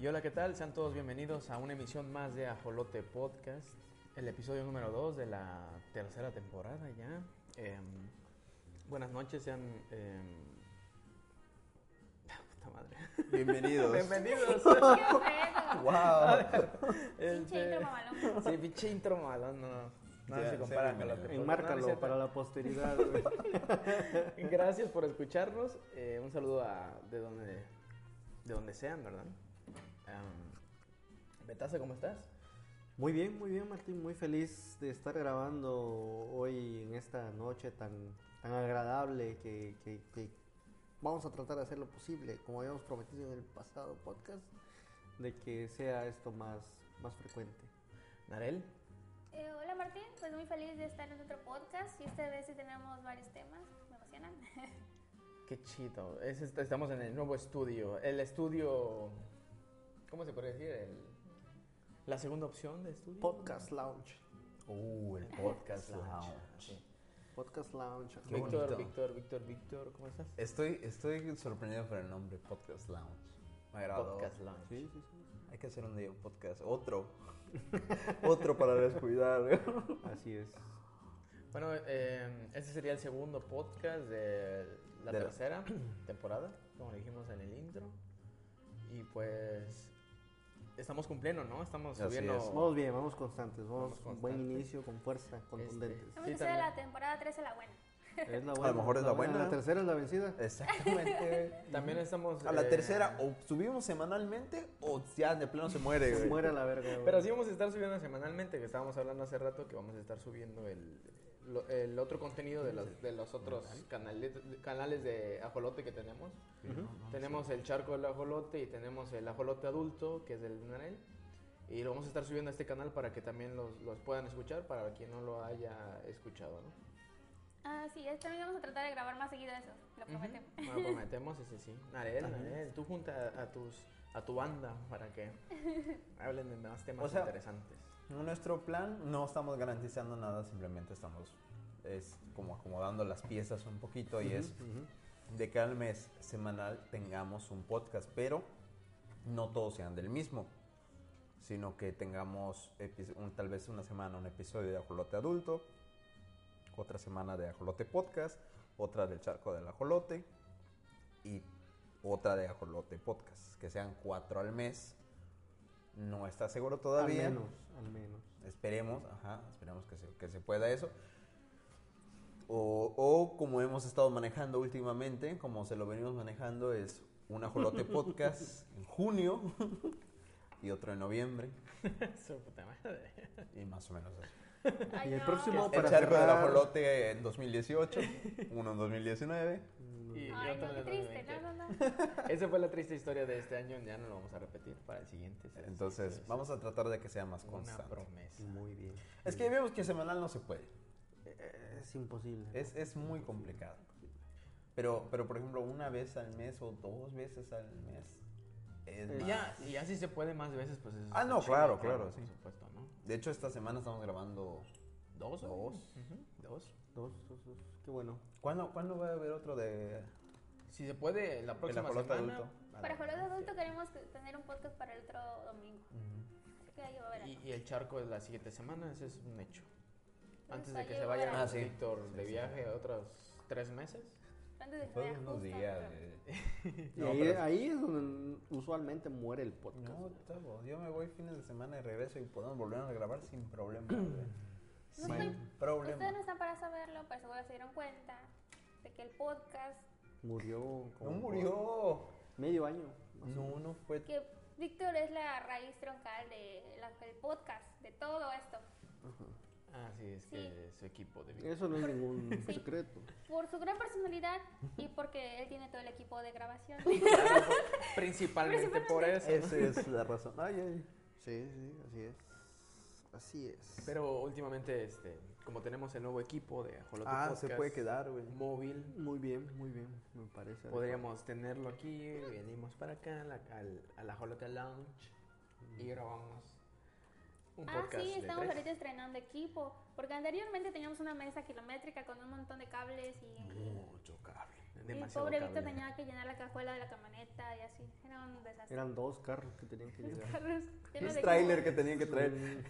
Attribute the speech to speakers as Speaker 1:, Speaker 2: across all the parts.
Speaker 1: Y hola, ¿qué tal? Sean todos bienvenidos a una emisión más de Ajolote Podcast, el episodio número 2 de la tercera temporada ya. Eh, buenas noches, sean... eh, puta madre.
Speaker 2: Bienvenidos.
Speaker 1: Bienvenidos.
Speaker 3: ¿Qué pedo?
Speaker 2: wow.
Speaker 3: Pinche
Speaker 1: Este-
Speaker 3: intro mamalón.
Speaker 1: Sí, pinche intro malo, no. No
Speaker 2: Ya,
Speaker 1: se
Speaker 2: sea
Speaker 1: compara con lo
Speaker 2: bienvenido.
Speaker 1: que... No, no es
Speaker 4: Enmárcalo
Speaker 1: cierto.
Speaker 4: para la posteridad. güey.
Speaker 1: Gracias por escucharnos. eh, un saludo a de donde de donde sean, ¿verdad? Em, Betaza, ¿cómo estás?
Speaker 4: Muy bien, muy bien, Martín. Muy feliz de estar grabando hoy en esta noche tan, tan agradable que, que- que vamos a tratar de hacer lo posible, como habíamos prometido en el pasado podcast, de que sea esto más, más frecuente.
Speaker 1: Narel,
Speaker 3: Eh, hola Martín, pues muy feliz de estar en otro podcast y esta vez sí tenemos varios temas, me emocionan.
Speaker 1: qué chido. Es este- estamos en el nuevo estudio, el estudio ¿cómo se puede decir? El- la segunda opción de estudio.
Speaker 4: Podcast Lounge.
Speaker 2: Uh, el
Speaker 1: Podcast
Speaker 2: podcast
Speaker 1: Lounge.
Speaker 2: lounge.
Speaker 4: Podcast Lounge.
Speaker 2: Qué
Speaker 1: Víctor,
Speaker 2: bonito.
Speaker 1: Víctor, Víctor, Víctor, ¿cómo estás?
Speaker 2: Estoy, estoy sorprendido por el nombre Podcast Lounge. Me agradó.
Speaker 1: Podcast Lounge.
Speaker 4: Sí, sí, sí.
Speaker 2: Hay que hacer un día un podcast. Otro. Otro para descuidar.
Speaker 4: Así es.
Speaker 1: Bueno, eh, este sería el segundo podcast de la
Speaker 2: De la-
Speaker 1: tercera temporada, como dijimos en el intro. Y pues estamos cumpliendo, ¿no? Estamos
Speaker 2: Así
Speaker 1: subiendo...
Speaker 2: es.
Speaker 4: Vamos bien, vamos constantes, vamos,
Speaker 1: Vamos
Speaker 4: con buen
Speaker 1: constantes.
Speaker 4: inicio, con fuerza, contundentes.
Speaker 3: Vamos
Speaker 1: Sí,
Speaker 3: a hacer
Speaker 1: también.
Speaker 3: la temporada 13 la buena.
Speaker 4: Es la
Speaker 2: Este. lo mejor es la buena.
Speaker 4: La tercera es la vencida.
Speaker 2: Exactamente.
Speaker 1: También estamos...
Speaker 2: A la
Speaker 1: eh,
Speaker 2: tercera, o subimos semanalmente o ya de plano se muere, güey.
Speaker 4: Muera la verga. güey.
Speaker 1: Pero sí vamos a estar subiendo semanalmente, que estábamos hablando hace rato, que vamos a estar subiendo el, lo- el otro contenido de los, de los otros canales, canales de ajolote que tenemos. Tenemos el charco del ajolote y tenemos el ajolote adulto, que es del Narel. Y lo vamos a estar subiendo a este canal para que también los, los puedan escuchar, para quien no lo haya escuchado, ¿no?
Speaker 3: Ah, sí, este también vamos a tratar de grabar más seguido eso, lo prometemos.
Speaker 1: Bueno, prometemos, ese sí. Narel, Narel, tú junta a, tus, a tu banda para que hablen de más temas
Speaker 2: O sea,
Speaker 1: interesantes.
Speaker 2: Nuestro plan no estamos garantizando nada, simplemente estamos es como acomodando las piezas un poquito y es de que al mes semanal tengamos un podcast, pero no todos sean del mismo, sino que tengamos epi- un- tal vez una semana un episodio de Ajolote Adulto, otra semana de Ajolote Podcast, otra del Charco del Ajolote y otra de Ajolote Podcast, que sean cuatro al mes. No está seguro todavía.
Speaker 4: Al menos, al menos.
Speaker 2: Esperemos, ajá, esperemos que se, que se pueda eso. O, o como hemos estado manejando últimamente, como se lo venimos manejando, es un ajolote podcast en junio y otro en noviembre.
Speaker 1: Su puta madre.
Speaker 2: Y más o menos así.
Speaker 3: Ay,
Speaker 4: Y el próximo-
Speaker 2: El
Speaker 4: Para
Speaker 2: charco del
Speaker 4: cerrar.
Speaker 2: ajolote en 2018, uno en 2019.
Speaker 1: Y- y
Speaker 3: Ay,
Speaker 1: otro
Speaker 3: no, qué
Speaker 1: de
Speaker 3: triste,
Speaker 1: 2020.
Speaker 3: no, no, no.
Speaker 1: Esa fue la triste historia de este año, ya no lo vamos a repetir para el siguiente. sí, sí,
Speaker 2: Entonces,
Speaker 1: sí.
Speaker 2: vamos a tratar de que sea más
Speaker 1: Una
Speaker 2: constante.
Speaker 1: promesa.
Speaker 4: Muy bien.
Speaker 2: Es que vemos que semanal no se puede.
Speaker 4: Es imposible. ¿no?
Speaker 2: Eh, Es, es muy complicado. Pero, pero, por ejemplo, una vez al mes o dos veces al mes. es
Speaker 1: Y
Speaker 2: más.
Speaker 1: ya, y ya si se puede más veces, pues eso.
Speaker 2: Ah,
Speaker 1: está
Speaker 2: no,
Speaker 1: chido,
Speaker 2: claro, claro,
Speaker 1: Por
Speaker 2: sí.
Speaker 1: supuesto, ¿no?
Speaker 2: De hecho, esta semana estamos grabando.
Speaker 1: Dos.
Speaker 2: Dos.
Speaker 1: Ujú, Dos.
Speaker 4: Dos, dos, dos. Qué bueno.
Speaker 2: ¿Cuándo, ¿cuándo va a haber otro de
Speaker 1: Si se puede, la próxima
Speaker 2: pelota
Speaker 1: semana.
Speaker 3: Para Jolos Adulto queremos que- tener un podcast para el otro domingo. Así que ahí va a haber
Speaker 1: Y,
Speaker 3: algo.
Speaker 1: y el charco de la siguiente semana, ese es un hecho. Antes de que se
Speaker 3: está
Speaker 1: vaya
Speaker 3: llevando.
Speaker 2: Ah, sí.
Speaker 1: Víctor de
Speaker 2: Sí, sí.
Speaker 1: viaje otros tres meses.
Speaker 3: Antes de que se
Speaker 2: Fue
Speaker 3: vaya
Speaker 2: unos
Speaker 3: justo,
Speaker 2: días.
Speaker 3: pero-
Speaker 2: de-
Speaker 4: Y
Speaker 2: No,
Speaker 4: ahí,
Speaker 2: pero-
Speaker 4: ahí es donde usualmente muere el podcast.
Speaker 2: No,
Speaker 4: güey.
Speaker 2: Tavo, yo me voy fines de semana y regreso y podemos volver a grabar sin problema. güey. sin
Speaker 3: estoy- Ustedes no
Speaker 2: problema.
Speaker 3: están para saberlo, pero seguro se dieron cuenta de que el podcast,
Speaker 4: Murió.
Speaker 2: No
Speaker 4: como
Speaker 2: murió.
Speaker 4: por Medio año.
Speaker 2: No, no fue.
Speaker 3: que Víctor es la raíz troncal de la- del podcast, de todo esto.
Speaker 1: Ah, sí, es que su equipo de Víctor.
Speaker 4: Eso no es ningún
Speaker 3: Sí.
Speaker 4: secreto.
Speaker 3: Por su gran personalidad y porque él tiene todo el equipo de grabación.
Speaker 1: Principalmente por eso.
Speaker 2: Esa es la razón. Ay, ay.
Speaker 4: Sí, sí, así es. Así es.
Speaker 1: Pero últimamente, este, como tenemos el nuevo equipo de Ajolote
Speaker 2: Ah,
Speaker 1: Podcast
Speaker 2: se puede quedar, güey.
Speaker 1: móvil,
Speaker 4: Muy bien, muy bien. Me parece.
Speaker 1: podríamos tenerlo aquí, venimos para acá a la, al, a la Ajolote Lounge y grabamos un
Speaker 3: ah,
Speaker 1: podcast
Speaker 3: sí,
Speaker 1: de
Speaker 3: estamos
Speaker 1: tres.
Speaker 3: ahorita estrenando equipo, porque anteriormente teníamos una mesa kilométrica con un montón de cables y...
Speaker 2: Mucho cable.
Speaker 3: Y
Speaker 1: Mm, demasiado
Speaker 3: pobre Víctor
Speaker 1: cable.
Speaker 3: tenía que llenar la cajuela de la camioneta y así. Era un desastre.
Speaker 4: Eran dos carros que tenían que llegar.
Speaker 3: Carros llenos
Speaker 2: Es
Speaker 3: de
Speaker 2: trailer
Speaker 3: cubos.
Speaker 2: que tenían que traer.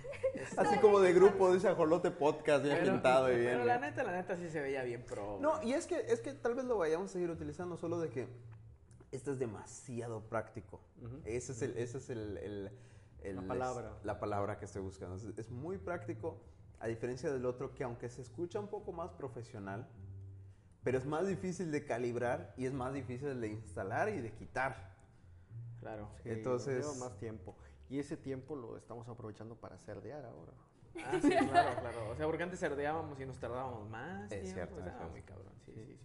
Speaker 2: Así como de grupo, dice Ajolote Podcast, bien
Speaker 1: Pero-
Speaker 2: pintado y bien. eh.
Speaker 1: Pero
Speaker 2: bien.
Speaker 1: la neta, la neta sí se veía bien pro.
Speaker 2: No,
Speaker 1: güey.
Speaker 2: y es que, es que tal vez lo vayamos a seguir utilizando, solo de que este es demasiado práctico. Ese es el... Ese es el, el- el-
Speaker 4: La palabra.
Speaker 2: la palabra que estoy buscando. Es, es muy práctico, a diferencia del otro, que aunque se escucha un poco más profesional, pero es más difícil de calibrar y es más difícil de instalar y de quitar.
Speaker 1: Claro.
Speaker 4: Sí,
Speaker 2: Entonces-
Speaker 4: nos lleva más tiempo. Y ese tiempo lo estamos aprovechando para cerdear ahora.
Speaker 1: Ah, sí, claro, claro. O sea, porque antes cerdeábamos y nos tardábamos más.
Speaker 2: Es
Speaker 1: tiempo.
Speaker 2: cierto,
Speaker 1: o sea, ah,
Speaker 2: es cierto.
Speaker 1: muy cabrón, sí, sí, sí.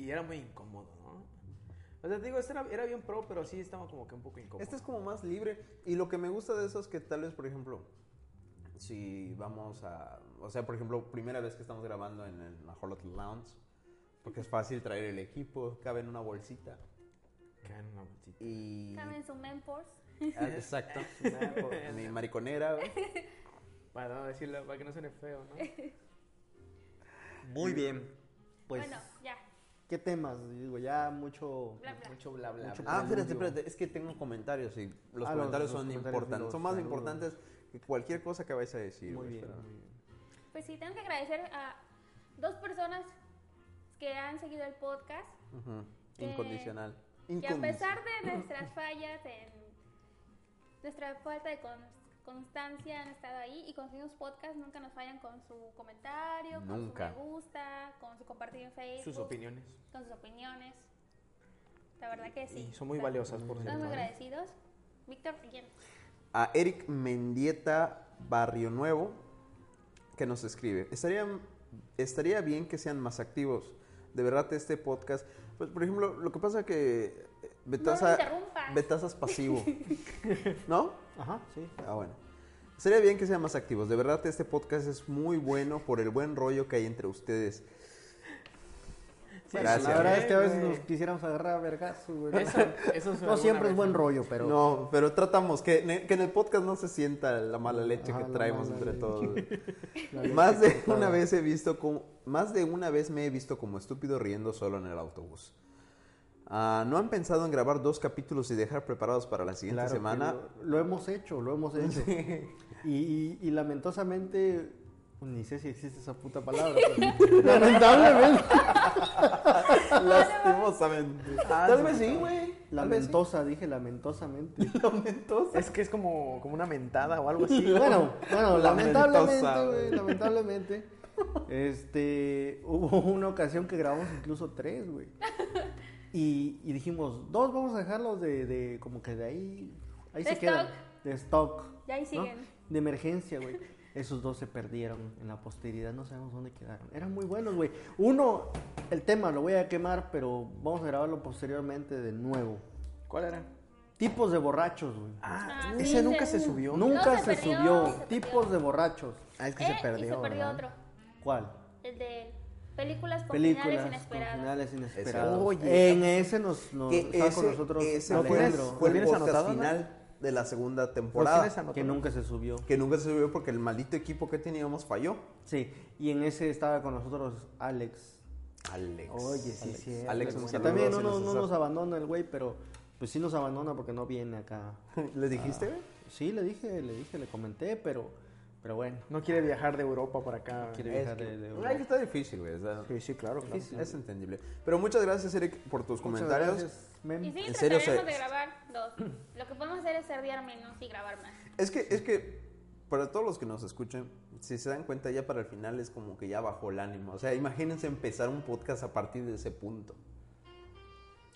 Speaker 1: Y, y era muy incómodo, ¿no? O sea, te digo, este era, era bien pro, pero sí estaba como que un poco incómodo.
Speaker 2: Este es como más libre. Y lo que me gusta de eso es que tal vez, por ejemplo, si vamos a... O sea, por ejemplo, primera vez que estamos grabando en el Majolot Lounge, porque es fácil traer el equipo, cabe en una bolsita.
Speaker 1: Cae en una bolsita.
Speaker 2: Y...
Speaker 3: Estaban en su Menpors.
Speaker 2: Ah, Exacto.
Speaker 4: Pues,
Speaker 2: En mi mariconera. güey.
Speaker 1: Para no decirlo, para que no suene feo, ¿no?
Speaker 4: Muy bien. Pues,
Speaker 3: Bueno, ya.
Speaker 4: ¿qué temas? Digo, ya mucho...
Speaker 3: Bla, bla.
Speaker 1: Mucho bla, bla,
Speaker 4: Mucho
Speaker 1: bla.
Speaker 2: Ah, espérate,
Speaker 4: preludio.
Speaker 2: espérate. Es que tengo comentarios y los
Speaker 4: Ah, los-
Speaker 2: comentarios
Speaker 4: los
Speaker 2: son
Speaker 4: comentarios y
Speaker 2: importantes.
Speaker 4: los
Speaker 2: Son más
Speaker 4: saludos.
Speaker 2: importantes que cualquier cosa que vayas a decir.
Speaker 4: Muy
Speaker 2: güey,
Speaker 4: bien,
Speaker 2: pero-
Speaker 4: muy bien.
Speaker 3: Pues sí, tengo que agradecer a dos personas que han seguido el podcast.
Speaker 2: Ujú.
Speaker 3: Que-
Speaker 2: Incondicional.
Speaker 3: Que a
Speaker 2: Incondicional.
Speaker 3: pesar de nuestras fallas, en nuestra falta de con- constancia, han estado ahí y con sus podcasts nunca nos fallan con su comentario,
Speaker 2: Nunca.
Speaker 3: con su me gusta, con su compartir en Facebook,
Speaker 1: Sus opiniones.
Speaker 3: con sus opiniones. La verdad que sí.
Speaker 1: Y son muy
Speaker 3: Estamos-
Speaker 1: valiosas, por cierto. ¿eh?
Speaker 3: Estamos agradecidos. Víctor, ¿quién?
Speaker 2: a Eric Mendieta Barrio Nuevo, que nos escribe. Estaría, estaría bien que sean más activos. De verdad, este podcast. Pues, por ejemplo, lo que pasa que. eh, Betasa,
Speaker 3: interrumpas.
Speaker 2: Betasa es pasivo. ¿No?
Speaker 4: Ajá, sí.
Speaker 2: Ah, bueno. Sería bien que sean más activos. De verdad, este podcast es muy bueno por el buen rollo que hay entre ustedes.
Speaker 1: Sí,
Speaker 2: Gracias.
Speaker 4: Pues, La verdad es que a veces
Speaker 1: güey.
Speaker 4: nos quisiéramos agarrar a vergazos, güey.
Speaker 1: Eso, eso es
Speaker 4: No
Speaker 1: alguna
Speaker 4: siempre es
Speaker 1: vez,
Speaker 4: buen
Speaker 1: ¿no?
Speaker 4: rollo, pero...
Speaker 2: No, pero tratamos que, en el- que en el podcast no se sienta la mala leche
Speaker 4: Ajá,
Speaker 2: que
Speaker 4: Ah, la
Speaker 2: traemos
Speaker 4: mala
Speaker 2: entre
Speaker 4: leche.
Speaker 2: todos.
Speaker 4: La leche
Speaker 2: Más de
Speaker 4: cortada.
Speaker 2: una vez he visto como, más de una vez me he visto como estúpido riendo solo en el autobús. Ah, ¿No han pensado en grabar dos capítulos y dejar preparados para la siguiente
Speaker 4: Claro que
Speaker 2: semana?
Speaker 4: Lo, lo hemos hecho, lo hemos hecho. Y, y- y lamentosamente, ni sé si existe esa puta palabra. pero- lamentablemente.
Speaker 2: Lastimosamente.
Speaker 4: Ah,
Speaker 2: Tal vez sí, güey. Tal vez sí.
Speaker 4: Lamentosa, dije lamentosamente.
Speaker 2: Lamentosa.
Speaker 1: Es que es como, como una mentada o algo así.
Speaker 4: bueno, bueno,
Speaker 2: Lamentosa,
Speaker 4: lamentablemente, güey,
Speaker 2: güey.
Speaker 4: lamentablemente. Este, hubo una ocasión que grabamos incluso tres, güey. Y, y dijimos, dos vamos a dejarlos de, de- como que de ahí, ahí
Speaker 3: De
Speaker 4: se quedan.
Speaker 3: stock.
Speaker 4: De stock.
Speaker 3: Y ahí
Speaker 4: ¿no?
Speaker 3: siguen.
Speaker 4: De emergencia, güey. Esos dos se perdieron en la posteridad, no sabemos dónde quedaron. Eran muy buenos, güey. Uno, el tema lo voy a quemar, pero vamos a grabarlo posteriormente de nuevo.
Speaker 1: ¿Cuál era?
Speaker 4: Tipos de borrachos, güey.
Speaker 1: Ah,
Speaker 3: Ah,
Speaker 1: ese
Speaker 3: sí,
Speaker 1: nunca
Speaker 3: sí.
Speaker 1: se subió.
Speaker 3: No,
Speaker 4: Nunca
Speaker 3: se
Speaker 4: se,
Speaker 3: perdió,
Speaker 4: subió.
Speaker 3: se perdió.
Speaker 4: Tipos de borrachos.
Speaker 1: Ah, es que
Speaker 3: Eh,
Speaker 1: se perdió.
Speaker 3: Y se perdió
Speaker 1: ¿verdad?
Speaker 3: otro.
Speaker 4: ¿cuál?
Speaker 3: El de películas con finales
Speaker 4: Películas con
Speaker 3: inesperados.
Speaker 4: finales inesperados.
Speaker 2: Oye,
Speaker 4: en ese nos, nos
Speaker 2: Que
Speaker 4: está
Speaker 2: ese-
Speaker 4: con nosotros
Speaker 2: ese
Speaker 4: Alejandro,
Speaker 2: fue,
Speaker 1: ¿lo
Speaker 2: fue el
Speaker 1: tienes
Speaker 2: podcast
Speaker 1: anotado, no?
Speaker 2: final de la segunda
Speaker 1: ¿Lo
Speaker 2: temporada.
Speaker 1: tienes anotado?
Speaker 4: que nunca se subió.
Speaker 2: que nunca se subió porque el maldito equipo que teníamos falló.
Speaker 4: Sí, y en ese estaba con nosotros Alex.
Speaker 2: Alex.
Speaker 4: Oye, sí,
Speaker 2: Alex.
Speaker 4: sí.
Speaker 2: Alex, un
Speaker 4: que
Speaker 2: saludo,
Speaker 4: también no,
Speaker 2: si
Speaker 4: nos-
Speaker 2: nos
Speaker 4: no nos
Speaker 2: está-
Speaker 4: abandona el güey, pero pues sí nos abandona porque no viene acá.
Speaker 2: ¿Le dijiste? güey?
Speaker 4: Sí, le dije, le dije, le comenté, pero, pero bueno.
Speaker 1: No quiere viajar de Europa para acá.
Speaker 4: Quiere
Speaker 2: Es
Speaker 4: viajar
Speaker 2: que-
Speaker 4: de- de
Speaker 2: Ay,
Speaker 4: Europa.
Speaker 2: que está difícil, güey. está-
Speaker 1: Sí, sí, claro, claro.
Speaker 2: es- Es entendible. Pero muchas gracias, Eric, por tus
Speaker 4: Muchas
Speaker 2: comentarios.
Speaker 4: gracias, Mem.
Speaker 3: Y sí,
Speaker 2: En serio,
Speaker 3: trataremos
Speaker 2: se-
Speaker 3: de grabar dos. Lo que podemos hacer es cerdear menos y grabar más.
Speaker 2: Es que, es que, para todos los que nos escuchen, si se dan cuenta, ya para el final es como que ya bajó el ánimo. O sea, imagínense empezar un podcast a partir de ese punto.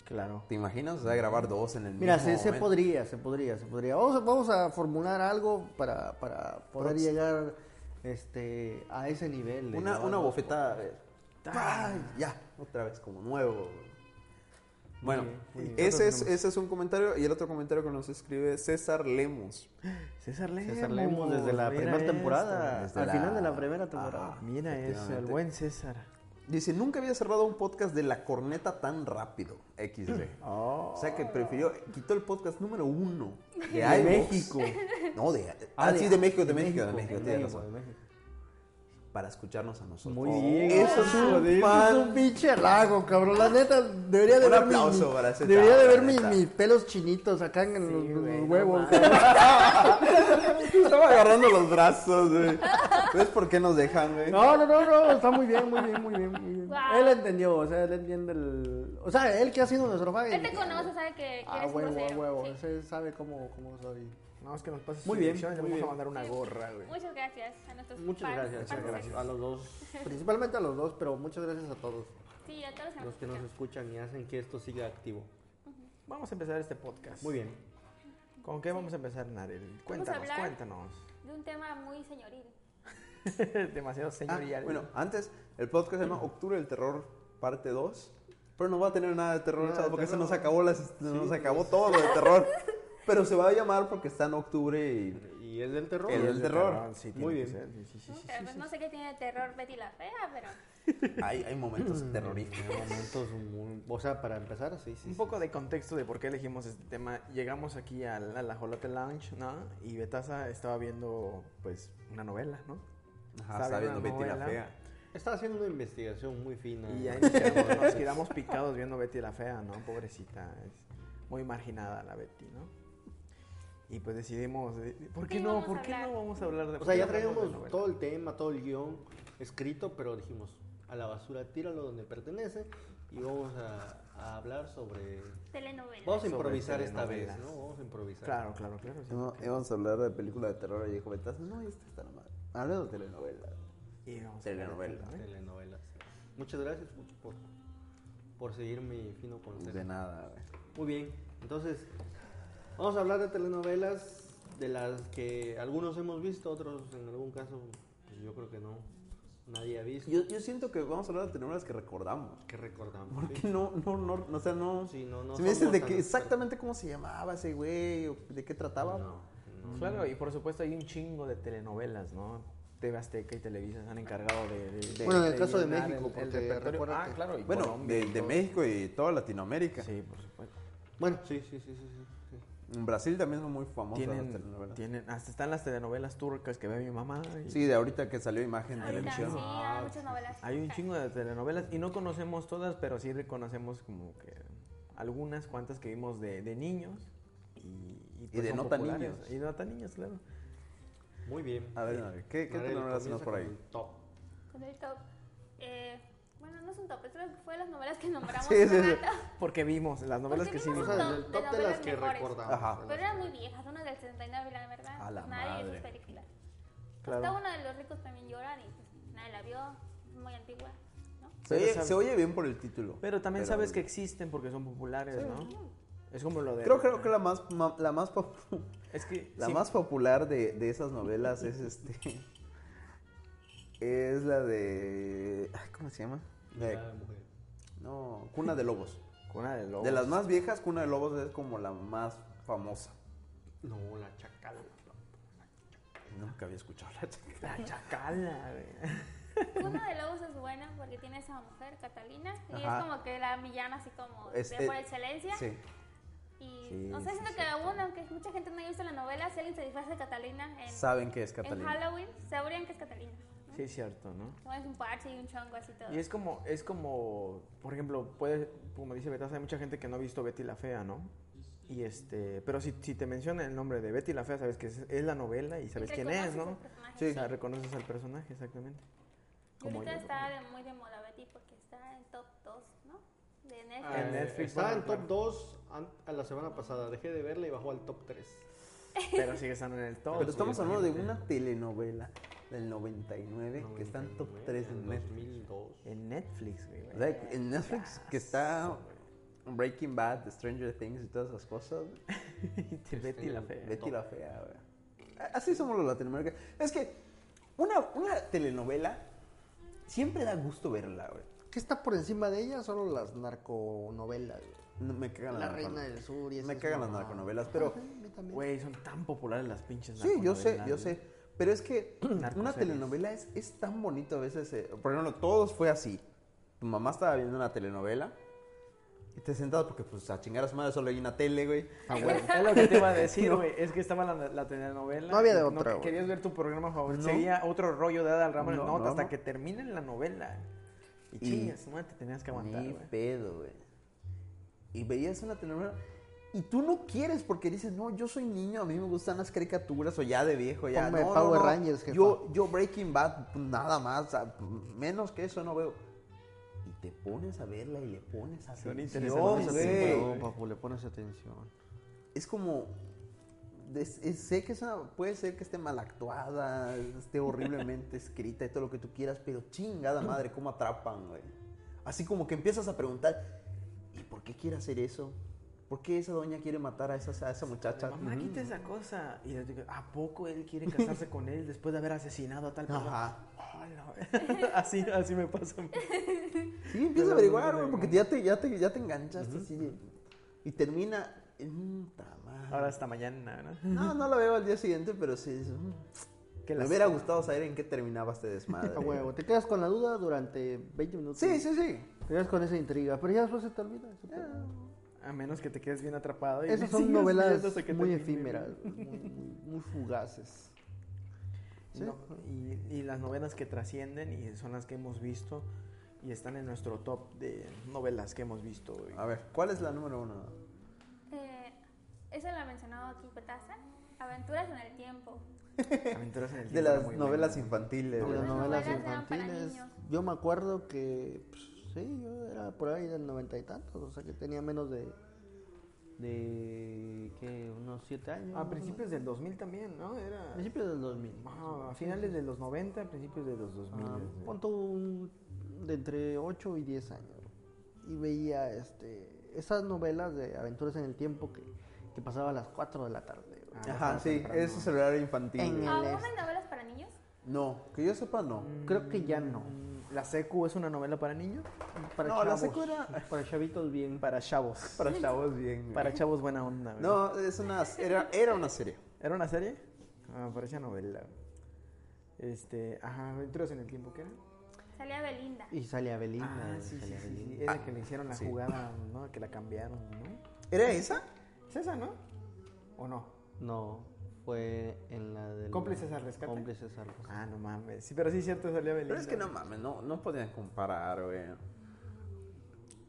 Speaker 1: Claro.
Speaker 2: ¿Te imaginas? O sea, grabar dos en el
Speaker 4: Mira,
Speaker 2: mismo
Speaker 4: se, se
Speaker 2: momento.
Speaker 4: podría, se podría, se podría. Vamos, a- vamos a formular algo para, para poder
Speaker 2: Prox-
Speaker 4: llegar este, a ese nivel. de
Speaker 2: Una,
Speaker 4: grabar
Speaker 2: una
Speaker 4: dos
Speaker 2: bofetada. eh, ¡pa! Ya, otra vez, como nuevo. Bueno,
Speaker 4: muy bien.
Speaker 2: ese, es,
Speaker 4: Nosotros
Speaker 2: ese es un comentario. Y el otro comentario que nos escribe César Lemos.
Speaker 1: César Lemos.
Speaker 4: César Lemos desde la
Speaker 1: mira
Speaker 4: primera
Speaker 1: esto.
Speaker 4: temporada.
Speaker 2: desde
Speaker 4: al
Speaker 2: la- Ah,
Speaker 4: final de la primera temporada.
Speaker 2: Ajá.
Speaker 1: Ah, Mira eso, el
Speaker 2: Efectivamente.
Speaker 1: buen César.
Speaker 2: Dice, nunca había cerrado un podcast de la corneta tan rápido. XD.
Speaker 4: Oh.
Speaker 2: O sea que prefirió, quitó el podcast número uno de, iVoox.
Speaker 4: México.
Speaker 2: No, de, ah, sí, de ah, México, de, México, de México,
Speaker 4: Ah, de
Speaker 2: tienes
Speaker 4: México,
Speaker 2: razón.
Speaker 4: de México.
Speaker 2: para escucharnos a nosotros.
Speaker 4: Muy bien. Eso es un
Speaker 2: Joder,
Speaker 4: pan. Es un pinche lago, cabrón. La neta, debería de
Speaker 2: Un
Speaker 4: ver
Speaker 2: aplauso
Speaker 4: mi,
Speaker 2: para ese
Speaker 4: Debería
Speaker 2: chavo,
Speaker 4: de
Speaker 2: la
Speaker 4: ver mi-
Speaker 2: neta.
Speaker 4: mis pelos chinitos acá en los, los
Speaker 1: güey, no
Speaker 4: huevos.
Speaker 2: Estaba agarrando los brazos, güey. ¿Ves por qué nos dejan, güey?
Speaker 4: No, no, no, no, está muy bien, muy bien, muy bien, muy bien.
Speaker 3: Guau.
Speaker 4: Él entendió, o sea, él entiende el... O sea, él que ha sido nuestro fan.
Speaker 3: Él te conoce, sabe que
Speaker 4: Ah,
Speaker 3: eres
Speaker 4: huevo, a
Speaker 3: grosero,
Speaker 4: huevo,
Speaker 3: sí.
Speaker 4: ese sabe cómo, cómo soy.
Speaker 1: No, es que nos pases
Speaker 4: Muy
Speaker 1: su
Speaker 4: bien,
Speaker 1: dirección y le
Speaker 4: muy
Speaker 1: vamos
Speaker 4: bien.
Speaker 1: a mandar una gorra, güey.
Speaker 3: Muchas gracias a nuestros
Speaker 4: Muchas
Speaker 3: fans,
Speaker 4: gracias,
Speaker 3: fans.
Speaker 4: gracias a los dos. Principalmente a los dos, pero muchas gracias a todos
Speaker 3: Sí, a todos
Speaker 4: los que nos
Speaker 3: escuchan.
Speaker 4: escuchan y hacen que esto siga activo.
Speaker 1: Vamos a empezar este podcast.
Speaker 4: Muy bien.
Speaker 1: ¿Con qué vamos a empezar, Narel? Cuéntanos,
Speaker 3: hablar-
Speaker 1: cuéntanos.
Speaker 3: De un tema muy señoril.
Speaker 1: Demasiado
Speaker 2: Ah,
Speaker 1: señorial.
Speaker 2: bueno, antes, el podcast se llama Octubre del Terror, parte 2. Pero no va a tener nada de terror,
Speaker 4: Nada
Speaker 2: ¿sabes?
Speaker 4: de
Speaker 2: Porque se
Speaker 4: terror.
Speaker 2: nos acabó, las, se nos acabó todo lo de terror. Pero se va a llamar porque está en octubre y...
Speaker 4: Y el del terror.
Speaker 2: El
Speaker 1: Es
Speaker 2: del
Speaker 1: de
Speaker 2: terror.
Speaker 1: sí,
Speaker 4: Muy
Speaker 1: tiene que
Speaker 4: bien.
Speaker 1: ser, sí, sí, sí,
Speaker 3: ¿no?
Speaker 1: sí,
Speaker 3: Pero
Speaker 1: sí,
Speaker 3: pues
Speaker 1: sí.
Speaker 3: no sé qué tiene de terror Betty la Fea, pero
Speaker 2: Hay, hay momentos
Speaker 4: Mm.
Speaker 2: terroríficos.
Speaker 4: momentos muy... O sea, para empezar, sí, sí.
Speaker 1: Un poco de contexto de por qué elegimos este tema. Llegamos aquí a la, la Jolote Lounge, ¿no? Y Betasa estaba viendo, pues, una novela, ¿no?
Speaker 2: Ajá, está viendo Betty la
Speaker 1: novela.
Speaker 2: Fea.
Speaker 4: Está haciendo una investigación muy fina.
Speaker 1: Y ahí nos quedamos, nos quedamos picados viendo Betty la Fea, ¿no? Pobrecita, es muy marginada la Betty, ¿no? Y pues decidimos, eh, ¿por qué
Speaker 3: Sí,
Speaker 1: no?
Speaker 3: vamos
Speaker 1: ¿Por
Speaker 3: a
Speaker 1: qué
Speaker 3: hablar.
Speaker 1: no vamos a hablar de
Speaker 4: O sea, ya
Speaker 1: por qué no hablamos de
Speaker 4: traíamos
Speaker 1: novela?
Speaker 4: todo el tema, todo el guión escrito, pero dijimos, a la basura tíralo donde pertenece y vamos a, a hablar sobre...
Speaker 3: telenovela.
Speaker 4: Vamos a
Speaker 1: Sobre
Speaker 4: improvisar esta vez,
Speaker 1: telenovelas.
Speaker 4: ¿no? Vamos a improvisar.
Speaker 1: Claro, claro, claro. sí.
Speaker 2: íbamos a hablar de película de terror y dijo Betas, no, esta está la madre. Hablando de telenovela.
Speaker 1: Y vamos a hablar de
Speaker 2: Telenovela.
Speaker 1: telenovela.
Speaker 4: Telenovelas. Muchas gracias por, por seguir mi fino consejo.
Speaker 2: De nada, güey.
Speaker 4: Muy bien, entonces vamos a hablar de telenovelas de las que algunos hemos visto, otros en algún caso pues, yo creo que no, nadie ha visto.
Speaker 2: Yo, yo siento que vamos a hablar de telenovelas que recordamos.
Speaker 4: ¿Qué recordamos?
Speaker 2: Porque no, no, no, no, o sea, no.
Speaker 4: Sí, no, no
Speaker 2: si me dices
Speaker 4: somos
Speaker 2: de
Speaker 4: tan
Speaker 2: que
Speaker 4: expertos.
Speaker 2: exactamente cómo se llamaba ese güey o de qué trataba.
Speaker 4: No, no.
Speaker 1: Pues Claro, y por supuesto hay un chingo de telenovelas, ¿no? TV Azteca y Televisa se han encargado de... de- de-
Speaker 4: Bueno, en el caso de
Speaker 1: llenar
Speaker 4: México,
Speaker 1: el, el
Speaker 4: porque
Speaker 1: repertorio.
Speaker 4: recuerda
Speaker 1: Ah,
Speaker 4: que-
Speaker 1: claro, y
Speaker 2: Bueno,
Speaker 1: Colombia
Speaker 2: de,
Speaker 1: y
Speaker 2: de
Speaker 1: todo.
Speaker 2: México y toda Latinoamérica.
Speaker 1: Sí, por supuesto.
Speaker 4: Bueno, sí, sí, sí, sí, sí, sí.
Speaker 2: En Brasil también son muy famosas las
Speaker 1: Tienen,
Speaker 2: telenovelas.
Speaker 1: tienen, hasta están las telenovelas turcas que ve mi mamá. y-
Speaker 2: Sí, de ahorita que salió imagen en
Speaker 3: Ahorita sí,
Speaker 2: televisión.
Speaker 3: hay muchas novelas.
Speaker 1: Hay un chingo de telenovelas y no conocemos todas, pero sí reconocemos como que algunas cuantas que vimos de, de niños y, pues,
Speaker 2: de
Speaker 1: son
Speaker 2: no tan
Speaker 1: populares.
Speaker 2: niños.
Speaker 1: Y de no tan niños, claro.
Speaker 4: Muy bien.
Speaker 2: A ver, a ver, ¿qué, qué
Speaker 4: Mariel,
Speaker 2: telenovelas tenemos
Speaker 4: comienza
Speaker 2: por
Speaker 4: con
Speaker 2: ahí?
Speaker 4: el top.
Speaker 3: Con el top. Eh, bueno, no es un top, esto fue de las novelas que nombramos
Speaker 2: Sí,
Speaker 3: hace
Speaker 2: sí, sí.
Speaker 3: rato.
Speaker 1: Porque vimos las novelas
Speaker 3: Porque
Speaker 1: que sí
Speaker 4: O
Speaker 3: vimos
Speaker 1: vimos.
Speaker 4: sea,
Speaker 3: top de
Speaker 4: del top de las
Speaker 3: novelas
Speaker 4: que
Speaker 3: mejores.
Speaker 4: recordamos.
Speaker 2: Ajá.
Speaker 4: de las
Speaker 3: Pero eran
Speaker 4: que-
Speaker 3: muy viejas, unas del 69, la verdad.
Speaker 2: A la
Speaker 3: nadie vio
Speaker 2: madre.
Speaker 3: sus películas. Pues
Speaker 1: Claro.
Speaker 3: Está una de los ricos también lloran y pues, nadie la vio. Es muy antigua, ¿no?
Speaker 2: Se
Speaker 1: Pero
Speaker 2: oye,
Speaker 1: sabe-
Speaker 2: se oye bien por el título.
Speaker 1: Pero también sabes que existen porque son populares, ¿no? Es como lo de...
Speaker 2: Creo, creo que la más, ma- la más, pop-
Speaker 1: Es que...
Speaker 2: la
Speaker 1: sí,
Speaker 2: más popular de, de esas novelas es este. Es la de. ay, ¿Cómo se llama? La de-
Speaker 4: Ah, mujer.
Speaker 2: no, Cuna de Lobos.
Speaker 1: Cuna de lobos.
Speaker 2: De las más viejas, Cuna de Lobos es como la más famosa.
Speaker 4: No, la chacala.
Speaker 2: Nunca había escuchado la chica.
Speaker 1: La chacala, güey.
Speaker 3: Una de Lobos es buena porque tiene a esa mujer, Catalina, y
Speaker 2: Ajá.
Speaker 3: es como que la villana así como
Speaker 2: Es-
Speaker 3: de
Speaker 2: eh,
Speaker 3: por excelencia.
Speaker 2: Sí.
Speaker 3: Y
Speaker 1: Este, Sí,
Speaker 3: no sé,
Speaker 1: sí,
Speaker 3: siento que aún, aunque mucha gente no haya visto la novela, si alguien se disfraza de Catalina en,
Speaker 2: Saben que es
Speaker 3: en
Speaker 2: Catalina.
Speaker 3: Halloween, sabrían que es Catalina. ¿no?
Speaker 1: Sí, es cierto, ¿no?
Speaker 3: Como es un parche y un chongo así todo.
Speaker 1: Y es como, es como, por ejemplo, puede, como dice Betasa, hay mucha gente que no ha visto Betty la Fea, ¿no? Y este, pero si, si te menciona el nombre de Betty la Fea, sabes que es, es la novela y sabes
Speaker 3: Y
Speaker 1: quién es,
Speaker 3: reconoces
Speaker 1: ¿no?
Speaker 3: al personaje.
Speaker 1: Sí,
Speaker 3: Sí.
Speaker 1: o sea, reconoces al personaje, exactamente.
Speaker 3: Y ahorita
Speaker 1: yo,
Speaker 3: está de- muy de moda Betty porque está en top 2, ¿no? De Netflix.
Speaker 4: Ah,
Speaker 1: En Netflix,
Speaker 4: Estaba
Speaker 1: bueno,
Speaker 4: en top
Speaker 1: claro.
Speaker 4: 2 an- a la semana pasada. Dejé de verla y bajó al top 3.
Speaker 1: Pero sigue estando en el top.
Speaker 2: Pero estamos hablando de
Speaker 1: obviamente.
Speaker 2: una telenovela del 99 que está en top 3 en Netflix.
Speaker 4: 2002.
Speaker 1: En Netflix, güey.
Speaker 2: O sea, en Netflix que está Breaking Bad, Stranger Things y todas esas cosas.
Speaker 1: Betty la Fea.
Speaker 2: Este, Betty la fea, güey. Así somos los latinoamericanos. Es que una, una telenovela siempre da gusto verla, güey.
Speaker 4: ¿Qué está por encima de ella? Solo las narconovelas.
Speaker 2: No, Me cagan
Speaker 4: La
Speaker 2: las
Speaker 4: Reina
Speaker 2: narcono-
Speaker 4: del Sur y
Speaker 2: Me
Speaker 4: esas
Speaker 2: cagan las
Speaker 4: mamadas.
Speaker 2: narconovelas, pero
Speaker 1: Güey, son tan populares las pinches
Speaker 2: Sí, yo sé,
Speaker 1: narconovelas,
Speaker 2: yo
Speaker 1: ¿no?
Speaker 2: sé. Pero es que una
Speaker 1: Narcoseries.
Speaker 2: telenovela es, es tan bonito a veces. eh, por ejemplo, todos fue así. Tu mamá estaba viendo una telenovela Y te sentabas porque, pues, a chingar a su madre solo hay una tele, güey.
Speaker 4: Ah, bueno.
Speaker 1: Es lo que te iba a decir, güey. Es que estaba la, la telenovela.
Speaker 4: No había de
Speaker 1: y
Speaker 4: otra,
Speaker 1: te-
Speaker 4: güey.
Speaker 1: querías ver tu programa favorito.
Speaker 2: No.
Speaker 1: Seguía otro rollo de Adal Ramones.
Speaker 2: No,
Speaker 1: No,
Speaker 2: no,
Speaker 1: hasta
Speaker 2: no.
Speaker 1: que termine la novela. Y,
Speaker 2: Y-
Speaker 1: chingas, madre, te tenías que aguantar,
Speaker 2: Ni
Speaker 1: güey.
Speaker 2: pedo, güey. Y veías una telenovela y tú no quieres porque dices, no, yo soy niño, a mí me gustan las caricaturas o ya de viejo, ya.
Speaker 4: Ponme
Speaker 2: no, no,
Speaker 4: Power
Speaker 2: no,
Speaker 4: Rangers, jefa.
Speaker 2: Yo, yo Breaking Bad, pues, nada más, a- menos que eso no veo. Y te pones a verla y le pones atención,
Speaker 1: interesantes,
Speaker 2: güey.
Speaker 1: sí, güey.
Speaker 4: papu, le pones atención.
Speaker 2: Es como... des- es- sé que es una- puede ser que esté mal actuada, esté horriblemente escrita y todo lo que tú quieras, pero chingada madre, cómo atrapan, güey. Así como que empiezas a preguntar, ¿y por qué quiere hacer eso? ¿Por qué esa doña quiere matar a esa, a esa muchacha?
Speaker 1: Mamá,
Speaker 2: Ujú.
Speaker 1: quita esa cosa. Y le digo, ¿a poco él quiere casarse con él después de haber asesinado a tal persona?
Speaker 2: Ajá.
Speaker 1: Ah, la- así, así me pasa. a mí.
Speaker 2: Sí, empiezas a
Speaker 1: Pero
Speaker 2: averiguar,
Speaker 1: no
Speaker 2: güey,
Speaker 1: me-
Speaker 2: porque ya te, ya te, ya te enganchaste así de- Y termina... mm, ta madre.
Speaker 1: Ahora hasta mañana, ¿no?
Speaker 2: No, no la veo al día siguiente, pero sí... dices, mm,
Speaker 1: Que
Speaker 2: me
Speaker 1: las-
Speaker 2: hubiera gustado saber en qué terminaba este desmadre.
Speaker 4: A huevo, te quedas con la duda durante 20 minutos.
Speaker 2: Sí, sí, sí.
Speaker 4: Te quedas con esa intriga, pero ya después se te olvida. eso te-
Speaker 1: A menos que te quedes bien atrapado. y le
Speaker 4: Esas son
Speaker 1: sigas
Speaker 4: novelas
Speaker 1: viendo hasta que
Speaker 4: muy
Speaker 1: termine,
Speaker 4: efímeras, muy, muy- muy fugaces. Sí.
Speaker 1: No, y, y las novelas que trascienden y son las que hemos visto y están en nuestro top de novelas que hemos visto. güey.
Speaker 4: Ah.
Speaker 2: A ver, ¿cuál es la número uno?
Speaker 3: Eh, eso lo ha mencionado aquí Petaza. Aventuras en el tiempo.
Speaker 1: Aventuras en el
Speaker 2: De
Speaker 1: tiempo era
Speaker 2: las
Speaker 1: muy
Speaker 2: novelas
Speaker 1: buena.
Speaker 2: infantiles.
Speaker 4: De
Speaker 2: güey.
Speaker 4: las
Speaker 3: Las
Speaker 4: novelas
Speaker 3: novelas eran para
Speaker 4: infantiles.
Speaker 3: niños.
Speaker 4: Yo me acuerdo que, pues, sí, yo era por ahí del noventa y tantos, o sea que tenía menos de, de ¿qué? Unos siete años. más o
Speaker 1: A
Speaker 4: menos.
Speaker 1: principios del 2000 también, ¿no? Era...
Speaker 4: A principios del 2000.
Speaker 1: Ajá, a finales de los 90, a principios de los 2000.
Speaker 4: Ah,
Speaker 1: güey.
Speaker 4: pon tú un- de entre 8 y 10 años. Y veía este esas novelas de aventuras en el tiempo que, que pasaba a las 4 de la tarde. güey.
Speaker 1: Ah,
Speaker 2: Ajá, sí,
Speaker 1: temprano.
Speaker 2: es el horario infantil.
Speaker 4: En
Speaker 2: güey.
Speaker 4: el-
Speaker 3: ¿Aún hay novelas para niños?
Speaker 2: No, que yo sepa, no.
Speaker 4: Creo que ya no.
Speaker 1: Mm, ¿La secu es una novela para niños?
Speaker 4: Para
Speaker 2: No, la
Speaker 4: chavos,
Speaker 2: secu era-
Speaker 1: Mm.
Speaker 4: Para chavitos bien.
Speaker 1: Para chavos.
Speaker 2: Para chavos bien. güey.
Speaker 1: Para chavos buena onda. güey.
Speaker 2: No, es una, era, era una serie.
Speaker 1: ¿Era una serie? Ah, parecía novela. Este, ajá, Aventuras en el tiempo, ¿qué era?
Speaker 3: Salía Belinda.
Speaker 4: Y salía Belinda.
Speaker 1: Ah,
Speaker 4: güey,
Speaker 1: sí, sí,
Speaker 4: salía
Speaker 1: sí,
Speaker 4: Belinda.
Speaker 1: sí, Era que le hicieron la
Speaker 2: Ah, sí.
Speaker 1: jugada, ¿no? Que la cambiaron, ¿no?
Speaker 2: ¿Era esa?
Speaker 1: ¿Es esa, no? ¿O no?
Speaker 4: No, fue en la del.
Speaker 1: Cómplices al rescate.
Speaker 4: Cómplices al rescate.
Speaker 1: Ah, no mames. Sí, pero sí es cierto, salía Belinda.
Speaker 2: Pero es que no mames, no, no podían comparar, güey.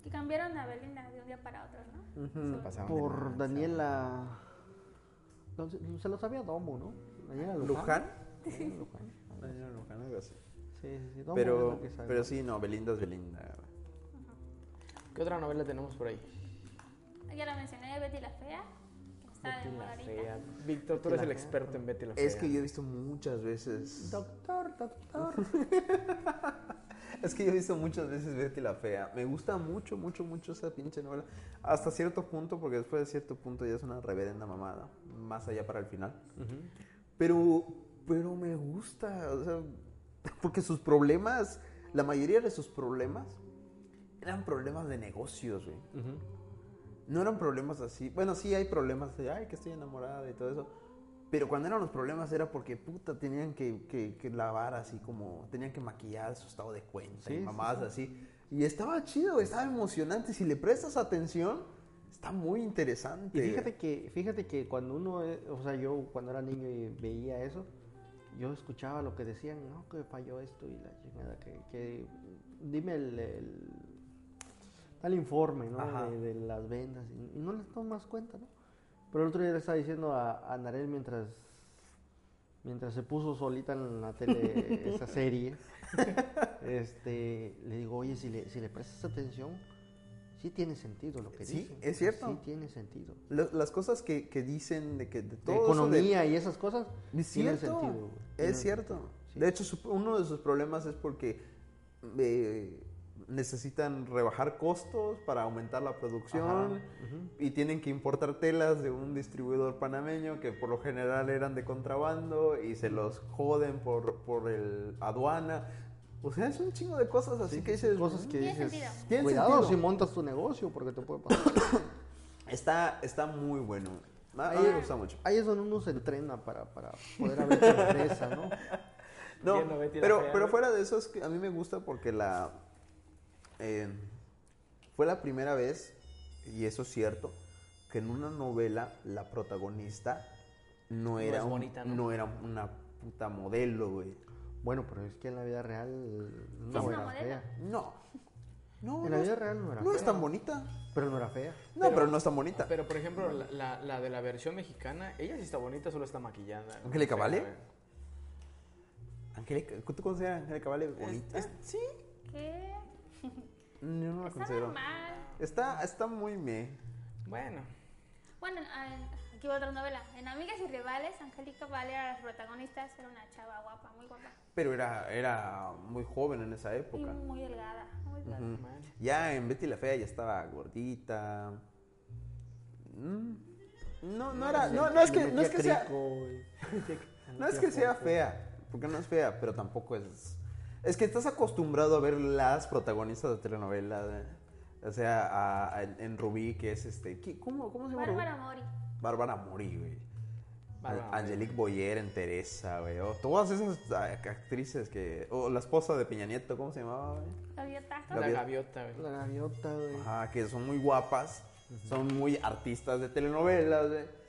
Speaker 3: Que cambiaron a Belinda de un día para otro, ¿no?
Speaker 1: Se pasaban de
Speaker 4: Por
Speaker 1: lanza.
Speaker 4: Daniela. no sé, Se lo sabía Domo, ¿no? Daniela Luján.
Speaker 2: ¿Luján?
Speaker 4: Daniela Luján.
Speaker 2: Era Luján, algo así.
Speaker 4: Sí, sí, sí. Domo es
Speaker 2: Pero,
Speaker 4: lo que sabe.
Speaker 2: pero sí, no, Belinda es Belinda. güey.
Speaker 1: ¿Qué otra novela tenemos por ahí?
Speaker 3: Ya la mencioné, Betty la Fea. Que está de moda ahorita.
Speaker 1: Víctor, tú eres el experto en Betty la Fea.
Speaker 2: Es que yo he visto muchas veces.
Speaker 4: Doctor, doctor.
Speaker 2: Es que yo he visto muchas veces Betty la Fea. Me gusta mucho, mucho, mucho esa pinche novela. Hasta cierto punto, porque después de cierto punto ya es una reverenda mamada. Más allá para el final. Pero, pero me gusta. O sea, porque sus problemas, la mayoría de sus problemas, eran problemas de negocios, güey.
Speaker 4: Mm-hmm.
Speaker 2: No eran problemas así. Bueno, sí hay problemas de, ay, que estoy enamorada y todo eso. Pero cuando eran los problemas era porque, puta, tenían que, que- que lavar así como, tenían que maquillar su estado de cuenta
Speaker 4: Sí,
Speaker 2: y
Speaker 4: sí,
Speaker 2: mamadas así. Y estaba chido, estaba emocionante. Si le prestas atención, está muy interesante.
Speaker 4: Y fíjate que, fíjate que cuando uno, eh, o sea, yo cuando era niño y veía eso, yo escuchaba lo que decían, no, que falló esto y la chingada, que, que dime el, el- tal informe,
Speaker 2: Ajá.
Speaker 4: ¿no? De, de las ventas, y, y no les tomas cuenta, ¿no? Pero el otro día le estaba diciendo a, a Narel mientras, mientras se puso solita en la tele esa serie, este, le digo, oye, si le, si le prestas atención, sí tiene sentido lo que
Speaker 2: Sí,
Speaker 4: dicen,
Speaker 2: es cierto.
Speaker 4: Sí tiene sentido.
Speaker 2: Lo- las cosas que, que dicen de que de
Speaker 4: De
Speaker 2: todo eso de-
Speaker 4: economía y esas cosas
Speaker 2: Es
Speaker 4: tienen
Speaker 2: cierto,
Speaker 4: sentido. güey. Tienen-
Speaker 2: Es cierto.
Speaker 4: sí.
Speaker 2: De hecho, su- uno de sus problemas es porque eh, necesitan rebajar costos para aumentar la producción y tienen que importar telas de un distribuidor panameño que por lo general eran de contrabando y se los joden por, por el aduana. O sea, es un chingo de cosas así que dices... "Mm,
Speaker 4: cosas que
Speaker 3: Tiene
Speaker 4: dices.
Speaker 3: sentido.
Speaker 2: Tiene
Speaker 4: Cuidado
Speaker 2: sentido.
Speaker 4: si montas tu negocio porque te puede pasar.
Speaker 2: Está, está muy bueno. A a mí
Speaker 4: Ahí-
Speaker 2: me gusta mucho.
Speaker 4: Ahí es donde uno se entrena para, para poder abrir tu empresa, ¿no?
Speaker 2: No,
Speaker 1: Viendo Betty la
Speaker 2: pero,
Speaker 1: Fea,
Speaker 2: pero
Speaker 1: ¿no?
Speaker 2: fuera de eso, es que a mí me gusta porque la. eh, fue la primera vez y eso es cierto, que en una novela la protagonista no,
Speaker 5: No
Speaker 2: era,
Speaker 5: es
Speaker 2: un-
Speaker 5: bonita, ¿no?
Speaker 2: no era una puta modelo, güey.
Speaker 4: Bueno, pero es que en la vida real no,
Speaker 3: Es una
Speaker 4: era
Speaker 3: modelo.
Speaker 4: fea.
Speaker 2: No. No,
Speaker 4: En
Speaker 2: no
Speaker 4: la vida
Speaker 2: es-
Speaker 4: real no era
Speaker 2: no es
Speaker 4: fea.
Speaker 2: tan bonita.
Speaker 4: Pero no era fea.
Speaker 2: No, pero, no es tan bonita.
Speaker 1: Ah, Pero, por ejemplo,
Speaker 2: Mm.
Speaker 1: la, la- la de la versión mexicana, ella sí está bonita, solo está maquillada. güey.
Speaker 2: ¿Angélica
Speaker 1: O sea,
Speaker 2: Vale? Angélica, ¿tú consideras a Angélica Vale bonita?
Speaker 1: Está- sí.
Speaker 3: ¿Qué?
Speaker 2: Yo no la
Speaker 3: Está
Speaker 2: considero.
Speaker 3: normal.
Speaker 2: Está, está muy me.
Speaker 1: Bueno.
Speaker 3: Bueno, en- en- aquí va otra novela. En Amigas y Rivales, Angélica Vale era las protagonistas, era una chava guapa, muy guapa.
Speaker 2: Pero era, era muy joven en esa
Speaker 3: Y
Speaker 2: época.
Speaker 3: muy delgada, muy delgada.
Speaker 2: Ujú.
Speaker 1: Bueno.
Speaker 2: Ya en Betty la Fea ya estaba gordita. Mm. No, no era. No, no es que, no es que sea. No es que sea fea. Porque no es fea, pero tampoco es. Es que estás acostumbrado a ver las protagonistas de telenovelas. eh. O sea, a- a- en Rubí, que es este. ¿qué- ¿Cómo, cómo se llama? Rubí?
Speaker 3: Bárbara Mori.
Speaker 2: Bárbara Mori, güey.
Speaker 1: Bárbara Mori.
Speaker 2: Angelique Boyer en Teresa, güey. O todas esas ah, actrices que. O la esposa de Peña Nieto, ¿cómo se llamaba, güey?
Speaker 3: Gaviota.
Speaker 1: La
Speaker 2: Gaviota.
Speaker 1: gaviota, güey.
Speaker 4: La gaviota, güey.
Speaker 2: Ajá, que son muy guapas, son muy artistas de telenovelas, güey.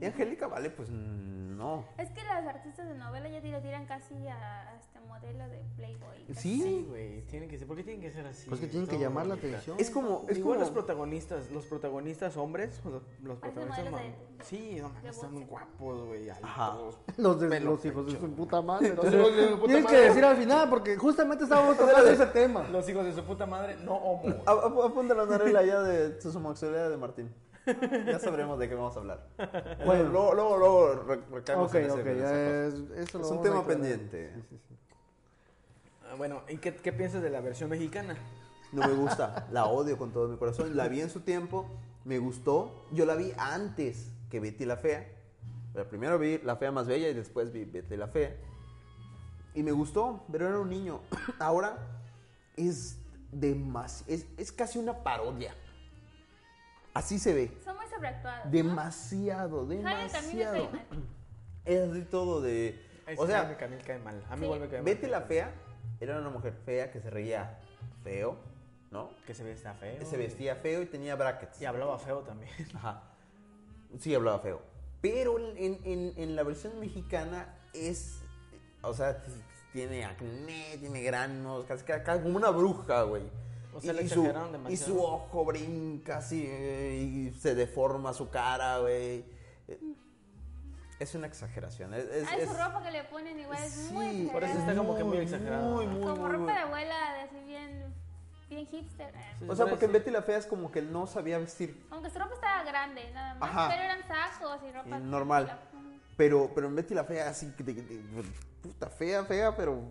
Speaker 2: Y Angélica, vale, pues mm, no.
Speaker 3: Es que las artistas de novela ya le tiran casi a, a este modelo de Playboy. casi.
Speaker 1: Sí,
Speaker 2: Sí,
Speaker 1: güey. Tienen que ser. ¿Por qué tienen que ser así?
Speaker 4: Pues que
Speaker 1: güey?
Speaker 4: tienen que
Speaker 1: Todo
Speaker 4: llamar la
Speaker 1: bonita.
Speaker 4: atención.
Speaker 2: es como, es
Speaker 1: Igual los
Speaker 2: como,
Speaker 1: protagonistas, los protagonistas hombres, los, los
Speaker 3: Parecen
Speaker 1: protagonistas
Speaker 3: modelos
Speaker 1: mam-
Speaker 3: de- de-
Speaker 1: Sí, no mames,
Speaker 3: de
Speaker 1: están muy
Speaker 3: boxeo.
Speaker 1: guapos, güey.
Speaker 2: Ajá.
Speaker 1: altos,
Speaker 4: Los, de-
Speaker 1: pelo
Speaker 4: los hijos de
Speaker 1: pecho.
Speaker 4: su puta madre.
Speaker 1: Los hijos de su puta
Speaker 4: Tienes que
Speaker 1: madre.
Speaker 4: decir al final, porque justamente estábamos tocando ese tema.
Speaker 1: Los hijos de su puta madre, no homo. güey.
Speaker 2: A- a- apunta la narela ya de su homoxualidad de Martín. Ya sabremos de qué vamos a hablar. Bueno,
Speaker 4: Bueno.
Speaker 2: luego, luego, luego re- recaemos
Speaker 4: Ok,
Speaker 2: en ese-
Speaker 4: ok,
Speaker 2: en esa
Speaker 4: ya
Speaker 2: cosa.
Speaker 4: es, eso lo
Speaker 2: Es un
Speaker 4: vamos a
Speaker 2: tema
Speaker 4: aclarar.
Speaker 2: pendiente.
Speaker 4: Sí, sí, sí.
Speaker 1: Ah, Bueno, ¿y qué, qué piensas de la versión mexicana?
Speaker 2: No me gusta, la odio con todo mi corazón. La vi en su tiempo, me gustó. Yo la vi antes que Betty la Fea. Pero primero vi La Fea Más Bella y después vi Betty la Fea. Y me gustó, pero era un niño. Ahora es demas- es, es casi una parodia. Así se ve.
Speaker 3: Son muy sobreactuados.
Speaker 2: Demasiado,
Speaker 3: Jaime también está
Speaker 2: demasiado.
Speaker 3: ahí mal.
Speaker 2: Es así todo de... O sea,
Speaker 1: a mí me cae mal. A mí
Speaker 3: Sí.
Speaker 1: igual me cae mal.
Speaker 2: Betty la Fea era una mujer fea que se reía feo, ¿no?
Speaker 1: Que se vestía feo.
Speaker 2: Se vestía feo y tenía brackets.
Speaker 1: Y hablaba feo también.
Speaker 2: Ajá. Sí, hablaba feo. Pero en, en- en la versión mexicana es. O sea, t- tiene acné, tiene granos, casi, ca- ca- como una bruja, güey.
Speaker 1: O sea,
Speaker 2: Y-
Speaker 1: le
Speaker 2: y, su,
Speaker 1: exageraron demasiado.
Speaker 2: y su ojo brinca así eh, y se deforma su cara, güey. Eh, Es una exageración. Es, es-
Speaker 3: Ay,
Speaker 2: es-
Speaker 3: Ah, su ropa que le ponen igual es muy
Speaker 2: sí,
Speaker 3: exagerada.
Speaker 1: Por eso está como que muy exagerada,
Speaker 2: Muy,
Speaker 1: ¿no?
Speaker 2: muy,
Speaker 3: Como
Speaker 2: muy,
Speaker 3: ropa
Speaker 2: muy.
Speaker 3: de abuela, de así bien, bien hipster. eh.
Speaker 1: Sí,
Speaker 2: O sea,
Speaker 1: por
Speaker 2: porque
Speaker 1: eso.
Speaker 2: Betty la Fea es como que no sabía vestir.
Speaker 3: Aunque su ropa estaba grande, nada más.
Speaker 2: Ajá.
Speaker 3: Pero eran sacos y ropa.
Speaker 2: normal. Pero, pero en Betty la fea, así que te- que te- puta fea, fea, pero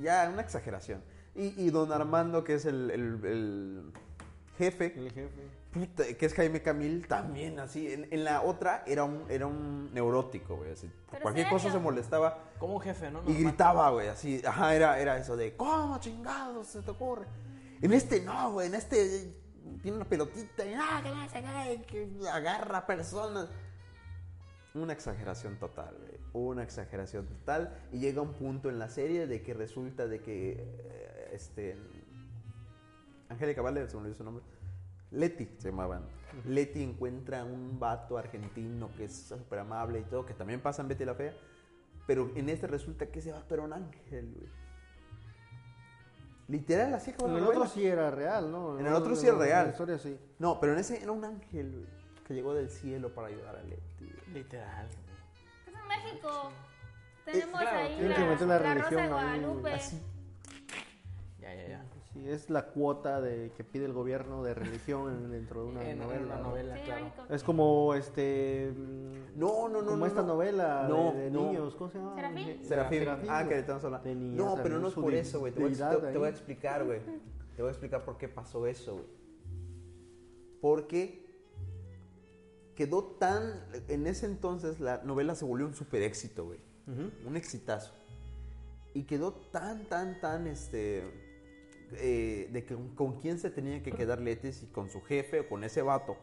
Speaker 2: ya una exageración. Y, y don Armando, que es el, el- el jefe,
Speaker 4: El jefe.
Speaker 2: puta, que es Jaime Camil, también así. En, en la otra era un, era un neurótico, güey. así, por
Speaker 3: Pero
Speaker 2: cualquier
Speaker 3: serio.
Speaker 2: cosa se molestaba
Speaker 1: Como un jefe, ¿no?
Speaker 2: y
Speaker 1: Normal.
Speaker 2: gritaba, güey. Así, ajá, era, era eso de, ¿cómo chingados se te ocurre? En este no, güey, en este eh, tiene una pelotita y ah, que no sé qué, que agarra personas. Una exageración total, güey. Una exageración total. Y llega un punto en la serie de que resulta de que, eh, este, Angélica Vale, se me olvidó su nombre. Leti se llamaban. Leti encuentra un vato argentino que es súper amable y todo, que también pasa en Betty la Fea. Pero en este resulta que ese vato era un ángel, güey. Literal, así como
Speaker 4: En
Speaker 2: la
Speaker 4: el otro
Speaker 2: novela.
Speaker 4: sí era real, ¿no?
Speaker 2: En el otro sí es
Speaker 4: En
Speaker 2: real.
Speaker 4: la historia sí.
Speaker 2: No, pero en ese era un ángel, güey. Que llegó del cielo para ayudar a Leti. güey.
Speaker 1: Literal. güey.
Speaker 3: Es Pues en México. Tenemos
Speaker 1: claro,
Speaker 3: ahí
Speaker 1: tienen
Speaker 3: la,
Speaker 1: que
Speaker 4: meter la
Speaker 3: la Rosa de
Speaker 4: religión ahí,
Speaker 3: Guadalupe.
Speaker 2: así.
Speaker 1: Ya, ya, ya.
Speaker 4: Sí, es la cuota de que pide el gobierno de religión en- dentro de una
Speaker 1: En
Speaker 4: novela.
Speaker 1: una
Speaker 4: ¿no?
Speaker 1: novela,
Speaker 3: Sí,
Speaker 1: claro.
Speaker 3: México.
Speaker 4: Es como este. mm,
Speaker 2: No, no, no.
Speaker 4: como
Speaker 2: no,
Speaker 4: esta
Speaker 2: no.
Speaker 4: novela de-
Speaker 2: No,
Speaker 4: de,
Speaker 2: no.
Speaker 4: niños, ¿cómo se llama?
Speaker 3: ¿Serafín?
Speaker 4: Eh,
Speaker 2: Serafín. Ah,
Speaker 4: güey.
Speaker 2: Querétaro Sola.
Speaker 4: Tenía
Speaker 2: No, pero
Speaker 4: también
Speaker 2: no es
Speaker 4: su
Speaker 2: por
Speaker 4: de-
Speaker 2: eso, güey. Te, voy a-
Speaker 4: deidad
Speaker 2: te- te voy a
Speaker 4: ahí.
Speaker 2: explicar, güey. Te voy a explicar por qué pasó eso, güey. Porque quedó tan... En ese entonces la novela se volvió un super éxito, güey. Un exitazo. Y quedó tan, tan, tan, este... eh, de que con quién se tenía que quedar Leti, si con su jefe o con ese vato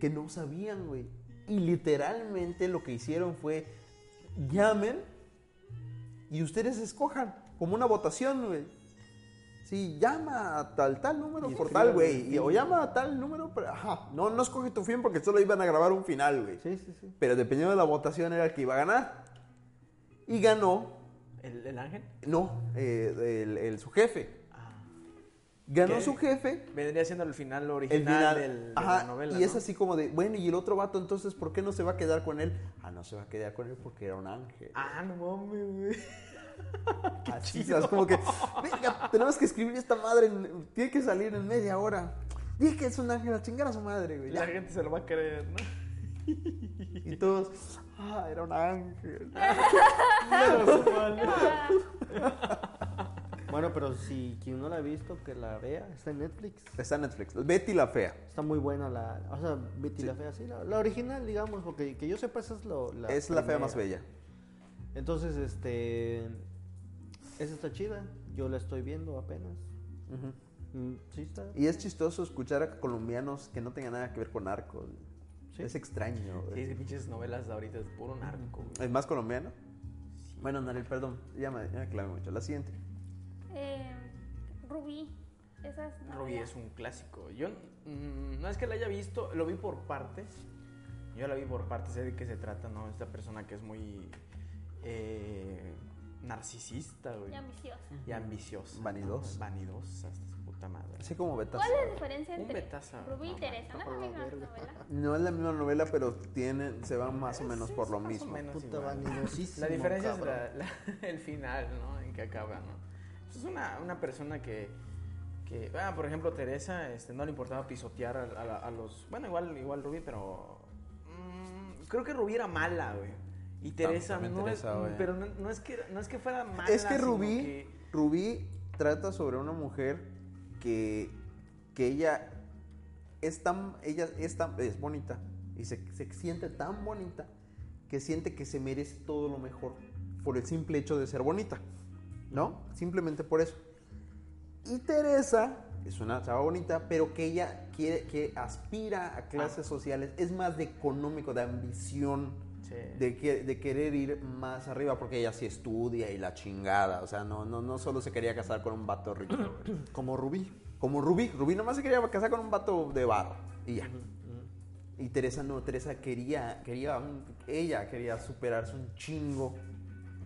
Speaker 2: que no sabían, güey. Y literalmente lo que hicieron fue llamen y ustedes escojan como una votación, güey. Si Sí, llama a tal, tal número
Speaker 4: Y
Speaker 2: por
Speaker 4: escribe,
Speaker 2: tal, güey.
Speaker 4: sí.
Speaker 2: y- O llama a tal número, pero ajá. No, no escoge tu fin porque solo iban a grabar un final, güey.
Speaker 4: Sí, sí, sí.
Speaker 2: Pero dependiendo de la votación era el que iba a ganar. Y ganó,
Speaker 1: ¿El, el ángel?
Speaker 2: no, eh, el, el- su jefe.
Speaker 1: Ah.
Speaker 2: Ganó
Speaker 1: ¿Qué?
Speaker 2: su jefe.
Speaker 1: Vendría siendo el final original
Speaker 2: El final,
Speaker 1: del- de
Speaker 2: ajá,
Speaker 1: la novela. ¿no?
Speaker 2: y es así como de, bueno, y el otro vato, entonces, ¿por qué no se va a quedar con él? Ah, no se va a quedar con él porque era un ángel.
Speaker 1: Ah, no mames, güey.
Speaker 2: Así, ¿sabes? Como que, venga, tenemos que escribir esta madre, en- tiene que salir en media hora. Dije que es un ángel, a chingar a su madre, güey.
Speaker 1: La
Speaker 2: ya.
Speaker 1: gente se lo va a creer, ¿no?
Speaker 2: Y todos, ah, era un ángel.
Speaker 3: Ah,
Speaker 4: Bueno, pero si quien no la ha visto, que la vea. Está en Netflix.
Speaker 2: Está en Netflix, Betty la Fea.
Speaker 4: Está muy buena la. O sea, Betty
Speaker 2: Sí.
Speaker 4: la Fea, sí. La, la original, digamos, porque que yo sepa, esa es lo- la.
Speaker 2: es la fea más
Speaker 4: primera.
Speaker 2: bella.
Speaker 4: Entonces, este. Esa está chida. Yo la estoy viendo apenas. Mm, Sí, está.
Speaker 2: Y es chistoso escuchar a colombianos que no tengan nada que ver con narcos.
Speaker 4: Sí.
Speaker 2: Es extraño.
Speaker 1: Sí,
Speaker 2: güey.
Speaker 1: es que pinches novelas de ahorita es puro narco, güey.
Speaker 2: ¿Es más colombiano? Bueno, Narel, perdón, ya me, ya me clavé mucho. La siguiente.
Speaker 3: eh, Rubí. Esas no,
Speaker 1: Ruby
Speaker 3: ya.
Speaker 1: es un clásico. Yo mm, no es que la haya visto, lo vi por partes. Yo la vi por partes, sé de qué se trata, ¿no? Esta persona que es muy eh, narcisista, güey.
Speaker 3: Y ambiciosa.
Speaker 1: Y ambiciosa.
Speaker 2: Vanidosa.
Speaker 1: Vanidosa, hasta su puta madre.
Speaker 2: Así como Betas.
Speaker 3: ¿Cuál es la diferencia
Speaker 1: Un
Speaker 3: entre
Speaker 1: betazo,
Speaker 3: Rubí y
Speaker 1: mamá,
Speaker 3: Teresa? ¿No es la
Speaker 4: la
Speaker 3: misma
Speaker 4: verga.
Speaker 3: novela?
Speaker 2: No es la misma novela, pero tienen, se van más o menos por lo
Speaker 1: Eh, Más o
Speaker 2: mismo.
Speaker 1: menos
Speaker 4: Puta
Speaker 1: igual.
Speaker 4: vanidosísimo,
Speaker 1: La diferencia
Speaker 4: cabrón.
Speaker 1: es la- la- el final, ¿no? En que acaba, ¿no? Pues Es una, una persona que, que ah, por ejemplo, Teresa, este, no le importaba pisotear a, a la- a los... Bueno, igual, igual Rubí, pero... mm, creo que Rubí era mala, güey. Y Teresa
Speaker 2: también
Speaker 1: no
Speaker 2: Teresa,
Speaker 1: es...
Speaker 2: güey.
Speaker 1: Pero no, no es que, no es que fuera mala.
Speaker 2: es que
Speaker 1: sino
Speaker 2: Rubí,
Speaker 1: que-
Speaker 2: Rubí trata sobre una mujer que, que ella es tan, ella es tan- es bonita y se, se siente tan bonita que siente que se merece todo lo mejor por el simple hecho de ser bonita, ¿no? Simplemente por eso. Y Teresa es una chava bonita, pero que ella quiere, que aspira a clases sociales, es más de económico, de ambición
Speaker 1: sí.
Speaker 2: de, que- de querer ir más arriba porque ella sí estudia y la chingada. O sea, no, no, no solo se quería casar con un vato rico. güey.
Speaker 4: Como Rubí.
Speaker 2: Como Rubí. Rubí nomás se quería casar con un vato de varo. Y ya. Y Teresa no. Teresa quería, quería un- ella quería superarse un chingo.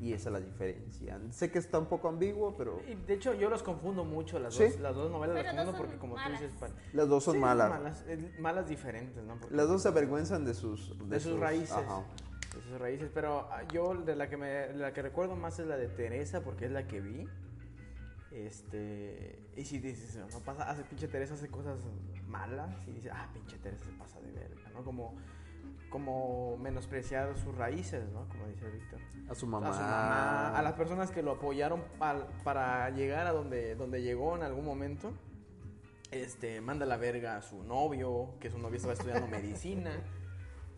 Speaker 2: Y esa es la diferencia. Sé que está un poco ambiguo, pero
Speaker 1: Y de hecho, yo los confundo mucho, las,
Speaker 2: Sí.
Speaker 1: dos, las dos novelas
Speaker 3: Pero
Speaker 1: las
Speaker 3: dos
Speaker 1: confundo
Speaker 3: son
Speaker 1: porque como
Speaker 3: malas.
Speaker 1: tú dices... pa-
Speaker 2: las dos son
Speaker 1: Sí,
Speaker 2: malas.
Speaker 1: Malas, eh, malas diferentes, ¿no? Porque-
Speaker 2: Las dos se avergüenzan de sus...
Speaker 1: de, sus, raíces.
Speaker 2: pues, ajá.
Speaker 1: De sus raíces. Pero ah, yo de la que me, la que recuerdo más es la de Teresa, porque es la que vi. Este. Y si dices, no pasa, hace pinche Teresa hace cosas malas. Y dices, ah, pinche Teresa se pasa de verga, ¿no? Como, como menospreciar sus raíces, ¿no? Como dice Víctor.
Speaker 2: A su mamá.
Speaker 1: A su mamá, a las personas que lo apoyaron al- para llegar a donde, donde llegó en algún momento. Este, manda la verga a su novio, que su novio estaba estudiando medicina.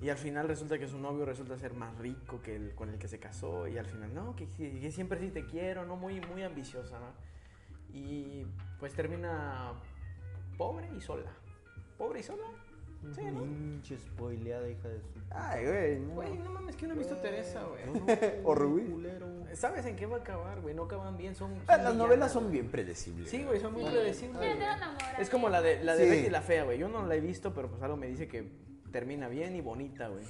Speaker 1: Y al final resulta que su novio resulta ser más rico que el con el que se casó. Y al final, no, que, sí- que siempre sí te quiero, ¿no? Muy, muy ambiciosa, ¿no? Y pues termina pobre y sola. Pobre y sola. Sí, ¿no?
Speaker 4: Pinche spoileada, hija de su.
Speaker 2: Ay, güey. no.
Speaker 1: Güey, no mames, que no he visto Teresa, güey.
Speaker 2: O Rubí.
Speaker 4: Culero.
Speaker 1: ¿Sabes en qué va a acabar, güey? No acaban bien, son... son
Speaker 2: Ah, Las novelas
Speaker 1: villanas,
Speaker 2: son
Speaker 1: güey.
Speaker 2: bien predecibles.
Speaker 1: Sí, güey, son muy
Speaker 3: Sí.
Speaker 1: predecibles.
Speaker 3: Pero
Speaker 1: güey.
Speaker 3: te van a enamorar,
Speaker 1: Es como la de, la de
Speaker 2: Sí.
Speaker 1: Betty la Fea, güey. Yo no la he visto, pero pues algo me dice que termina bien y bonita, güey.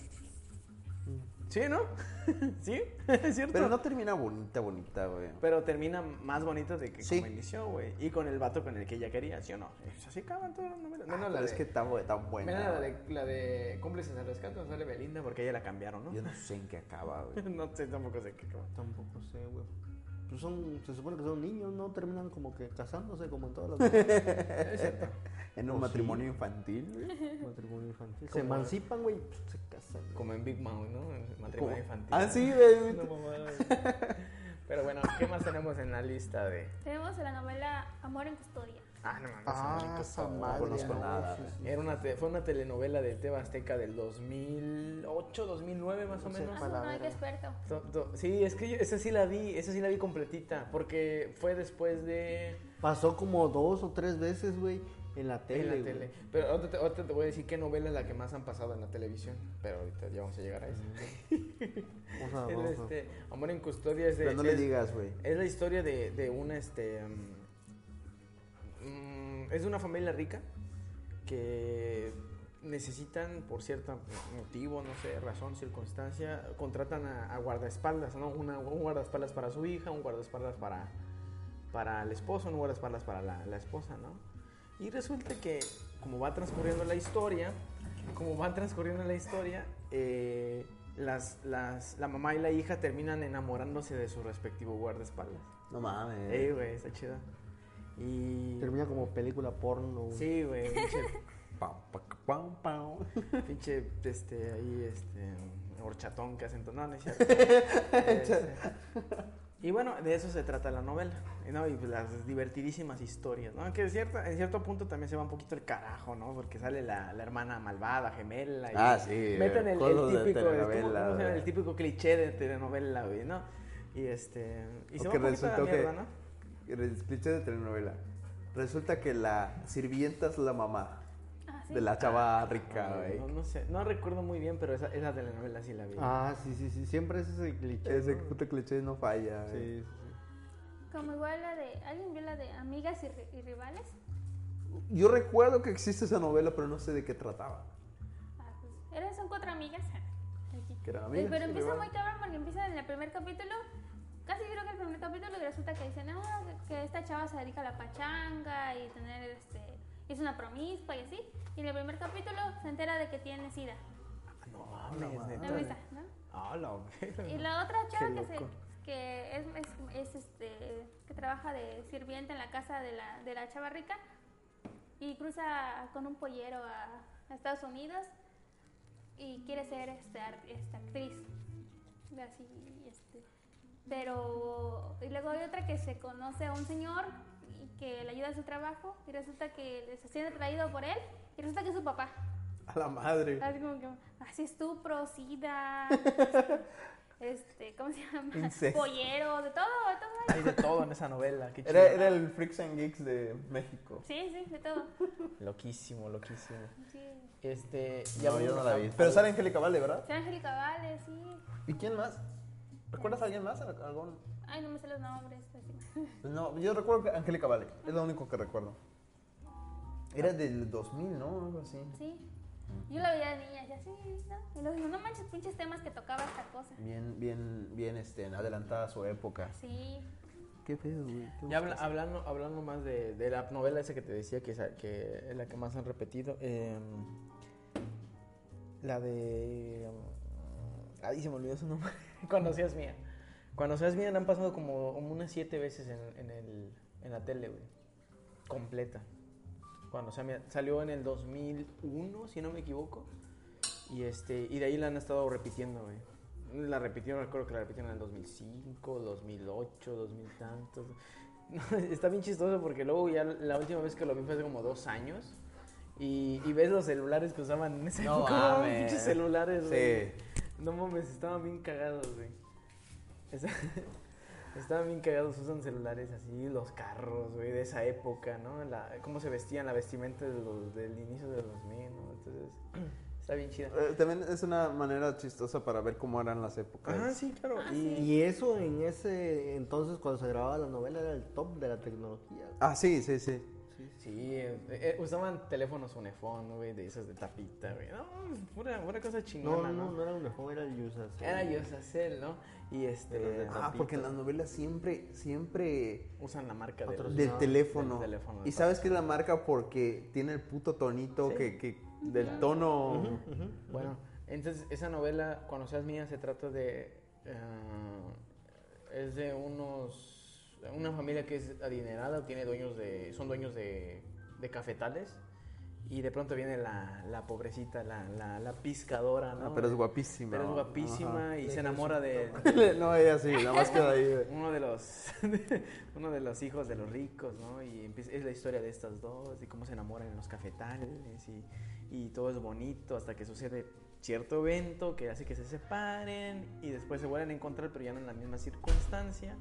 Speaker 1: ¿Sí, no? ¿Sí? ¿Es cierto?
Speaker 2: Mm. Pero no termina bonita, bonita, güey.
Speaker 1: Pero termina más bonita de que
Speaker 2: Sí.
Speaker 1: como inició, güey. Y con el vato con el que ella quería, ¿sí o no? Pues así acaban todas las novelas.
Speaker 2: Ah,
Speaker 1: Menos
Speaker 2: pero
Speaker 1: la de...
Speaker 2: es que tan, bu- tan buena.
Speaker 1: menos la
Speaker 2: güey.
Speaker 1: de, la de Cómplices al Rescate, donde sale Belinda, porque ella la cambiaron, ¿no?
Speaker 2: Yo no sé en qué acaba, güey.
Speaker 1: no sé, tampoco sé qué acaba.
Speaker 4: Tampoco sé, güey. Pues son, se supone que son niños, ¿no? Terminan como que casándose como en todas las novelas.
Speaker 1: Es cierto.
Speaker 2: En un
Speaker 4: Pues sí.
Speaker 2: matrimonio infantil, güey.
Speaker 4: matrimonio infantil. Se
Speaker 1: Como-
Speaker 4: emancipan, güey, pues, se casan.
Speaker 1: Como en Big Mouth, ¿no? En matrimonio
Speaker 2: Como-
Speaker 1: infantil.
Speaker 2: Ah, sí, güey.
Speaker 1: No, mamá. Pero bueno, ¿qué más tenemos en la lista de...?
Speaker 3: Tenemos la novela Amor en Custodia.
Speaker 1: Ah, no mames.
Speaker 4: Ah,
Speaker 1: Américo
Speaker 4: esa
Speaker 1: Saúl.
Speaker 4: madre.
Speaker 2: conozco
Speaker 4: no, eh.
Speaker 2: nada,
Speaker 4: sí,
Speaker 2: güey.
Speaker 4: sí.
Speaker 1: Era una te- fue una telenovela del TV Azteca del 2008, 2009 más o
Speaker 4: No sé.
Speaker 1: menos.
Speaker 3: Ah,
Speaker 4: Para la
Speaker 3: no, hay
Speaker 4: verga.
Speaker 3: experto.
Speaker 1: To- to- Sí, es que yo- esa sí la vi, esa sí la vi completita, porque fue después de
Speaker 4: Pasó como dos o tres veces, güey, en la
Speaker 1: en
Speaker 4: tele.
Speaker 1: la
Speaker 4: güey.
Speaker 1: tele. Pero ahorita te, ahorita te voy a decir qué novela es la que más han pasado en la televisión, pero ahorita ya vamos a llegar a eso.
Speaker 2: Mm,
Speaker 4: Vamos a-
Speaker 1: El,
Speaker 4: vamos a-
Speaker 1: este, Amor en custodia es de
Speaker 2: Pero no le
Speaker 1: es-
Speaker 2: digas, güey.
Speaker 1: Es la historia de, de un este mm, es de una familia rica que necesitan por cierto motivo, no sé, razón, circunstancia, contratan a, a guardaespaldas, ¿no? Una- un guardaespaldas para su hija, un guardaespaldas para, para el esposo, un guardaespaldas para la, la esposa, ¿no? Y resulta que como va transcurriendo la historia, como va transcurriendo la historia, eh, las, las, la mamá y la hija terminan enamorándose de su respectivo guardaespaldas.
Speaker 2: No mames.
Speaker 1: Ey, güey, está chida. Y...
Speaker 4: Termina como película porno.
Speaker 1: Sí, güey, pinche-
Speaker 2: Pam, pa, pam, pam.
Speaker 1: Pinche, este, ahí, este, horchatón que hacen. No, no es cierto. Este, y bueno, de eso se trata la novela. Y, ¿no? y pues, las divertidísimas historias, ¿no? Que de cierta- en cierto punto también se va un poquito el carajo, ¿no? Porque sale la, la hermana malvada, gemela. y
Speaker 2: Ah, sí,
Speaker 1: Meten el, el
Speaker 2: cosas de
Speaker 1: típico, ¿cómo-
Speaker 2: telenovela,
Speaker 1: cómo se llama?
Speaker 2: güey.
Speaker 1: el típico cliché de telenovela, güey, ¿no? Y este, y se
Speaker 2: O
Speaker 1: va
Speaker 2: que
Speaker 1: un poquito a la
Speaker 2: resultó que-
Speaker 1: mierda, ¿no?
Speaker 2: El cliché de telenovela. Resulta que la sirvienta es la mamá
Speaker 3: Ah, sí.
Speaker 2: de la chava rica,
Speaker 1: No,
Speaker 2: güey.
Speaker 1: no, no sé, no recuerdo muy bien, pero esa, esa telenovela sí la vi.
Speaker 4: Ah, sí, sí, sí. Siempre es ese cliché.
Speaker 2: Ese
Speaker 4: ¿no?
Speaker 2: puto cliché no falla,
Speaker 4: Sí,
Speaker 2: güey.
Speaker 4: sí, sí.
Speaker 3: Como igual la de. ¿Alguien vio la de Amigas y, Ri- y Rivales?
Speaker 2: Yo recuerdo que existe esa novela, pero no sé de qué trataba.
Speaker 3: Ah, pues, eran, son cuatro amigas. Aquí.
Speaker 2: Que este eran
Speaker 3: Eh,
Speaker 2: amigas,
Speaker 3: Pero
Speaker 2: sí,
Speaker 3: empieza
Speaker 2: ¿verdad?
Speaker 3: muy cabrón porque empieza en el primer capítulo. Casi creo que el primer capítulo y resulta que dicen ah, que esta chava se dedica a la pachanga y tener este. Es una promiscua y así. Y en el primer capítulo se entera de que tiene sida.
Speaker 1: No mames,
Speaker 3: La
Speaker 1: neta.
Speaker 3: risa, ¿no?
Speaker 1: Ah, la verga.
Speaker 3: Y la otra chava que, se-
Speaker 1: loco.
Speaker 3: que es, es- es, este, que trabaja de sirvienta en la casa de la, de la chava rica y cruza con un pollero a, a Estados Unidos y quiere ser este, ar- este, actriz. Y Así, este. Pero. Y luego hay otra que se conoce a un señor y que le ayuda en su trabajo y resulta que se siente atraído por él y resulta que es su papá.
Speaker 2: A la madre.
Speaker 3: Así como que, así estupro, sida, este, ¿cómo se llama?
Speaker 2: Incesto.
Speaker 3: Pollero, de todo, de todo. hay.
Speaker 1: Hay de todo en esa novela, qué chido.
Speaker 2: Era, era el Freaks and Geeks de México.
Speaker 3: Sí, sí, de todo.
Speaker 1: Loquísimo, loquísimo.
Speaker 3: Sí.
Speaker 1: Este,
Speaker 2: No,
Speaker 1: vimos
Speaker 2: yo no la
Speaker 1: a-
Speaker 2: vi. Pero sale Angélica Vale, ¿verdad?
Speaker 3: Ser Angélica Vale, sí.
Speaker 2: ¿Y quién más? ¿Recuerdas a alguien más? ¿Algún? Pues
Speaker 3: Ay, no me sé los nombres. así.
Speaker 2: No, yo recuerdo que Angélica Vale. Es lo único que recuerdo.
Speaker 4: Ah.
Speaker 2: Era del 2000, ¿no? Algo así.
Speaker 3: Sí. Yo la veía de niña y así, ¿no? Y luego, no manches, pinches temas que tocaba esta cosa.
Speaker 2: Bien, bien, bien este, adelantada a su época.
Speaker 3: Sí.
Speaker 4: Qué feo, güey. qué
Speaker 1: Ya habla- hablando, hablando más de, de la novela esa que te decía, que es, a- que es la que más han repetido. eh, la de. mm, Ay, se me olvidó su nombre. Cuando seas mía. Cuando seas mía la han pasado como unas siete veces en, en el, en la tele, güey. Completa. Cuando seas mía. Salió en el 2001, si no me equivoco. Y, este, y de ahí la han estado repitiendo, güey. La repitieron, recuerdo que la repitieron en el 2005, 2008, 2000 tantos. No, está bien chistoso porque luego ya la última vez que lo vi fue hace como dos años. Y, y ves los celulares que usaban en esa
Speaker 2: No
Speaker 1: época. No,
Speaker 2: mames.
Speaker 1: pinches celulares, güey.
Speaker 2: Sí.
Speaker 1: No mames, estaban bien cagados, güey. Esta- Estaban bien cagados, usan celulares así, los carros, güey, de esa época, ¿no? La, cómo se vestían, la vestimenta de los- del inicio de los 2000, ¿no? Entonces, está bien chida.
Speaker 2: Eh, también es una manera chistosa para ver cómo eran las épocas.
Speaker 1: Ajá, Pues, sí, claro.
Speaker 3: Ah,
Speaker 1: y,
Speaker 4: feo. Y eso en ese entonces cuando se grababa la novela era el top de la tecnología.
Speaker 2: Ah, sí, sí, sí.
Speaker 1: Sí, eh, eh, usaban teléfonos unefón, güey, de esas de tapita, güey. No, pura, pura cosa
Speaker 4: No,
Speaker 1: chingona,
Speaker 4: no,
Speaker 1: ¿no?
Speaker 4: no, era un mejor, era el Yusas.
Speaker 1: Era Yosacel, ¿no? Y
Speaker 4: los de
Speaker 1: este,
Speaker 2: Ah, porque en las novelas siempre, siempre
Speaker 1: usan la marca de
Speaker 4: Otros-
Speaker 2: del
Speaker 4: No,
Speaker 2: teléfono.
Speaker 1: del teléfono,
Speaker 2: Y
Speaker 1: del
Speaker 2: sabes que es la marca porque tiene el puto tonito
Speaker 1: Sí.
Speaker 2: que, que- del tono.
Speaker 1: Bueno, entonces esa novela, cuando seas mía, se trata de. eh, es de unos. Una familia que es adinerada, tiene dueños de. Son dueños de, de cafetales. Y de pronto viene la, la pobrecita, la, la, la piscadora, ¿no?
Speaker 2: Ah, pero es guapísima.
Speaker 1: Pero es guapísima y se enamora de
Speaker 2: Ajá. no, ella sí, nada más queda ahí. güey.
Speaker 1: uno de los uno de los hijos de los ricos, ¿no? Y empieza- es la historia de estas dos, y cómo se enamoran en los cafetales, y, y todo es bonito hasta que sucede cierto evento que hace que se separen, y después se vuelven a encontrar, pero ya no en la misma circunstancia.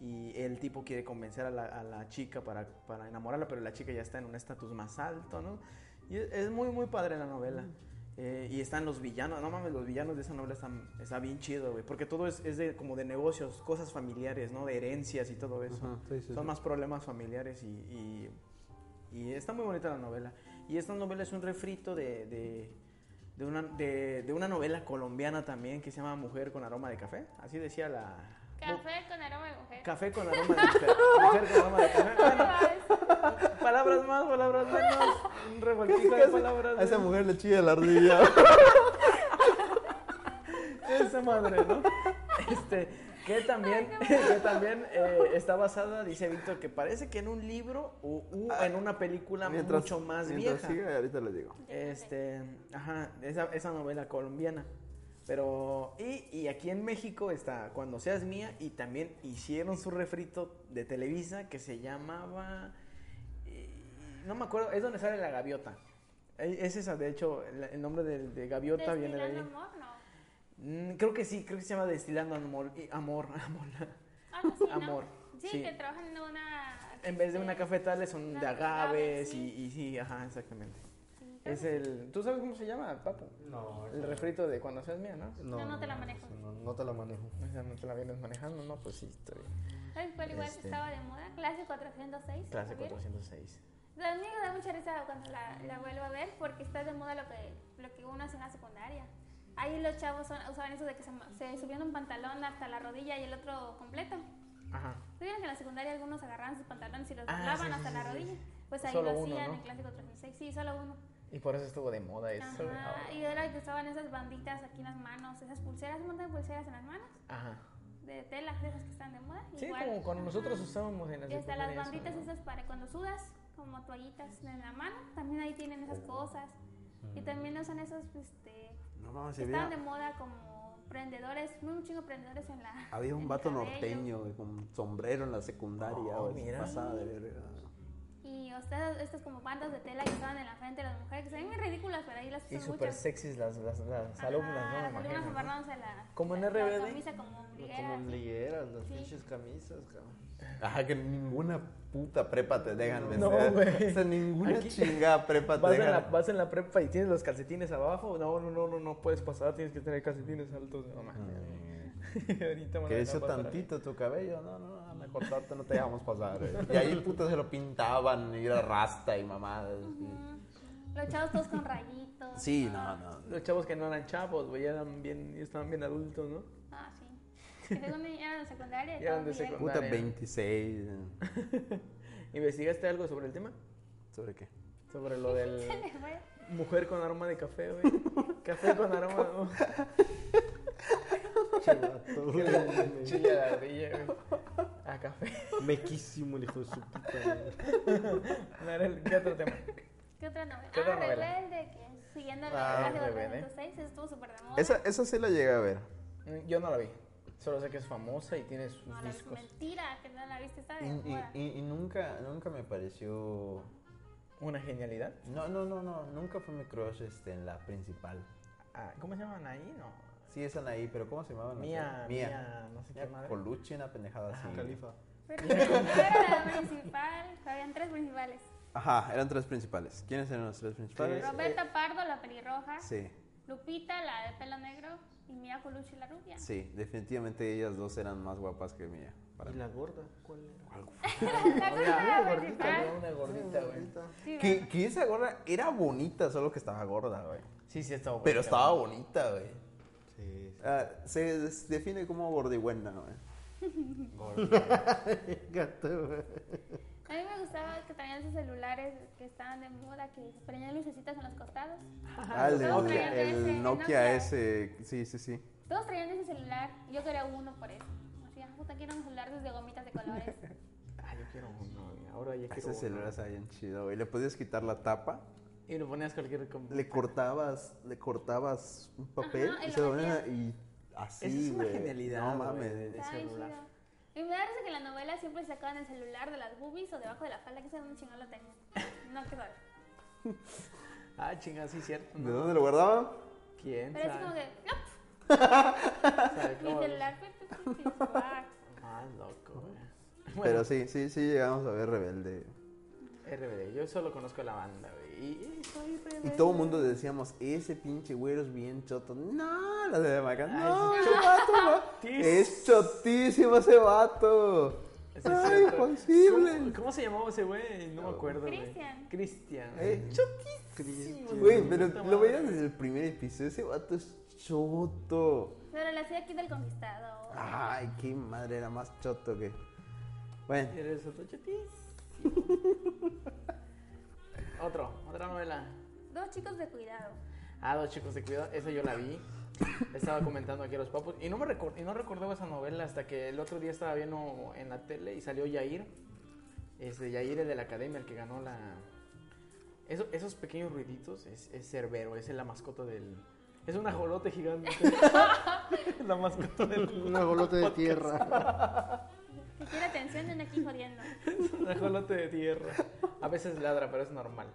Speaker 1: Y el tipo quiere convencer a la, a la chica para, para enamorarla, pero la chica ya está en un estatus más alto, ¿no? Y es, es muy, muy padre la novela. Eh, y están los villanos, no mames, los villanos de esa novela están, está bien chido, güey. Porque todo es, es de, como de negocios, cosas familiares, ¿no? De herencias y todo eso.
Speaker 2: Ajá, sí, sí,
Speaker 1: Son
Speaker 2: sí.
Speaker 1: más problemas familiares y, y, y está muy bonita la novela. Y esta novela es un refrito de, de, de una, de, de una novela colombiana también que se llama Mujer con aroma de café. Así decía la...
Speaker 3: Café con aroma de mujer.
Speaker 1: Café con aroma de café. Mujer con aroma de café. Bueno, palabras más, palabras menos. Un revoltijo de palabras.
Speaker 2: A esa mujer le chilla la ardilla.
Speaker 1: Esa madre, ¿no? Este, que también, que también eh, está basada, dice Víctor, que parece que en un libro o u- en una película mucho más
Speaker 2: Ah, mientras
Speaker 1: vieja.
Speaker 2: siga, ahorita les digo.
Speaker 1: Este, ajá, esa, esa novela colombiana. Pero, y, y aquí en México está Cuando seas mía y también hicieron su refrito de Televisa que se llamaba, eh, no me acuerdo, es donde sale la gaviota. Eh, Es esa, de hecho, la- el nombre del- de, gaviota viene de
Speaker 3: Destilando
Speaker 1: ahí.
Speaker 3: amor, no.
Speaker 1: Mm, creo que sí, creo que se llama Destilando Amor, y- amor, amor.
Speaker 3: Algo así, ¿no?
Speaker 1: Amor,
Speaker 3: Sí,
Speaker 1: sí.
Speaker 3: que trabajan en una.
Speaker 1: En vez de una
Speaker 3: eh,
Speaker 1: cafetal son
Speaker 3: Una
Speaker 1: de
Speaker 3: de
Speaker 1: agaves
Speaker 3: agaves,
Speaker 1: y,
Speaker 3: sí.
Speaker 1: y sí, ajá, exactamente.
Speaker 3: sí, creo
Speaker 1: Es
Speaker 3: que sí.
Speaker 1: el, ¿tú sabes cómo se llama, papu?
Speaker 4: No,
Speaker 1: El refrito de cuando seas mía, ¿no?
Speaker 3: No, no te la manejo.
Speaker 4: No, no te la manejo.
Speaker 1: O sea, no te la vienes manejando, ¿no? Pues sí, estoy.
Speaker 3: ¿Sabes cuál igual
Speaker 1: Este.
Speaker 3: estaba de moda? Clase 406.
Speaker 1: Clase
Speaker 3: ¿la vieron?
Speaker 1: 406.
Speaker 3: Pues A mí me da mucha risa cuando la, la vuelvo a ver porque está de moda lo que, lo que uno hace en la secundaria. Ahí los chavos son- usaban eso de que se, ma- se subían un pantalón hasta la rodilla y el otro completo.
Speaker 1: Ajá.
Speaker 3: ¿Tú vieron que en la secundaria algunos agarraban sus pantalones y los
Speaker 1: Ah,
Speaker 3: doblaban
Speaker 1: sí, sí,
Speaker 3: hasta
Speaker 1: sí,
Speaker 3: la
Speaker 1: sí,
Speaker 3: rodilla?
Speaker 1: sí.
Speaker 3: Pues ahí
Speaker 1: Solo
Speaker 3: lo
Speaker 1: uno,
Speaker 3: hacían
Speaker 1: ¿no?
Speaker 3: en clase 406. Sí, solo uno.
Speaker 1: Y por eso estuvo de moda eso. ah, güey.
Speaker 3: Ajá. Y era que usaban esas banditas aquí en las manos, esas pulseras, un montón de pulseras en las manos,
Speaker 1: Ajá.
Speaker 3: de tela, de esas que están de moda.
Speaker 1: Sí,
Speaker 3: igual.
Speaker 1: como cuando nosotros
Speaker 3: Ajá.
Speaker 1: usábamos en la
Speaker 3: Y hasta las
Speaker 1: secundaria eso,
Speaker 3: banditas
Speaker 1: ¿no?
Speaker 3: esas para cuando sudas, como toallitas en la mano, también ahí tienen
Speaker 1: Oh.
Speaker 3: esas cosas.
Speaker 1: Mm.
Speaker 3: Y también usan esos, este,
Speaker 2: No mames,
Speaker 3: que
Speaker 2: se
Speaker 3: estaban de
Speaker 2: veía.
Speaker 3: moda como prendedores, un chingo de prendedores en la...
Speaker 2: Había
Speaker 3: en
Speaker 2: un
Speaker 3: el
Speaker 2: vato
Speaker 3: cabello.
Speaker 2: norteño güey, con sombrero en la secundaria.
Speaker 1: Oh,
Speaker 2: güey,
Speaker 1: mira.
Speaker 2: Pasada de verga.
Speaker 3: Y o sea, estas como bandas de tela que estaban en la frente de las mujeres, que se ven muy ridículas, pero ahí las
Speaker 1: Y
Speaker 3: usan
Speaker 1: súper
Speaker 3: muchas.
Speaker 1: sexys las, las, las
Speaker 3: Ajá,
Speaker 1: alumnas, ¿no? Me
Speaker 3: Las alumnas
Speaker 1: imagino, ¿no?
Speaker 3: amarrándose la...
Speaker 1: Como en
Speaker 3: la- la
Speaker 1: RBD.
Speaker 3: camisa como ombliguera,
Speaker 4: Como
Speaker 3: así.
Speaker 4: ombligueras, las
Speaker 3: Sí.
Speaker 4: pinches camisas, cabrón.
Speaker 2: Ajá, que ninguna puta prepa te dejan
Speaker 1: No,
Speaker 2: vender.
Speaker 1: güey.
Speaker 2: O sea, ninguna
Speaker 1: Aquí-
Speaker 2: chingada prepa te
Speaker 1: Vas en, la,
Speaker 2: dejan.
Speaker 1: vas en la prepa y tienes los calcetines abajo. No, no, no, no, no puedes pasar. Tienes que tener calcetines altos. No mames. Ahorita me
Speaker 2: Mm. Que
Speaker 1: la
Speaker 2: hizo
Speaker 1: van a pasar.
Speaker 2: Eh, tantito tu cabello, no, no, no, mejor tanto no te dejamos pasar. güey. Y ahí puta se lo pintaban y era rasta y mamadas. y-
Speaker 3: Ujú. Los chavos todos con rayitos.
Speaker 2: Sí, no, no.
Speaker 1: Los chavos que no eran chavos, güey, eran bien, estaban bien adultos, ¿no?
Speaker 3: Ah, sí. Que según eran de secundaria.
Speaker 1: Ya eran de
Speaker 3: todo bien.
Speaker 1: secundaria.
Speaker 2: Puta 26. eh.
Speaker 1: ¿Investigaste algo sobre el tema?
Speaker 2: ¿Sobre qué?
Speaker 1: Sobre lo del
Speaker 3: Se le fue.
Speaker 1: mujer con aroma de café, güey. Café con aroma. de Chile de ardilla, güey. A café.
Speaker 4: Mequísimo el hijo de su puta. madre.
Speaker 1: No era el- ¿Qué otro tema?
Speaker 3: ¿Qué otra novela?
Speaker 1: ¿Qué otra
Speaker 3: ah,
Speaker 1: novela?
Speaker 3: Rebelde, que siguiendo
Speaker 1: Ah,
Speaker 3: la clase de
Speaker 1: Rebelde.
Speaker 3: 406, estuvo súper de moda.
Speaker 2: Esa, esa sí la llegué a ver.
Speaker 1: Mm, Yo no la vi. Solo sé que es famosa y tiene sus
Speaker 3: no, la viste.
Speaker 1: discos.
Speaker 3: mentira, que no la viste, está
Speaker 2: Y,
Speaker 3: de
Speaker 2: y-
Speaker 3: moda.
Speaker 2: y- y nunca, nunca me pareció.
Speaker 1: Una genialidad.
Speaker 2: No, no, no, no. Nunca fue mi crush este, en la principal.
Speaker 1: Ah, ¿Cómo se llaman ahí? No.
Speaker 2: Sí, es Anaí, pero ¿cómo se llamaba? No sé.
Speaker 1: Mía, mía, no sé qué
Speaker 2: Mía
Speaker 1: madre.
Speaker 2: Colucci, una pendejada así.
Speaker 4: Califa.
Speaker 3: Pero no era la principal, habían tres principales.
Speaker 2: Ajá, eran tres principales. ¿Quiénes eran los tres principales?
Speaker 3: Roberta Pardo, la pelirroja,
Speaker 2: Sí,
Speaker 3: Lupita, la de pelo negro, y Mia Colucci, la rubia.
Speaker 2: sí. Definitivamente ellas dos eran más guapas que mía. para
Speaker 4: ¿Y
Speaker 2: mí.
Speaker 4: la gorda? ¿Cuál era?
Speaker 3: La
Speaker 1: Había
Speaker 3: gorda
Speaker 1: una
Speaker 3: era la
Speaker 1: gordita,
Speaker 3: principal.
Speaker 1: güey, una gordita, güey.
Speaker 4: Ahorita.
Speaker 3: Sí,
Speaker 2: Que,
Speaker 3: ¿verdad?
Speaker 2: que esa gorda era bonita, solo que estaba gorda, güey.
Speaker 1: Sí, sí, estaba
Speaker 2: Pero
Speaker 1: bonita,
Speaker 2: estaba
Speaker 1: güey.
Speaker 2: bonita, güey.
Speaker 4: Sí.
Speaker 2: Ah, se des- define como gordigüena, güey.
Speaker 4: Gato, güey.
Speaker 3: A mí me gustaba que traían sus celulares que estaban de moda, que traían lucecitas en los costados.
Speaker 2: Ah, el,
Speaker 3: todos
Speaker 2: el-
Speaker 3: traían
Speaker 2: el
Speaker 3: ese, el
Speaker 2: Nokia
Speaker 3: Nokia.
Speaker 2: ese. Sí, sí, sí.
Speaker 3: Todos traían ese celular, yo quería uno por eso. Así, ah, puta, quiero un celular de gomitas de colores.
Speaker 1: Ah, yo quiero uno, güey. Ahora ya quiero
Speaker 2: Ese
Speaker 1: uno.
Speaker 2: celular estaba bien chido, güey. Le podías quitar la tapa,
Speaker 1: Y lo ponías cualquier... com-
Speaker 2: le cortabas, le cortabas un papel
Speaker 3: Ajá, y
Speaker 2: y
Speaker 3: lo
Speaker 2: se lo
Speaker 3: metías.
Speaker 2: ponía y
Speaker 1: Esa
Speaker 2: así,
Speaker 1: es una
Speaker 2: güey.
Speaker 1: genialidad,
Speaker 2: No
Speaker 1: güey,
Speaker 2: mames.
Speaker 1: de- de
Speaker 3: Está bien
Speaker 1: celular.
Speaker 3: chido. Y me da risa que en la novela siempre sacaban el celular de las boobies o debajo de la falda, que saben un chingón lo tengo. No, qué sabe.
Speaker 1: Ah, chinga, sí, cierto.
Speaker 2: ¿De
Speaker 1: ¿no?
Speaker 2: dónde lo guardaban?
Speaker 1: ¿Quién
Speaker 3: Pero así
Speaker 1: sabe?
Speaker 3: como que,
Speaker 1: ¿Sabe
Speaker 3: no, mi
Speaker 1: cómo?
Speaker 3: celular. pues, pi, pi, pi, pi, ah.
Speaker 1: Ah, loco, güey.
Speaker 2: Pero sí, sí, sí llegamos a ver Rebelde.
Speaker 1: RBD, yo solo conozco la banda, güey. Y, y soy rebelde.
Speaker 2: Y todo el mundo decíamos, ese pinche güero es bien choto. No, la de Maca,
Speaker 1: Ay,
Speaker 2: no,
Speaker 1: es
Speaker 2: ese vato, no.
Speaker 1: chotis.
Speaker 2: Es chotísimo ese vato.
Speaker 1: Ese es
Speaker 4: ¡Ay,
Speaker 1: cierto.
Speaker 4: Juan Sible!
Speaker 1: ¿Cómo, cómo se llamaba ese güey? No me acuerdo. güey.
Speaker 3: Cristian.
Speaker 1: Cristian.
Speaker 4: Eh,
Speaker 1: Cristian.
Speaker 2: Güey, pero
Speaker 1: Puta
Speaker 2: lo
Speaker 1: madre.
Speaker 2: veías desde el primer episodio. Ese vato es choto.
Speaker 3: Pero la hacía aquí del conquistador.
Speaker 2: Ay, qué madre, era más choto que. Bueno,
Speaker 1: ¿Eres otro chatis? Otro, otra novela.
Speaker 3: Dos chicos de cuidado.
Speaker 1: Ah, los chicos de cuidado, esa yo la vi. Estaba comentando aquí a los papos. Y no me recor- y no recordaba esa novela hasta que el otro día estaba viendo en la tele y salió Yair. Ese Yair, el de la academia, el que ganó la. Eso- esos pequeños ruiditos es, es Cerbero, es la mascota del. Es un ajolote gigante. la mascota del.
Speaker 4: Un agolote de tierra.
Speaker 3: Que quiere atención, ven aquí jodiendo.
Speaker 1: Un ajolote de tierra. A veces ladra, pero es normal.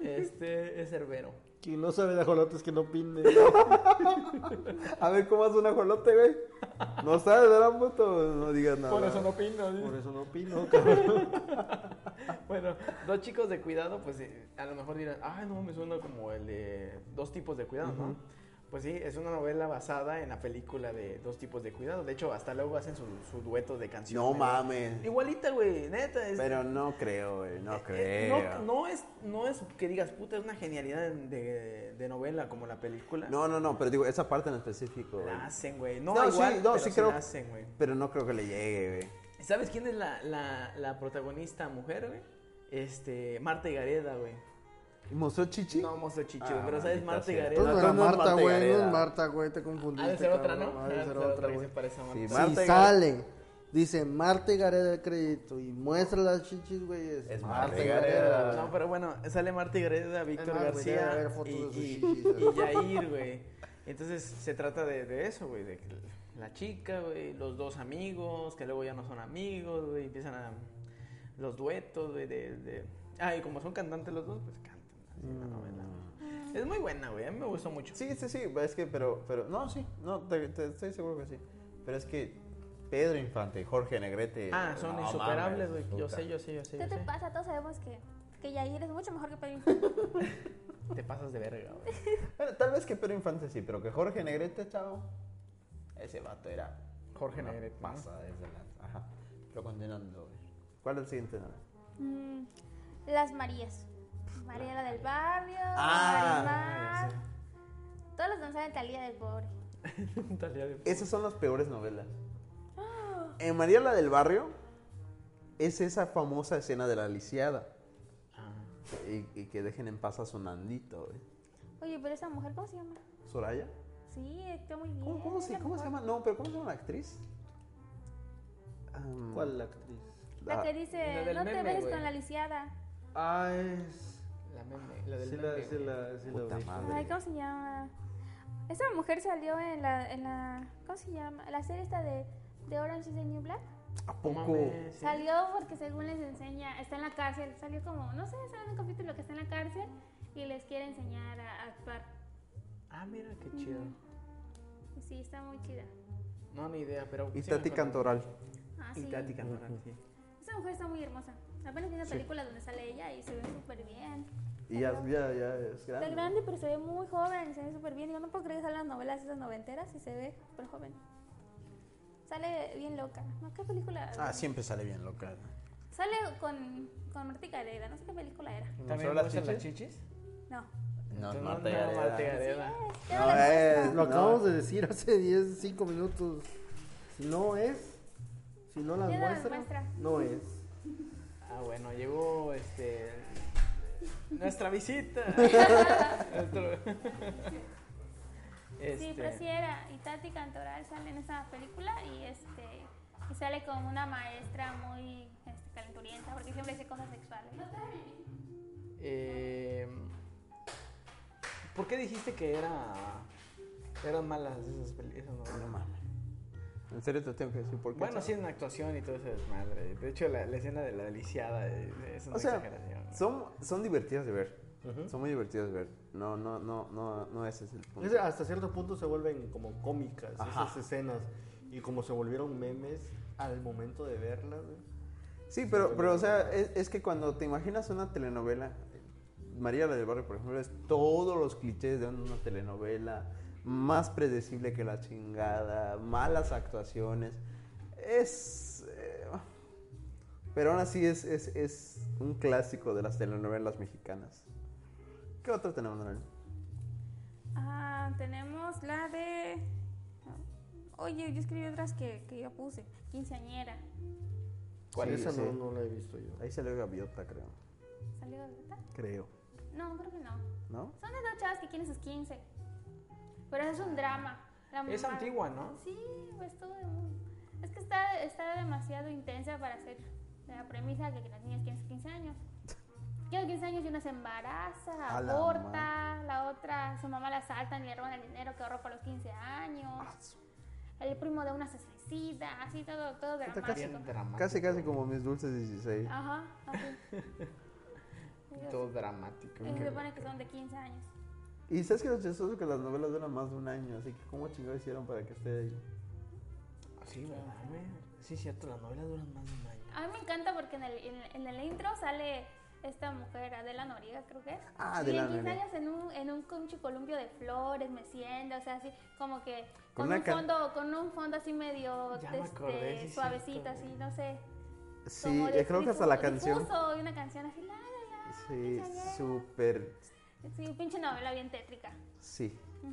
Speaker 1: Este es Cerbero.
Speaker 4: Quien no sabe de ajolotes que no pinde.
Speaker 2: a ver cómo hace un ajolote, güey. No sabes, ¿verdad, puto? No digas nada.
Speaker 1: Por eso no opino. ¿sí?
Speaker 4: Por eso no opino, cabrón.
Speaker 1: Bueno, dos chicos de cuidado, pues eh, a lo mejor dirán, ah, no, me suena como el de dos tipos de cuidado, ¿no? Pues sí, es una novela basada en la película de dos tipos de cuidado. De hecho, hasta luego hacen su, su dueto de canciones.
Speaker 2: No mames.
Speaker 1: Igualita, güey, neta. Es,
Speaker 2: Pero no creo, güey. No
Speaker 1: eh,
Speaker 2: creo.
Speaker 1: no, no es, no es que digas, puta, es una genialidad de, de novela como la película.
Speaker 2: No, no, no, pero digo, esa parte en específico, güey.
Speaker 1: La hacen, güey. No,
Speaker 2: No, sí,
Speaker 1: igual,
Speaker 2: no,
Speaker 1: pero
Speaker 2: sí
Speaker 1: sí
Speaker 2: creo-
Speaker 1: la hacen, güey.
Speaker 2: Pero no creo que le llegue, güey.
Speaker 1: ¿Sabes quién es la, la, la protagonista mujer, güey? Este, Marta Gareda, güey.
Speaker 2: ¿Y ¿Mostró chichi?
Speaker 1: No, monstruo chicho,
Speaker 2: Ah,
Speaker 1: pero ¿sabes?
Speaker 2: maldita
Speaker 1: Marta
Speaker 2: sea.
Speaker 1: Gareda.
Speaker 4: No, no
Speaker 2: Entonces
Speaker 4: era
Speaker 2: no es
Speaker 4: Marta,
Speaker 2: Marta
Speaker 4: güey. No
Speaker 2: Gareda.
Speaker 4: es Marta, güey. Te
Speaker 1: Ha
Speaker 4: confundiste.
Speaker 1: de ser otra, ¿no?
Speaker 4: cabrón. Ha de ser otra,
Speaker 1: que se
Speaker 4: güey.
Speaker 1: parece a Marta.
Speaker 2: Sí,
Speaker 4: Si
Speaker 2: Marta y
Speaker 4: sale, dice Marta y Gareda el crédito y muestra las chichis, güey. Es,
Speaker 2: Es Marta
Speaker 4: Marta
Speaker 2: y
Speaker 4: y
Speaker 2: Gareda.
Speaker 1: No, pero bueno, sale Marta Gareda, Víctor
Speaker 4: más, güey, debe
Speaker 1: García
Speaker 4: haber fotos
Speaker 1: y,
Speaker 4: de sus
Speaker 1: y-
Speaker 4: chichis,
Speaker 1: y
Speaker 4: ¿no?
Speaker 1: Yair, güey. Entonces se trata de, de eso, güey, de que la chica, güey, los dos amigos, que luego ya no son amigos, güey, empiezan a los duetos, güey, de, de- Ah, y como son cantantes los dos, pues cantan así
Speaker 4: Mm.
Speaker 1: en la novela, güey. Es muy buena, güey, a mí me gustó mucho.
Speaker 2: Sí, sí, sí, es que, pero, pero, no, sí, no, te, te- estoy seguro que sí. Pero es que Pedro Infante y Jorge Negrete.
Speaker 1: Ah, son
Speaker 2: no
Speaker 1: insuperables,
Speaker 2: mames,
Speaker 1: güey. Yo
Speaker 2: puta.
Speaker 1: sé, yo sé, yo sé.
Speaker 3: ¿Qué
Speaker 1: yo
Speaker 3: te
Speaker 1: sé.
Speaker 3: pasa? Todos sabemos que, que Yair es mucho mejor que Pedro Infante.
Speaker 1: Te pasas de verga, güey.
Speaker 2: Bueno, tal vez que Pedro Infante sí, pero que Jorge Negrete, chavo. Ese vato era.
Speaker 1: Jorge
Speaker 2: una
Speaker 1: Negrete, ¿no?
Speaker 2: Pasa desde la. Ajá. Pero continuando, güey. ¿Cuál es el siguiente nombre?
Speaker 3: Mm, Las Marías. María la del barrio,
Speaker 2: Ah,
Speaker 3: Marimar. Todos los danzan de Talía del pobre.
Speaker 1: Talía de-
Speaker 2: Esas son las peores novelas.
Speaker 3: Ah.
Speaker 2: En María la del Barrio es esa famosa escena de la lisiada.
Speaker 1: Ah.
Speaker 2: Y, y que dejen en paz a su nandito, güey.
Speaker 3: Oye, pero esa mujer, ¿cómo se llama?
Speaker 2: ¿Soraya?
Speaker 3: Sí, está muy bien.
Speaker 2: ¿Cómo, cómo se,
Speaker 3: la
Speaker 2: cómo se
Speaker 3: mejor.
Speaker 2: llama? No, pero ¿cómo se llama la actriz? Am,
Speaker 4: ¿Cuál la actriz?
Speaker 3: La que
Speaker 1: Ah, La
Speaker 3: dice,
Speaker 1: del
Speaker 3: no te
Speaker 1: meme,
Speaker 3: beses
Speaker 1: güey.
Speaker 3: con la lisiada.
Speaker 4: Ah, es.
Speaker 1: La meme, la del
Speaker 4: Sí,
Speaker 1: meme,
Speaker 4: la, sí,
Speaker 1: güey.
Speaker 4: la, sí,
Speaker 2: Puta
Speaker 4: la vi.
Speaker 2: madre.
Speaker 3: Ay, ¿cómo se llama? Esa mujer salió en la, en la ¿cómo se llama? La serie esta de, de Orange is the New Black.
Speaker 2: ¿A
Speaker 1: No
Speaker 2: poco?
Speaker 1: mames, sí.
Speaker 3: Salió porque según les enseña, está en la cárcel, salió como, no sé, sale en un capítulo que está en la cárcel y les quiere enseñar a, a actuar.
Speaker 1: Ah, mira qué chido.
Speaker 3: Y Sí, está muy chida.
Speaker 1: No, ni idea, pero.
Speaker 2: Y
Speaker 1: sí me
Speaker 2: Tati
Speaker 1: acuerdo.
Speaker 2: Cantoral.
Speaker 3: Ah,
Speaker 1: Y
Speaker 3: sí.
Speaker 1: Tati Cantoral, sí.
Speaker 3: Esa mujer está muy hermosa. Apenas vi una película donde sale ella y se ve súper bien.
Speaker 2: Y ya, ya, ya es
Speaker 3: Está
Speaker 2: grande.
Speaker 3: grande, pero se ve muy joven, se ve súper bien. Yo no puedo creer que salen las novelas esas noventeras y se ve súper joven. Sale bien loca. ¿No? ¿Qué película?
Speaker 2: Ah, siempre sale bien loca.
Speaker 3: Sale con, con Marta y Gareda, no sé qué película era.
Speaker 1: ¿También
Speaker 2: ¿Mostró las
Speaker 1: muestran las
Speaker 2: chichis?
Speaker 1: chichis?
Speaker 3: No.
Speaker 2: No, es
Speaker 1: No,
Speaker 2: Marta
Speaker 1: no,
Speaker 2: Gareda.
Speaker 1: Marta Gareda.
Speaker 3: Ya
Speaker 2: No,
Speaker 3: me la
Speaker 2: es-
Speaker 3: muestran.
Speaker 4: Lo
Speaker 2: No.
Speaker 4: acabamos de decir hace 10, 5 minutos. Si no es, si no las
Speaker 3: Ya la
Speaker 4: muestra,
Speaker 3: muestra.
Speaker 4: no es.
Speaker 1: Ah, bueno, llegó este. Nuestra visita. Nuestro-
Speaker 3: Sí,
Speaker 1: este,
Speaker 3: pero sí era. Y Tati Cantoral sale en esa película y este y sale con una maestra muy este, calenturienta porque siempre dice cosas sexuales.
Speaker 1: eh, ¿Por qué dijiste que era. Eran malas esas películas?
Speaker 2: No mames. En serio te tengo que decir por qué.
Speaker 1: Bueno,
Speaker 2: chavo?
Speaker 1: sí, en actuación y todo eso es madre. De hecho, la, la escena de la lisiada eh, es una
Speaker 2: O sea,
Speaker 1: exageración.
Speaker 2: son, son divertidas de ver. Son muy divertidas de ver. No, no, no, no, no ese es el punto.
Speaker 4: Es- hasta cierto punto se vuelven como cómicas
Speaker 2: Ajá.
Speaker 4: esas escenas. Y como se volvieron memes al momento de verlas, güey.
Speaker 2: Sí, pero, pero o sea, es, es que cuando te imaginas una telenovela, María la del Barrio, por ejemplo, es todos los clichés de una telenovela, más predecible que la chingada, malas actuaciones. Es. eh, Pero aún así es, es, es un clásico de las telenovelas mexicanas. ¿Qué otra tenemos, Daniel?
Speaker 3: Ah, tenemos la de. Oye, yo escribí otras que, que yo puse. Quinceañera.
Speaker 2: ¿Cuál
Speaker 4: Sí,
Speaker 2: es?
Speaker 4: esa
Speaker 2: Sí.
Speaker 4: no, no la he visto yo.
Speaker 2: Ahí salió Gaviota, creo.
Speaker 3: ¿Salió Gaviota?
Speaker 2: Creo.
Speaker 3: No, creo que no.
Speaker 2: ¿No?
Speaker 3: Son de dos chavas que quieren sus 15. Pero es un drama. La
Speaker 1: Es
Speaker 3: mamá-
Speaker 1: antigua, ¿no?
Speaker 3: Sí, pues todo. de- Es que está, está demasiado intensa para ser la premisa de que las niñas tienen sus 15 años. Que a los 15 años y una se embaraza,
Speaker 2: A la
Speaker 3: aborta, la, otra, su mamá la asaltan y le roban el dinero que ahorró para los 15 años. El primo de una se suicida, así todo, todo
Speaker 2: Está
Speaker 3: dramático.
Speaker 2: casi
Speaker 6: Bien dramático.
Speaker 2: Casi, casi como mis dulces 16.
Speaker 3: Ajá, así.
Speaker 6: Todo dramático.
Speaker 3: Y se supone que son de 15 años.
Speaker 2: Y sabes que lo chistoso es que las novelas duran más de un año, así que ¿cómo chingados hicieron para que esté ahí?
Speaker 1: Ah, Sí, ¿verdad, güey? Sí, cierto, las novelas duran más de un año.
Speaker 3: A mí me encanta porque en el, en, en el intro sale esta mujer, Adela Noriega, creo que es.
Speaker 2: Ah,
Speaker 3: y
Speaker 2: Adela
Speaker 3: en 15
Speaker 2: Noriega.
Speaker 3: años en un, en un concho columpio de flores, meciendo, o sea, así como que
Speaker 2: Con
Speaker 3: con,
Speaker 2: una
Speaker 3: un
Speaker 2: can-
Speaker 3: fondo, con un fondo así medio
Speaker 1: Ya me acordé, sí,
Speaker 3: este, suavecito,
Speaker 1: cierto,
Speaker 3: así,
Speaker 1: güey.
Speaker 3: no sé.
Speaker 2: Sí,
Speaker 3: como
Speaker 2: eh,
Speaker 3: dif-
Speaker 2: creo que hasta la
Speaker 3: difu-
Speaker 2: canción.
Speaker 3: difuso, y una canción así, la, la, la,
Speaker 2: Sí,
Speaker 3: quinceañera.
Speaker 2: súper.
Speaker 3: Sí, pinche novela bien tétrica.
Speaker 2: Sí,
Speaker 3: Ujú.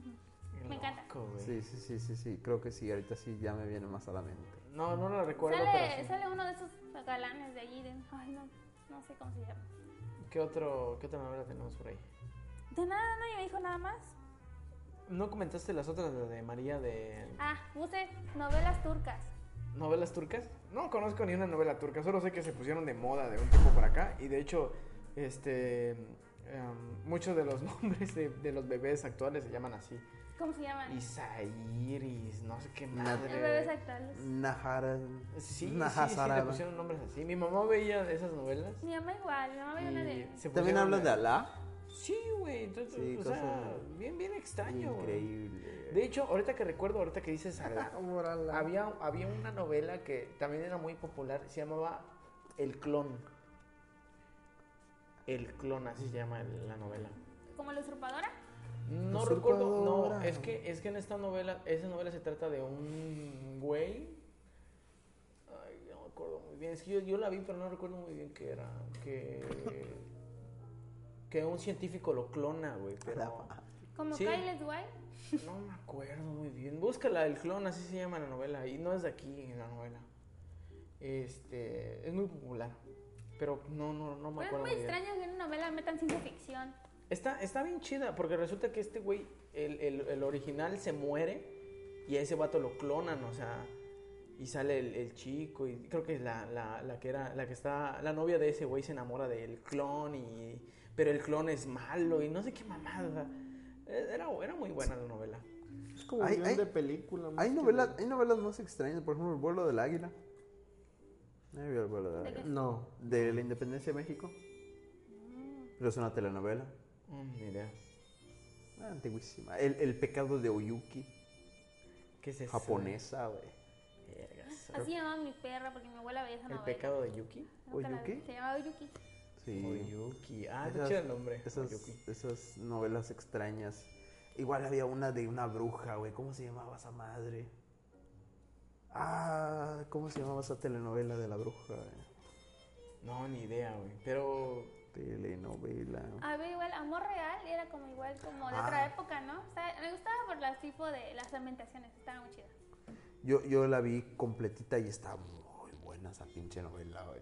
Speaker 1: Qué
Speaker 3: Me encanta.
Speaker 1: loco, güey.
Speaker 2: sí, sí, sí, sí, sí, creo que sí, ahorita sí ya me viene más a la mente.
Speaker 1: No, no la recuerdo,
Speaker 3: sale,
Speaker 1: pero sí.
Speaker 3: sale uno de esos galanes de allí, de- ay, no, no sé cómo se llama.
Speaker 1: ¿Qué, otro, ¿Qué otra novela tenemos por ahí?
Speaker 3: De nada, nadie me dijo nada más.
Speaker 1: ¿No comentaste las otras la de María de
Speaker 3: Ah, puse novelas turcas.
Speaker 1: novelas turcas? No conozco ni una novela turca, solo sé que se pusieron de moda de un tiempo para acá y de hecho, este, em, muchos de los nombres de, de los bebés actuales se llaman así.
Speaker 3: ¿Cómo se llaman?
Speaker 1: Isairis, no sé qué
Speaker 3: Los bebés
Speaker 1: madre.
Speaker 3: actuales.
Speaker 2: Nahara.
Speaker 1: Sí, sí, sí, le
Speaker 2: Nahasaraba.
Speaker 1: pusieron nombres así. Mi mamá veía esas novelas.
Speaker 3: Mi mamá igual, mi mamá veía una de.
Speaker 1: y se
Speaker 2: ¿También
Speaker 1: pusieron
Speaker 2: hablas de
Speaker 1: a-
Speaker 2: Alá?
Speaker 1: Sí, güey. entonces,
Speaker 2: Sí,
Speaker 1: o sea,
Speaker 2: cosas
Speaker 1: bien, bien extraño, güey.
Speaker 2: Increíble.
Speaker 1: De hecho, ahorita que recuerdo, ahorita que dices Alá,
Speaker 4: Órala.
Speaker 1: había, había una novela que también era muy popular, se llamaba El Clon. El Clon, así se llama el- la novela.
Speaker 3: Como la usurpadora.
Speaker 1: No recuerdo, no,
Speaker 2: Usurpadora.
Speaker 1: es que, es que en esta novela, esa novela se trata de un güey. Ay, no me acuerdo muy bien. Es que yo, yo la vi, pero no recuerdo muy bien qué era. Que. que un científico lo clona, güey. Pero.
Speaker 3: Como
Speaker 1: Sí.
Speaker 3: Kyle es guay.
Speaker 1: No me acuerdo muy bien. Búscala, el clon, así se llama la novela. Y no es de aquí en la novela. Este. Es muy popular. Pero no, no, no me
Speaker 3: Pero es
Speaker 1: acuerdo.
Speaker 3: Pues muy
Speaker 1: bien.
Speaker 3: extraño que en una novela metan ciencia ficción.
Speaker 1: Está, está bien chida, porque resulta que este güey, el, el- el original, se muere y a ese vato lo clonan, o sea. Y sale el, el chico, y creo que la, la, la que era, la que está, la novia de ese güey se enamora del clon, y, pero el clon es malo, y no sé qué mamada. e, Era, era muy buena la novela.
Speaker 4: Es como
Speaker 2: Hay-
Speaker 4: guión
Speaker 2: hay-
Speaker 4: de película. más
Speaker 2: Hay
Speaker 4: que
Speaker 2: novelas, hay novelas más extrañas, por ejemplo, El vuelo del águila. ¿No vio el vuelo del
Speaker 3: ¿De
Speaker 2: águila?
Speaker 3: qué?
Speaker 4: de- No.
Speaker 2: De la independencia de México. Pero es una telenovela.
Speaker 1: Mm, ni idea.
Speaker 2: Ah, Antiguísima. El, el pecado de Oyuki.
Speaker 1: ¿Qué es eso?
Speaker 2: Japonesa, güey.
Speaker 1: Vergas.
Speaker 3: Así llamaba mi perra porque mi abuela veía esa
Speaker 1: El
Speaker 3: novela.
Speaker 1: pecado de Yuki.
Speaker 3: Nunca la vi.
Speaker 2: ¿Oyuki?
Speaker 3: Se llamaba Oyuki.
Speaker 2: Sí.
Speaker 1: Yuki. Ah, está
Speaker 2: Esas-
Speaker 1: chido el nombre.
Speaker 2: Esas,
Speaker 1: Yuki.
Speaker 2: esas novelas extrañas. Igual había una de una bruja, güey. ¿Cómo se llamaba esa madre? Ah, ¿cómo se llamaba esa telenovela de la bruja? güey?
Speaker 1: No, ni idea, güey. Pero
Speaker 2: Telenovela.
Speaker 3: Había Ah, igual Amor Real, era como igual como de otra
Speaker 2: Ah.
Speaker 3: época, ¿no? O sea, me gustaba por las tipo de las ambientaciones, estaban muy chidas.
Speaker 2: Yo, yo la vi completita y está muy buena esa pinche novela, güey.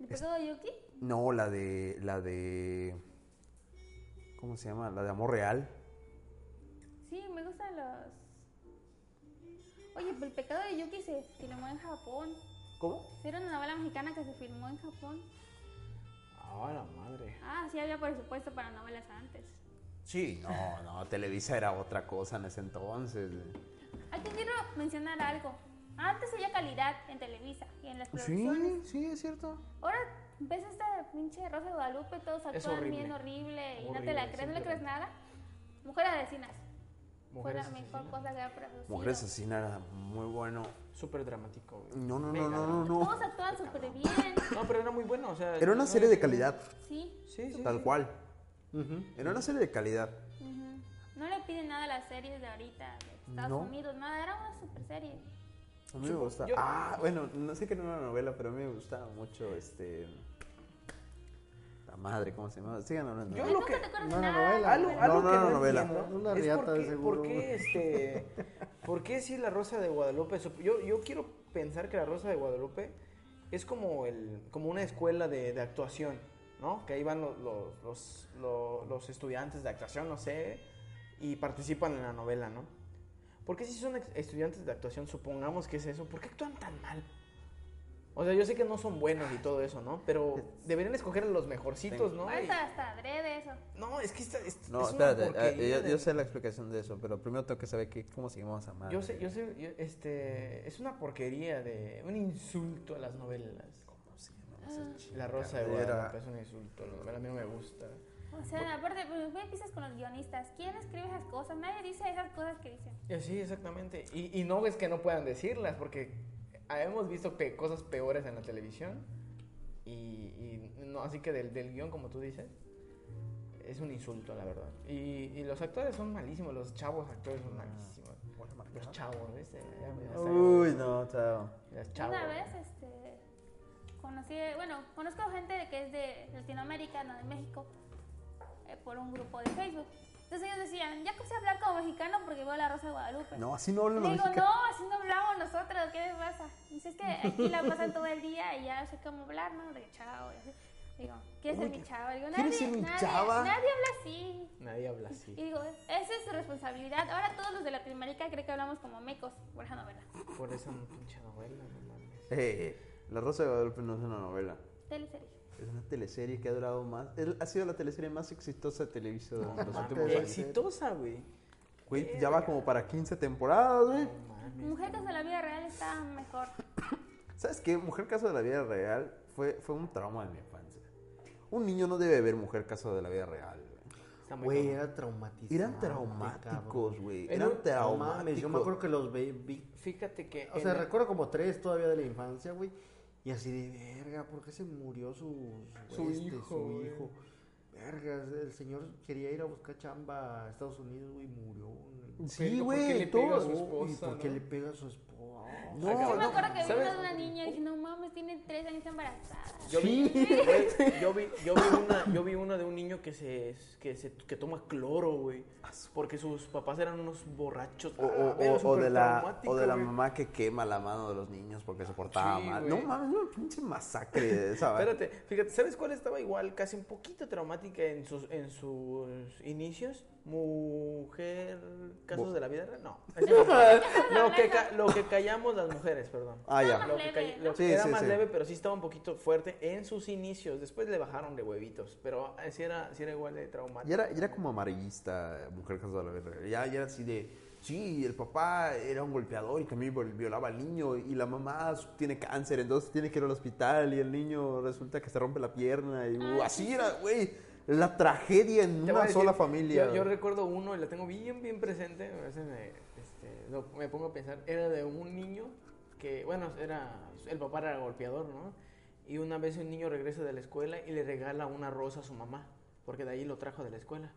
Speaker 3: El pecado de Yuki,
Speaker 2: No, la de. La de. ¿Cómo se llama? La de Amor Real.
Speaker 3: sí, me gustan los. Oye, pero el pecado de Yuki se filmó en Japón.
Speaker 2: ¿Cómo?
Speaker 3: Era una novela mexicana que se filmó en Japón.
Speaker 1: Ah, la madre.
Speaker 3: Ah, sí, había presupuesto para novelas antes.
Speaker 2: Sí, no, no, Televisa era otra cosa en ese entonces. güey.
Speaker 3: Aquí quiero mencionar algo. Antes había calidad en Televisa y en las producciones.
Speaker 2: ¿Ah, Sí, sí, es cierto.
Speaker 3: Ahora ves esta pinche Rosa de Guadalupe, todos actúan
Speaker 1: horrible.
Speaker 3: bien horrible y no
Speaker 1: Horrible,
Speaker 3: te la crees, no le crees
Speaker 1: simplemente.
Speaker 3: nada. Mujeres asesinas. Fue
Speaker 1: Mujeres
Speaker 3: la mejor cosa que había producido.
Speaker 2: Mujeres Asesina era muy bueno.
Speaker 1: Súper dramático, güey.
Speaker 2: No, no,
Speaker 1: Mega
Speaker 2: no, no, no,
Speaker 1: dramático.
Speaker 3: Todos
Speaker 2: no.
Speaker 3: actúan súper bien.
Speaker 1: No, pero era muy bueno, o sea.
Speaker 2: Era una
Speaker 1: no
Speaker 2: serie de
Speaker 1: como-
Speaker 2: calidad,
Speaker 3: Sí.
Speaker 1: Sí, sí.
Speaker 2: tal
Speaker 1: sí.
Speaker 2: cual.
Speaker 4: Ujú.
Speaker 2: Era una serie de calidad.
Speaker 3: ujú. No le piden nada a las series de ahorita, de Estados
Speaker 2: No.
Speaker 3: Unidos, nada. Era una super serie.
Speaker 2: A mí me gusta.
Speaker 1: yo-
Speaker 2: Ah, bueno, no sé que era una novela, pero a mí me gustaba mucho este. La madre, ¿cómo se llama? Sigan hablando.
Speaker 1: Yo
Speaker 3: Ay,
Speaker 1: lo
Speaker 3: no
Speaker 1: que-
Speaker 3: te acuerdas
Speaker 4: no,
Speaker 3: de
Speaker 4: no,
Speaker 3: nada.
Speaker 4: novela.
Speaker 1: Algo,
Speaker 2: No,
Speaker 1: algo
Speaker 2: no,
Speaker 1: que
Speaker 2: no,
Speaker 1: no,
Speaker 2: novela.
Speaker 1: entiendo
Speaker 4: Una
Speaker 1: es
Speaker 4: riata
Speaker 1: por
Speaker 4: de
Speaker 1: qué,
Speaker 4: seguro.
Speaker 1: por qué, este, por qué si la Rosa de Guadalupe, sup- yo, yo quiero pensar que la Rosa de Guadalupe es como el, como una escuela de, de actuación, ¿no? Que ahí van los, los, los- lo- los estudiantes de actuación, no sé, y participan en la novela, ¿no? ¿Por qué si son ex- estudiantes de actuación, supongamos que es eso, por qué actúan tan mal? O sea, yo sé que no son buenos y todo eso, ¿no? Pero deberían escoger a los mejorcitos, ¿no? Y-
Speaker 3: Ahorita hasta adrede eso.
Speaker 1: no, es que esta, es,
Speaker 2: No,
Speaker 1: es una
Speaker 2: espérate, ah,
Speaker 1: porquería
Speaker 2: yo,
Speaker 1: de-
Speaker 2: yo sé la explicación de eso, pero primero tengo que saber que, cómo se llama esa madre.
Speaker 1: Yo sé, yo sé, yo- este, es una porquería de, un insulto a las novelas.
Speaker 2: ¿Cómo se llama esa chica?
Speaker 1: La Rosa de
Speaker 2: Era-
Speaker 1: Guadalupe es un insulto, la novela a mí no me gusta.
Speaker 3: O sea, aparte, pues me empiezas con los guionistas. ¿Quién escribe esas cosas? Nadie dice esas cosas que dicen.
Speaker 1: Y así, exactamente. Y, y no es que no puedan decirlas, porque hemos visto pe- cosas peores en la televisión. Y, y no, así que del, del guión, como tú dices, es un insulto, la verdad. Y, y los actores son malísimos, los chavos actores son malísimos. Los chavos, ¿viste? Ya me- ya
Speaker 2: Uy, no, chao.
Speaker 1: sé, Los chavos.
Speaker 3: Una vez, este, conocí, bueno, conozco gente que es de Latinoamérica, no de México, eh, por un grupo de Facebook. Entonces ellos decían, ya que sé hablar como mexicano porque veo la Rosa de Guadalupe.
Speaker 2: No, así no hablan
Speaker 3: Le
Speaker 2: los
Speaker 3: digo,
Speaker 2: mexicanos.
Speaker 3: no, así no hablamos nosotros, ¿qué les pasa? Dice, es que aquí la pasan todo el día y ya sé cómo hablar, ¿no? De chavo y así. Digo, ¿quieres ser mi chava? Digo, nadie,
Speaker 2: ¿quieres ser mi
Speaker 3: nadie,
Speaker 2: chava?
Speaker 3: nadie habla así.
Speaker 1: Nadie habla así.
Speaker 3: Y digo, esa es su responsabilidad. Ahora todos los de Latinoamérica creen que hablamos como mecos por esa novela.
Speaker 1: Por esa pinche novela, no mames.
Speaker 2: Eh, la Rosa de Guadalupe no es una novela.
Speaker 3: Teleserie.
Speaker 2: Es una teleserie que ha durado más. es- ha sido la teleserie más exitosa de Televisa durante los
Speaker 1: Mames,
Speaker 2: últimos años.
Speaker 1: exitosa, güey.
Speaker 2: Güey, ya va como para 15 temporadas, güey.
Speaker 1: No mames.
Speaker 3: Mujeres de la vida real está mejor.
Speaker 2: ¿Sabes qué? Mujer Caso de la Vida Real fue, fue un trauma de mi infancia. Un niño no debe ver Mujer Caso de la Vida Real, güey.
Speaker 1: Está muy
Speaker 4: Güey,
Speaker 1: cabrón.
Speaker 4: era traumatizante.
Speaker 2: Eran traumáticos, güey.
Speaker 1: Era-
Speaker 2: Eran
Speaker 4: No
Speaker 2: traumáticos.
Speaker 4: mames, yo me acuerdo que los ve- vi.
Speaker 1: Fíjate que.
Speaker 4: O sea,
Speaker 1: en-
Speaker 4: recuerdo como tres todavía de la infancia, güey. Y así de verga, ¿por qué se murió su,
Speaker 1: Su
Speaker 4: este,
Speaker 1: hijo,
Speaker 4: su
Speaker 1: güey.
Speaker 4: hijo? Vergas, el señor quería ir a buscar chamba a Estados Unidos, güey, murió. en el-
Speaker 2: Sí,
Speaker 1: ¿por qué
Speaker 2: güey,
Speaker 1: le pega a
Speaker 2: todos.
Speaker 1: su esposa?
Speaker 4: Oh, ¿Y por qué
Speaker 1: ¿no?
Speaker 4: le pega a su esposa?
Speaker 2: No,
Speaker 1: Acá-
Speaker 3: Yo me
Speaker 2: no,
Speaker 3: acuerdo que vi
Speaker 1: Ah, ¿sabes?
Speaker 3: una de una niña y dije, no mames, tiene tres años embarazada.
Speaker 1: Yo vi, güey, yo vi, yo vi una, yo vi una de un niño que se, que se, que toma cloro, güey, porque sus papás eran unos borrachos.
Speaker 2: O, o-
Speaker 1: Ah, era
Speaker 2: o- o de la,
Speaker 1: supertraumático,
Speaker 2: o de la
Speaker 1: güey.
Speaker 2: mamá que quema la mano de los niños porque se portaba
Speaker 1: Sí,
Speaker 2: mal.
Speaker 1: güey.
Speaker 2: No mames, una pinche masacre de esa vaina.
Speaker 1: Espérate, fíjate, ¿sabes cuál estaba igual, casi un poquito traumática en sus, en sus inicios? Mujer, casos
Speaker 2: Bu-
Speaker 1: de la vida real, no. lo, que ca- lo que callamos las mujeres, perdón.
Speaker 2: Ah,
Speaker 3: Más
Speaker 2: ya.
Speaker 1: Lo que
Speaker 3: leve,
Speaker 1: call-
Speaker 3: ¿no?
Speaker 1: lo-
Speaker 2: Sí,
Speaker 1: era
Speaker 2: sí,
Speaker 1: más
Speaker 2: sí.
Speaker 1: leve, pero sí estaba un poquito fuerte en sus inicios. Después le bajaron de huevitos, pero eh, sí era, sí era igual de traumático.
Speaker 2: Y era, y era como amarillista, Mujer Caso de la Vida Real. Ya, ya era así de. Sí, el papá era un golpeador y también viol- violaba al niño. Y la mamá tiene cáncer, entonces tiene que ir al hospital. Y el niño resulta que se rompe la pierna. Y
Speaker 3: Ah,
Speaker 2: uh, así era, güey. La tragedia
Speaker 1: Te
Speaker 2: en
Speaker 1: voy a
Speaker 2: una
Speaker 1: decir,
Speaker 2: sola familia.
Speaker 1: Yo, yo recuerdo uno y lo tengo bien, bien presente. A veces me, este, lo- me pongo a pensar. Era de un niño que, bueno, era el papá era golpeador, ¿no? Y una vez un niño regresa de la escuela y le regala una rosa a su mamá, porque de ahí lo trajo de la escuela.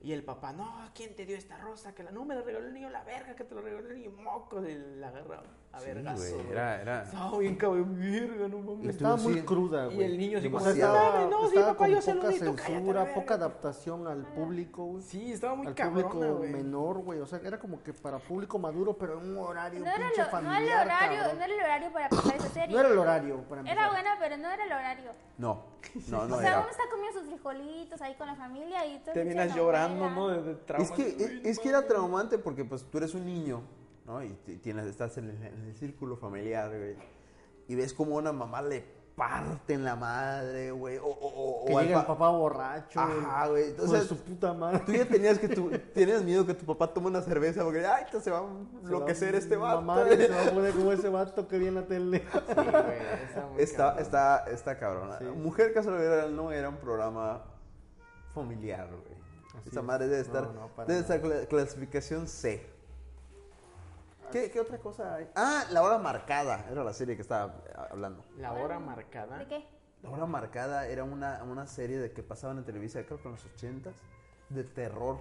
Speaker 1: Y el papá, no, ¿quién te dio esta rosa? Que la... No, me la regaló el niño, la verga, que te la regaló el niño, moco, y la agarra a
Speaker 2: Sí,
Speaker 1: vergazo.
Speaker 2: güey,
Speaker 1: güey.
Speaker 2: era- era-
Speaker 1: Estaba bien cabrón, verga, no mames.
Speaker 4: Estaba
Speaker 2: Estuvo
Speaker 4: muy
Speaker 2: así-
Speaker 4: cruda,
Speaker 1: Y
Speaker 4: güey.
Speaker 1: el niño así como,
Speaker 2: Demasiado.
Speaker 1: "No, dale, no, sí,
Speaker 4: Estaba
Speaker 1: papá,
Speaker 4: con
Speaker 1: yo se lo
Speaker 4: poca
Speaker 1: di, tú cállate,
Speaker 4: censura,
Speaker 1: verga".
Speaker 4: poca adaptación al público, güey.
Speaker 1: Sí, estaba muy
Speaker 4: al
Speaker 1: cabrona,
Speaker 4: público
Speaker 1: güey.
Speaker 4: menor, güey. O sea, era como que para público maduro, pero en un horario
Speaker 3: No era,
Speaker 4: pinche
Speaker 3: lo- no era
Speaker 4: familiar,
Speaker 3: el horario,
Speaker 4: cabrón.
Speaker 3: no era el horario para pasar esa serie.
Speaker 4: No era el horario, para empezar.
Speaker 3: Era buena, pero no era el horario.
Speaker 2: No, no,
Speaker 3: o
Speaker 2: no
Speaker 3: sea,
Speaker 2: era.
Speaker 3: uno está comiendo sus frijolitos ahí con la familia y todo.
Speaker 1: Te vienes llorando, ¿no? De, de trauma.
Speaker 2: Es que, es, es que era traumante porque pues tú eres un niño, ¿no? Y t- tienes, estás en el, en el círculo familiar, güey. Y ves como una mamá le parte en la madre, güey. O, o- o-
Speaker 4: Que
Speaker 2: o al
Speaker 4: llega el
Speaker 2: pa-
Speaker 4: papá borracho.
Speaker 2: Ajá, güey.
Speaker 4: O sea,
Speaker 2: Entonces,
Speaker 4: su puta madre.
Speaker 2: tú ya tenías que tu, tenías miedo que tu papá tome una cerveza porque, ay, esto se va a
Speaker 4: Se va
Speaker 2: enloquecer
Speaker 4: a
Speaker 2: este vato.
Speaker 4: mamar y se va a poner como ese vato que vi en la tele.
Speaker 1: Sí, güey, estaba muy
Speaker 2: Está,
Speaker 1: cabrón.
Speaker 2: está, está cabrona.
Speaker 4: Sí.
Speaker 2: Mujer Casa de la Vida Real no era un programa familiar, güey.
Speaker 4: Así
Speaker 2: Esa
Speaker 4: es.
Speaker 2: madre debe estar,
Speaker 4: No, no, para
Speaker 2: debe estar cla- clasificación C. ¿Qué, qué otra cosa hay? Ah, La Hora Marcada. Era la serie que estaba eh, hablando.
Speaker 1: La hora marcada.
Speaker 3: ¿De qué?
Speaker 2: La Hora Marcada era una, una serie de que pasaban en Televisa, creo que en los ochentas, de terror.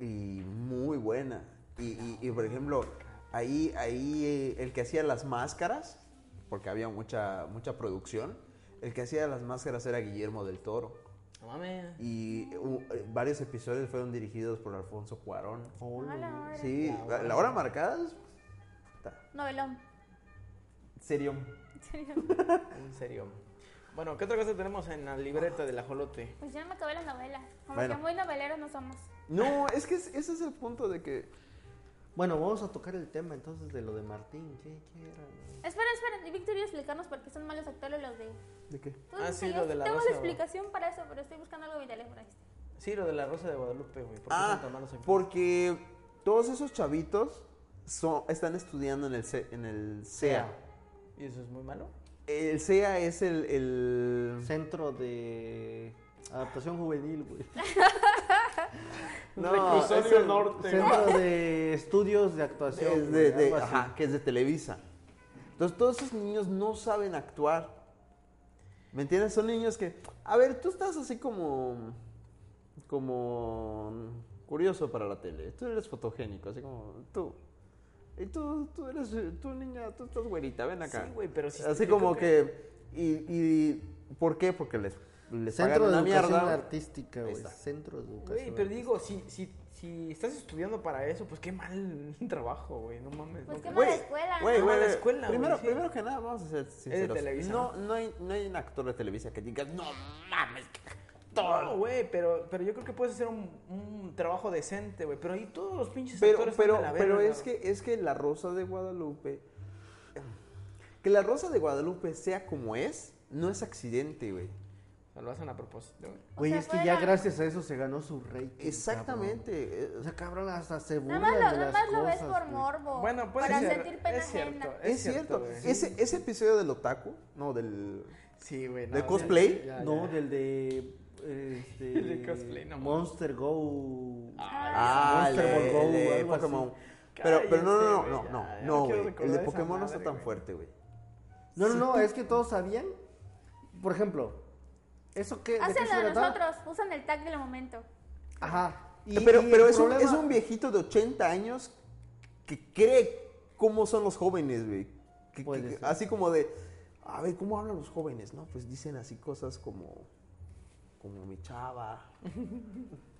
Speaker 2: Y muy buena. Y, y- y, por ejemplo, Ahí, ahí eh, el que hacía las máscaras, porque había mucha, mucha producción, el que hacía las máscaras era Guillermo del Toro.
Speaker 1: No mames.
Speaker 2: Y u- eh, varios episodios fueron dirigidos por Alfonso Cuarón.
Speaker 3: A Ah, la hora.
Speaker 2: Sí, la, la hora marcada es
Speaker 3: Novelón.
Speaker 2: serio.
Speaker 3: En serio.
Speaker 1: En serio. Bueno, ¿qué otra cosa tenemos en la libreta del ajolote?
Speaker 3: Pues ya me acabé la novela. Como
Speaker 2: Bueno.
Speaker 3: que muy noveleros no somos.
Speaker 2: No, es que es- ese es el punto de que
Speaker 4: Bueno, vamos a tocar el tema entonces de lo de Martín. ¿Qué, qué era?
Speaker 3: Espera, espera. Y Víctor iba a explicarnos por qué son malos actores los de.
Speaker 2: ¿De qué?
Speaker 3: Tú
Speaker 1: Ah,
Speaker 3: dices
Speaker 1: sí,
Speaker 3: que
Speaker 1: lo
Speaker 3: yo
Speaker 1: de la
Speaker 3: Tengo
Speaker 1: rosa,
Speaker 3: la
Speaker 1: ¿no?
Speaker 3: explicación para eso, pero estoy buscando algo de mi teléfono. ahí está.
Speaker 1: Sí, lo de la Rosa de Guadalupe, güey. ¿Por qué son
Speaker 2: Ah,
Speaker 1: tan malos actores?
Speaker 2: porque todos esos chavitos son, están estudiando en el, C- en el CEA.
Speaker 1: ¿Y eso es muy malo?
Speaker 2: El CEA es el... el-
Speaker 4: Centro de Adaptación Juvenil, güey.
Speaker 2: No,
Speaker 7: Reclusorio
Speaker 2: es el-
Speaker 7: Norte.
Speaker 4: Centro de Estudios de Actuación.
Speaker 2: es
Speaker 4: güey,
Speaker 2: de, de-
Speaker 4: algo así.
Speaker 2: ajá, que es de Televisa. Entonces todos esos niños no saben actuar. ¿Me entiendes? Son niños que... A ver, tú estás así como... Como... Curioso para la tele. Tú eres fotogénico, así como tú. Y tú, tú eres... Tú niña, tú estás güerita, ven acá.
Speaker 1: Sí, güey, pero sí.
Speaker 2: Así
Speaker 1: yo
Speaker 2: como
Speaker 1: creo
Speaker 2: que... y, y- ¿Por qué? Porque les, les pagan
Speaker 4: Centro
Speaker 2: una
Speaker 4: de Educación
Speaker 2: mierda.
Speaker 4: Artística,
Speaker 2: Ahí
Speaker 4: güey.
Speaker 2: está.
Speaker 4: Centro de Educación.
Speaker 1: Güey, pero digo, si, si, si estás estudiando para eso, pues qué mal trabajo, güey. No mames.
Speaker 3: Pues
Speaker 1: no
Speaker 3: qué
Speaker 1: creo.
Speaker 3: mal- Mala escuela,
Speaker 2: güey,
Speaker 1: ¿no?
Speaker 2: güey,
Speaker 1: Mala
Speaker 2: güey.
Speaker 1: escuela, güey,
Speaker 2: primero,
Speaker 1: sí.
Speaker 2: primero que nada, vamos a ser sinceros.
Speaker 1: Televisa.
Speaker 2: No, no, hay, no hay un actor de Televisa que diga, no mames,
Speaker 1: No, güey, pero, pero yo creo que puedes hacer un, un trabajo decente, güey. Pero ahí todos los pinches
Speaker 2: pero,
Speaker 1: actores
Speaker 2: pero,
Speaker 1: están de la
Speaker 2: pero
Speaker 1: verga,
Speaker 2: es que es que la Rosa de Guadalupe que la Rosa de Guadalupe sea como es no es accidente, güey.
Speaker 1: O sea, lo hacen a propósito, güey.
Speaker 4: Güey,
Speaker 3: O sea,
Speaker 4: es que ya
Speaker 3: fuera-
Speaker 4: gracias a eso se ganó su rey.
Speaker 2: Exactamente. eh,
Speaker 4: O sea, cabrón, hasta se
Speaker 3: Nada
Speaker 4: burlan
Speaker 3: más lo, nada
Speaker 4: de las
Speaker 3: más lo ves
Speaker 4: cosas,
Speaker 3: por
Speaker 4: güey.
Speaker 3: morbo.
Speaker 1: Bueno, puede
Speaker 3: Para
Speaker 1: ser.
Speaker 3: sentir pena
Speaker 1: es cierto,
Speaker 3: ajena.
Speaker 2: Es, cierto.
Speaker 1: güey.
Speaker 2: Ese, ese episodio del otaku, no, del
Speaker 1: Sí, güey.
Speaker 2: del
Speaker 1: no,
Speaker 2: cosplay.
Speaker 1: ya, ya,
Speaker 4: No,
Speaker 1: ya.
Speaker 4: del de... Este,
Speaker 1: El de cosplay, no.
Speaker 4: Monster Go.
Speaker 2: Ah, el
Speaker 4: Monster
Speaker 2: de,
Speaker 4: Ball
Speaker 2: el
Speaker 4: Go o
Speaker 2: de
Speaker 4: algo así.
Speaker 2: Pokémon. Pero, pero no, no,
Speaker 1: Cállense,
Speaker 2: no,
Speaker 1: güey,
Speaker 2: no,
Speaker 1: ya, ya
Speaker 2: no,
Speaker 1: no quiero
Speaker 2: no, güey. el
Speaker 1: recordar
Speaker 2: de
Speaker 1: esa
Speaker 2: Pokémon no está
Speaker 1: madre,
Speaker 2: tan
Speaker 1: güey.
Speaker 2: fuerte, güey.
Speaker 4: No, no, no, es que todos sabían. Por ejemplo, ¿eso qué? ¿De qué
Speaker 3: Hácenlo
Speaker 4: se
Speaker 3: de
Speaker 4: trataba?
Speaker 3: nosotros. Usan el tag del momento.
Speaker 4: Ajá. Y-
Speaker 2: pero
Speaker 4: y el
Speaker 2: pero es, un,
Speaker 4: problema-
Speaker 2: es un viejito de 80 años que cree cómo son los jóvenes, güey. Que-
Speaker 4: Puede
Speaker 2: que-
Speaker 4: ser.
Speaker 2: así como de, a ver, ¿cómo hablan los jóvenes? No, pues dicen así cosas como, como mi chava.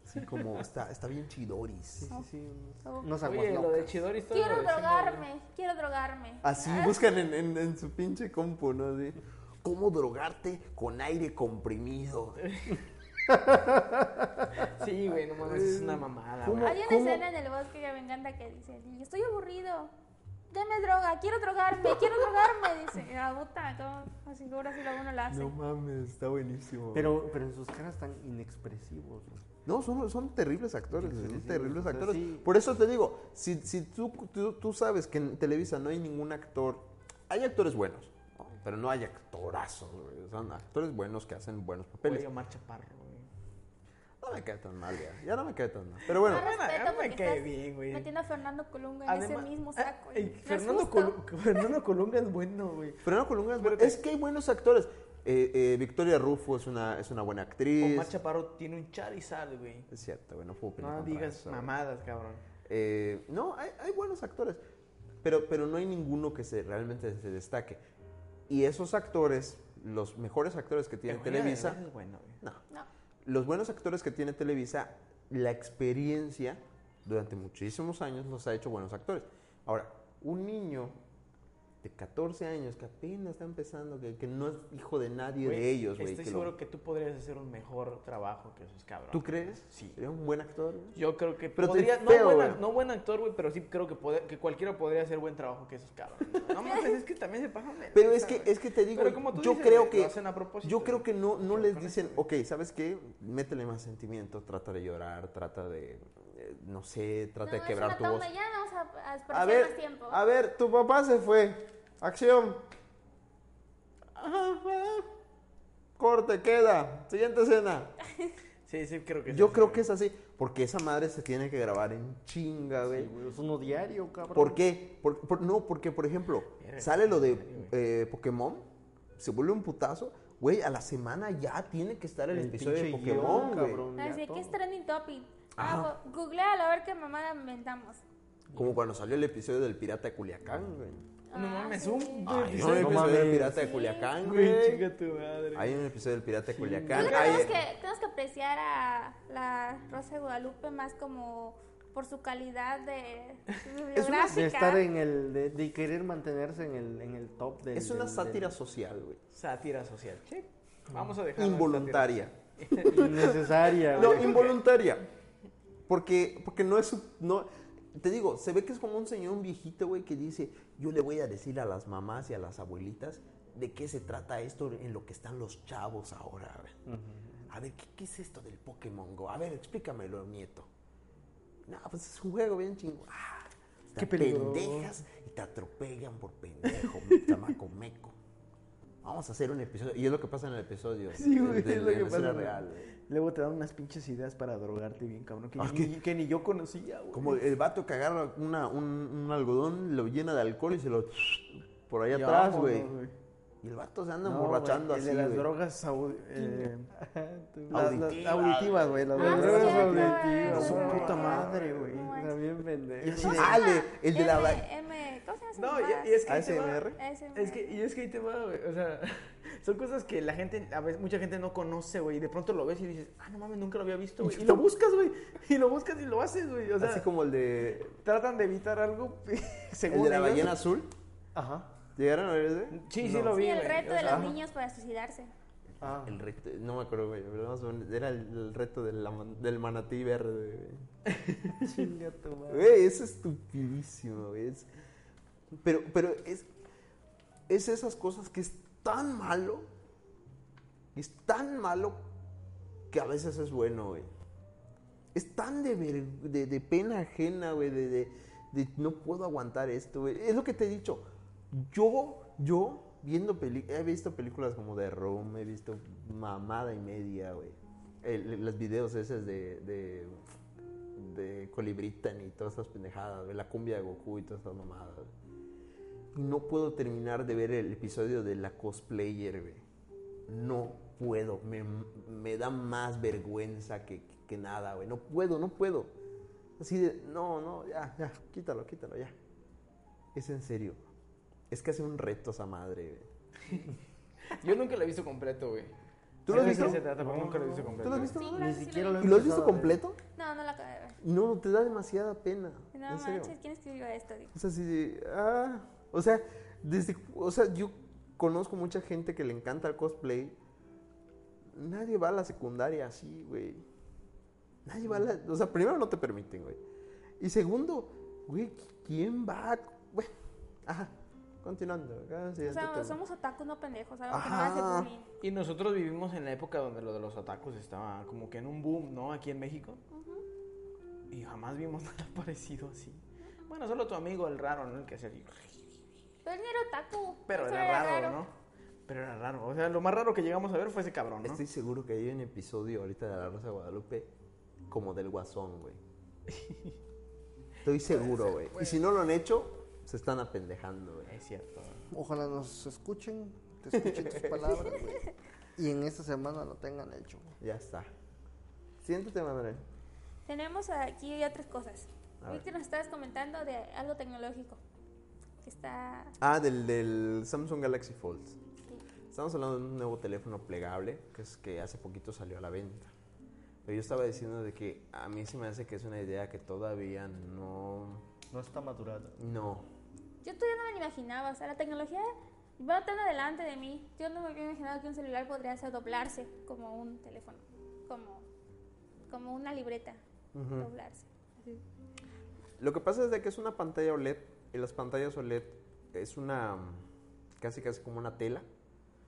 Speaker 2: Así como, está, está bien chidoris.
Speaker 4: Sí, sí,
Speaker 3: Oh.
Speaker 4: unas aguas
Speaker 1: Oye, lo de
Speaker 4: locas.
Speaker 1: Chidori todo
Speaker 3: Quiero
Speaker 1: lo decimos,
Speaker 3: drogarme. Quiero drogarme.
Speaker 1: Ah,
Speaker 2: Así
Speaker 4: Ah.
Speaker 2: buscan en, en- en su pinche compu, ¿no? Así, ¿Cómo drogarte con aire comprimido?
Speaker 1: güey. Sí, güey, no mames, es una mamada, güey.
Speaker 3: Hay una escena en el bosque que me encanta que dice, "Y estoy aburrido, deme droga, quiero drogarme, quiero drogarme, dice. Y La puta, como así, ahora sí lo uno la hace.
Speaker 2: mames, está buenísimo.
Speaker 4: Pero, pero en sus caras tan inexpresivos. güey.
Speaker 2: No, son, son terribles actores,
Speaker 4: Sí,
Speaker 2: son
Speaker 4: sí,
Speaker 2: terribles
Speaker 4: o sea,
Speaker 2: actores.
Speaker 4: sí.
Speaker 2: Por eso te digo, si, si tú, tú, tú sabes que en Televisa no hay ningún actor, hay actores buenos, ¿no? pero no hay actorazos, güey. son actores buenos que hacen buenos papeles.
Speaker 1: Güey, Omar Chaparro, güey.
Speaker 2: No me cae tan mal ya, ya no me cae tan mal. Pero bueno,
Speaker 3: No
Speaker 1: Bueno,
Speaker 3: respeto
Speaker 1: ya me
Speaker 3: porque
Speaker 1: cae
Speaker 3: estás
Speaker 1: bien, güey.
Speaker 3: metiendo a Fernando Colunga en
Speaker 1: Además-
Speaker 3: ese mismo saco.
Speaker 1: Ah,
Speaker 3: y
Speaker 1: ey,
Speaker 3: no es
Speaker 1: Fernando,
Speaker 3: justo.
Speaker 1: Colu- Fernando Colunga es bueno, güey.
Speaker 2: Fernando Colunga es bueno. Es que hay buenos actores. Eh, eh, Victoria Rufo es una, es una buena actriz.
Speaker 1: Omar Chaparro tiene un Charizard, güey.
Speaker 2: Es cierto, güey, no puedo opinar
Speaker 1: No
Speaker 2: contra
Speaker 1: digas
Speaker 2: eso.
Speaker 1: mamadas, cabrón.
Speaker 2: Eh, no, hay, hay buenos actores, pero, pero no hay ninguno que se, realmente se destaque. Y esos actores, los mejores actores que tiene
Speaker 1: El güey de
Speaker 2: Televisa,
Speaker 1: Derbez es bueno, güey.
Speaker 2: no,
Speaker 3: No,
Speaker 2: los buenos actores que tiene Televisa, la experiencia durante muchísimos años los ha hecho buenos actores. Ahora, un niño de 14 años que apenas está empezando, que, que no es hijo de nadie
Speaker 1: Güey,
Speaker 2: de ellos, güey.
Speaker 1: Estoy
Speaker 2: que lo-
Speaker 1: seguro que tú podrías hacer un mejor trabajo que esos cabrones.
Speaker 2: ¿Tú crees?
Speaker 1: Sí.
Speaker 2: ¿Sería un buen actor? güey?
Speaker 1: Yo creo que
Speaker 2: Pero tú
Speaker 1: podría,
Speaker 2: eres
Speaker 1: no,
Speaker 2: feo,
Speaker 1: buena-
Speaker 2: güey.
Speaker 1: no buen actor, güey, pero sí creo que, poder- que cualquiera podría hacer buen trabajo que esos cabrones. No mames, es que también se pasan de
Speaker 2: Pero
Speaker 1: lanza,
Speaker 2: es que,
Speaker 1: güey.
Speaker 2: es que te digo,
Speaker 1: Pero como tú
Speaker 2: yo
Speaker 1: dices,
Speaker 2: creo
Speaker 1: güey,
Speaker 2: que
Speaker 1: lo hacen a propósito,
Speaker 2: yo creo
Speaker 1: güey.
Speaker 2: que no, no
Speaker 1: Pero
Speaker 2: les
Speaker 1: con
Speaker 2: dicen,
Speaker 1: eso,
Speaker 2: ok, ¿sabes qué? Métele más sentimiento, trata de llorar, trata de, eh, no sé, trata
Speaker 3: no,
Speaker 2: de
Speaker 3: es
Speaker 2: quebrar
Speaker 3: una
Speaker 2: tu
Speaker 3: toma,
Speaker 2: voz.
Speaker 3: Ya vamos a, a
Speaker 2: A
Speaker 3: desperdiciar más
Speaker 2: ver,
Speaker 3: tiempo.
Speaker 2: a ver, tu papá se fue. Acción. Ajá. Corte, queda. Siguiente escena.
Speaker 1: Sí, sí, creo que
Speaker 2: Yo creo
Speaker 1: que
Speaker 2: que es así, porque esa madre se tiene que grabar en chinga, güey.
Speaker 4: Sí, güey, Es uno diario, cabrón.
Speaker 2: ¿Por qué? Por- por- no, porque, por ejemplo, sale lo de eh, Pokémon, se vuelve un putazo, güey, a la semana ya tiene que estar el,
Speaker 4: El
Speaker 2: episodio de
Speaker 4: pinche
Speaker 2: Pokémon,
Speaker 4: guión,
Speaker 2: güey.
Speaker 4: cabrón, ya
Speaker 3: Así que
Speaker 4: todo.
Speaker 3: es trending topic. pues,
Speaker 2: Ajá.
Speaker 3: Ah, googlealo a ver qué mamada inventamos.
Speaker 2: Como cuando salió el episodio del pirata de Culiacán, güey.
Speaker 5: No
Speaker 3: Ah,
Speaker 5: mames,
Speaker 3: sí.
Speaker 5: un
Speaker 2: Ay, no,
Speaker 5: episodio.
Speaker 2: el episodio del pirata de
Speaker 3: Sí.
Speaker 2: Culiacán,
Speaker 5: Güey,
Speaker 2: güey.
Speaker 5: chinga tu madre.
Speaker 2: Hay un episodio del pirata de Culiacán.
Speaker 3: Creo que
Speaker 2: Hay-
Speaker 3: tenemos, que, tenemos que apreciar a la Rosa de Guadalupe más como por su calidad de
Speaker 4: de
Speaker 3: bibliográfica.
Speaker 4: estar en el. De, de querer mantenerse en el, en el top del.
Speaker 2: Es una
Speaker 4: del- del-
Speaker 2: sátira social, güey.
Speaker 5: Sátira social. Sí. Vamos a dejar.
Speaker 2: Involuntaria.
Speaker 4: innecesaria.
Speaker 2: No,
Speaker 4: güey.
Speaker 2: involuntaria. Porque, porque no es. su- No, te digo, se ve que es como un señor, un viejito, güey, que dice: Yo le voy a decir a las mamás y a las abuelitas de qué se trata esto en lo que están los chavos ahora. A ver, a ver ¿qué, qué es esto del Pokémon Go? A ver, explícamelo, nieto. No, pues es un juego bien chingo. Ah,
Speaker 5: Qué
Speaker 2: te
Speaker 5: peligro.
Speaker 2: pendejas y te atropellan por pendejo, chamaco meco. Vamos a hacer un episodio. Y es lo que pasa en el episodio.
Speaker 5: Sí, güey,
Speaker 2: de- de-
Speaker 5: es lo
Speaker 2: de
Speaker 5: que
Speaker 2: la escena
Speaker 5: pasa.
Speaker 2: real, güey.
Speaker 5: Luego te dan unas pinches ideas para drogarte bien, cabrón. Que,
Speaker 2: Ah,
Speaker 5: ni, que ni yo conocía, güey.
Speaker 2: Como el vato que agarra una- un, un algodón, lo llena de alcohol y se lo... Por ahí
Speaker 5: Y
Speaker 2: atrás,
Speaker 5: vámonos,
Speaker 2: güey. Y el vato se anda emborrachando
Speaker 5: güey, el
Speaker 2: así,
Speaker 5: de las
Speaker 2: güey.
Speaker 5: drogas au- eh,
Speaker 4: Las- las
Speaker 2: Auditivas.
Speaker 4: auditivas, güey. Las
Speaker 3: Ah,
Speaker 4: drogas
Speaker 3: cierto,
Speaker 4: auditivas.
Speaker 3: eso.
Speaker 4: güey.
Speaker 5: Puta madre, güey.
Speaker 4: Está bien pendejo.
Speaker 5: Y así de-
Speaker 2: Ale, el de la...
Speaker 3: M, M, ¿Cómo se llama? su
Speaker 5: No,
Speaker 3: mamá?
Speaker 5: y, y es que ahí te va.
Speaker 2: ASMR.
Speaker 3: ASMR.
Speaker 5: Es que, y es que ahí te va, güey. O sea, son cosas que la gente, a veces, mucha gente no conoce, güey. Y de pronto lo ves y dices, ah, no mames, nunca lo había visto, güey. Y lo buscas, güey. Y lo buscas y lo haces, güey. O sea,
Speaker 2: Así como el de...
Speaker 5: tratan de evitar algo según
Speaker 2: El de la
Speaker 5: ellos.
Speaker 2: ballena azul.
Speaker 4: Ajá.
Speaker 2: ¿Llegaron a ver ese?
Speaker 5: Sí, sí lo vi,
Speaker 3: Sí, el
Speaker 5: güey.
Speaker 3: reto
Speaker 5: O
Speaker 3: de
Speaker 5: sea,
Speaker 3: los niños para suicidarse.
Speaker 4: Ah.
Speaker 2: El reto... No me acuerdo, güey. pero más o menos Era el, el reto de la man- del manatí verde, güey.
Speaker 4: Chinga tu madre.
Speaker 2: Güey, es estupidísimo, güey. es- Pero, pero es, es esas cosas que es tan malo, es tan malo que a veces es bueno, güey. Es tan de, ver- de, de pena ajena, güey, de, de- de no puedo aguantar esto, güey. Es lo que te he dicho. Yo, yo, viendo peli- he visto películas como de Rome, he visto mamada y media, güey. El- los videos esos de, de, de Colibritan y todas esas pendejadas, güey. La cumbia de Goku y todas esas mamadas, güey. No puedo terminar de ver el episodio de la cosplayer, güey. No puedo. Me, me da más vergüenza que, que nada, güey. No puedo, no puedo. Así de, no, no, ya, ya, quítalo, quítalo, ya. Es en serio. Es que hace un reto esa madre, güey.
Speaker 1: Yo nunca lo he visto completo, güey.
Speaker 2: ¿Tú lo
Speaker 1: No sé
Speaker 2: has
Speaker 1: de
Speaker 2: visto?
Speaker 1: qué se trata, pero nunca lo he visto completo.
Speaker 2: ¿Tú lo has visto?
Speaker 3: Sí, claro,
Speaker 4: Ni
Speaker 3: sí
Speaker 4: siquiera
Speaker 3: vi.
Speaker 4: lo
Speaker 2: ¿Y lo has visto
Speaker 4: Empezado, güey.
Speaker 2: completo?
Speaker 3: No, no lo acabo de ver.
Speaker 2: Y no, te da demasiada pena.
Speaker 3: No
Speaker 2: en serio.
Speaker 3: manches, ¿quién escribió esto? Digo,
Speaker 2: O sea, sí, sí, ah, o sea, desde, o sea, yo conozco mucha gente que le encanta el cosplay. Nadie va a la secundaria así, güey. Nadie va a la, o sea, primero no te permiten, güey. Y segundo, güey, ¿quién va? a- Bueno, ajá, continuando. acá,
Speaker 3: O
Speaker 2: siguiente
Speaker 3: sea,
Speaker 2: tema.
Speaker 3: somos otakus, no pendejos. Algo que no hace
Speaker 2: Ajá.
Speaker 3: bullying.
Speaker 5: Y nosotros vivimos en la época donde lo de los atacos estaba como que en un boom, ¿no? Aquí en México. Y jamás vimos nada parecido así. Bueno, solo tu amigo, el raro, ¿no? El que hacía así.
Speaker 3: Pero él no era otaku.
Speaker 5: Pero
Speaker 3: eso
Speaker 5: era raro, ¿no? Pero era raro. O sea, lo más raro que llegamos a ver fue ese cabrón, ¿no?
Speaker 2: Estoy seguro que hay un episodio ahorita de La Rosa de Guadalupe como del Guasón, güey. Estoy seguro, güey. Y si no lo han hecho, se están apendejando, güey.
Speaker 5: Es cierto.
Speaker 4: eh. Ojalá nos escuchen, te escuchen tus palabras, güey. Y en esta semana lo tengan hecho. güey.
Speaker 2: Ya está. Siguiente tema, Manuel.
Speaker 3: Tenemos aquí otras cosas.
Speaker 2: A ver.
Speaker 3: Víctor nos estabas comentando de algo tecnológico. Que está.
Speaker 2: Ah, del, del Samsung Galaxy Fold. Estamos hablando de un nuevo teléfono plegable que es que hace poquito salió a la venta. Pero yo estaba diciendo de que a mí se me hace que es una idea que todavía no...
Speaker 8: No está maturado.
Speaker 2: No.
Speaker 3: Yo todavía no me lo imaginaba. O sea, la tecnología va tan adelante de mí. Yo no me había imaginado que un celular podría hacer doblarse como un teléfono. Como, como una libreta.
Speaker 5: Mm.
Speaker 3: Doblarse. Así.
Speaker 2: Lo que pasa es de que es una pantalla OLED y las pantallas OLED es una mm, casi casi como una tela.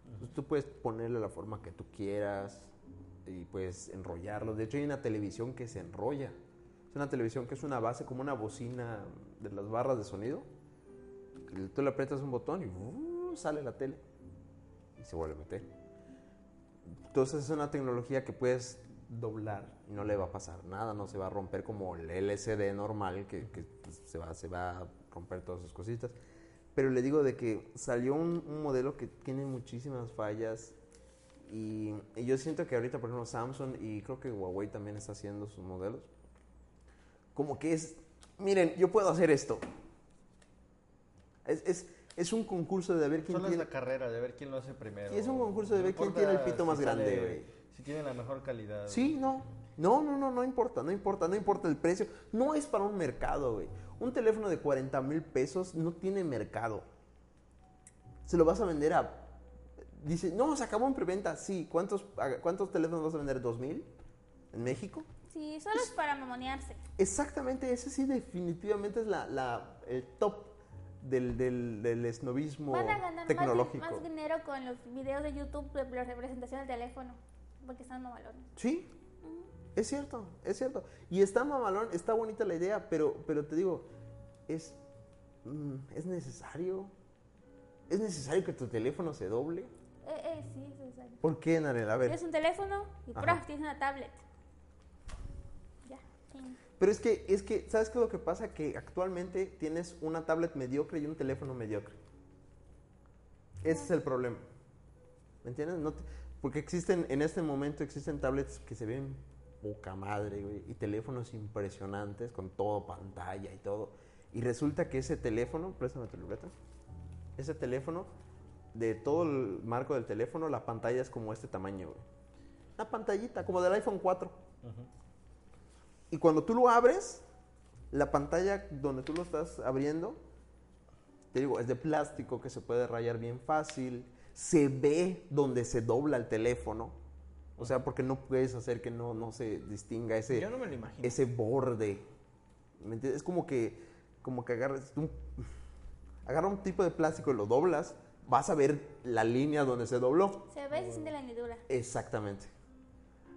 Speaker 2: Entonces, tú puedes ponerle la forma que tú quieras y puedes enrollarlo. De hecho hay una televisión que se enrolla. Es una televisión que es una base como una bocina de las barras de sonido. Y Tú le aprietas un botón y ¡uh! sale la tele y se vuelve a meter. Entonces es una tecnología que puedes doblar y no le va a pasar nada, no se va a romper como el LCD normal que, que, pues, se, va, se va a romper todas sus cositas. Pero le digo de que salió un, un modelo que tiene muchísimas fallas y, y yo siento que ahorita, por ejemplo, Samsung y creo que Huawei también está haciendo sus modelos. Como que es, miren, yo puedo hacer esto. Es, es- es un concurso de a ver quién
Speaker 4: Solo es
Speaker 2: tiene...
Speaker 4: la carrera de ver quién lo hace primero.
Speaker 2: Sí, es un concurso de ver quién
Speaker 4: importa
Speaker 2: tiene el pito más grande,
Speaker 4: sale-
Speaker 2: güey.
Speaker 4: Si tiene la mejor calidad.
Speaker 2: Sí, no. No, no, no, no importa, no importa, no importa el precio. No es para un mercado, güey. Un teléfono de 40 mil pesos no tiene mercado. Se lo vas a vender a... Dice, no, se acabó en preventa. Sí, ¿cuántos, a- cuántos teléfonos vas a vender? ¿2 mil? ¿En México?
Speaker 3: Sí, solo es para mamonearse.
Speaker 2: Exactamente, ese sí definitivamente es la, la- el top del, del, del esnovismo
Speaker 3: Van a ganar más,
Speaker 2: tecnológico.
Speaker 3: más dinero con los videos de YouTube de la representación del teléfono. Porque están mamalones.
Speaker 2: Sí, es cierto, es cierto. Y está mamalón, está bonita la idea, pero, pero te digo, es, mm, es necesario. Es necesario que tu teléfono se doble.
Speaker 3: Eh, eh, sí, eso es algo.
Speaker 2: ¿Por qué, Narel? A ver.
Speaker 3: Tienes un teléfono y
Speaker 2: Ajá.
Speaker 3: ¡pras! tienes una tablet. Ya, fin.
Speaker 2: Pero es que, es que, ¿sabes qué es lo que pasa? Que actualmente tienes una tablet mediocre y un teléfono mediocre. Ese es el problema. ¿Me entiendes? No te- porque existen, en este momento existen tablets que se ven poca madre, güey, y teléfonos impresionantes con todo pantalla y todo. Y resulta que ese teléfono, préstame tu libreta, ese teléfono, de todo el marco del teléfono, la pantalla es como este tamaño, güey. Una pantallita, como del iPhone 4. Y cuando tú lo abres, la pantalla donde tú lo estás abriendo, te digo, es de plástico que se puede rayar bien fácil. Se ve donde se dobla el teléfono. O sea, porque no puedes hacer que no, no se distinga ese,
Speaker 1: Yo no me lo imagino.
Speaker 2: ese borde. ¿Me entiendes? Es como que, como que agarras un, agarra un tipo de plástico y lo doblas, vas a ver la línea donde se dobló.
Speaker 3: Se ve y se siente la hendidura.
Speaker 2: Exactamente.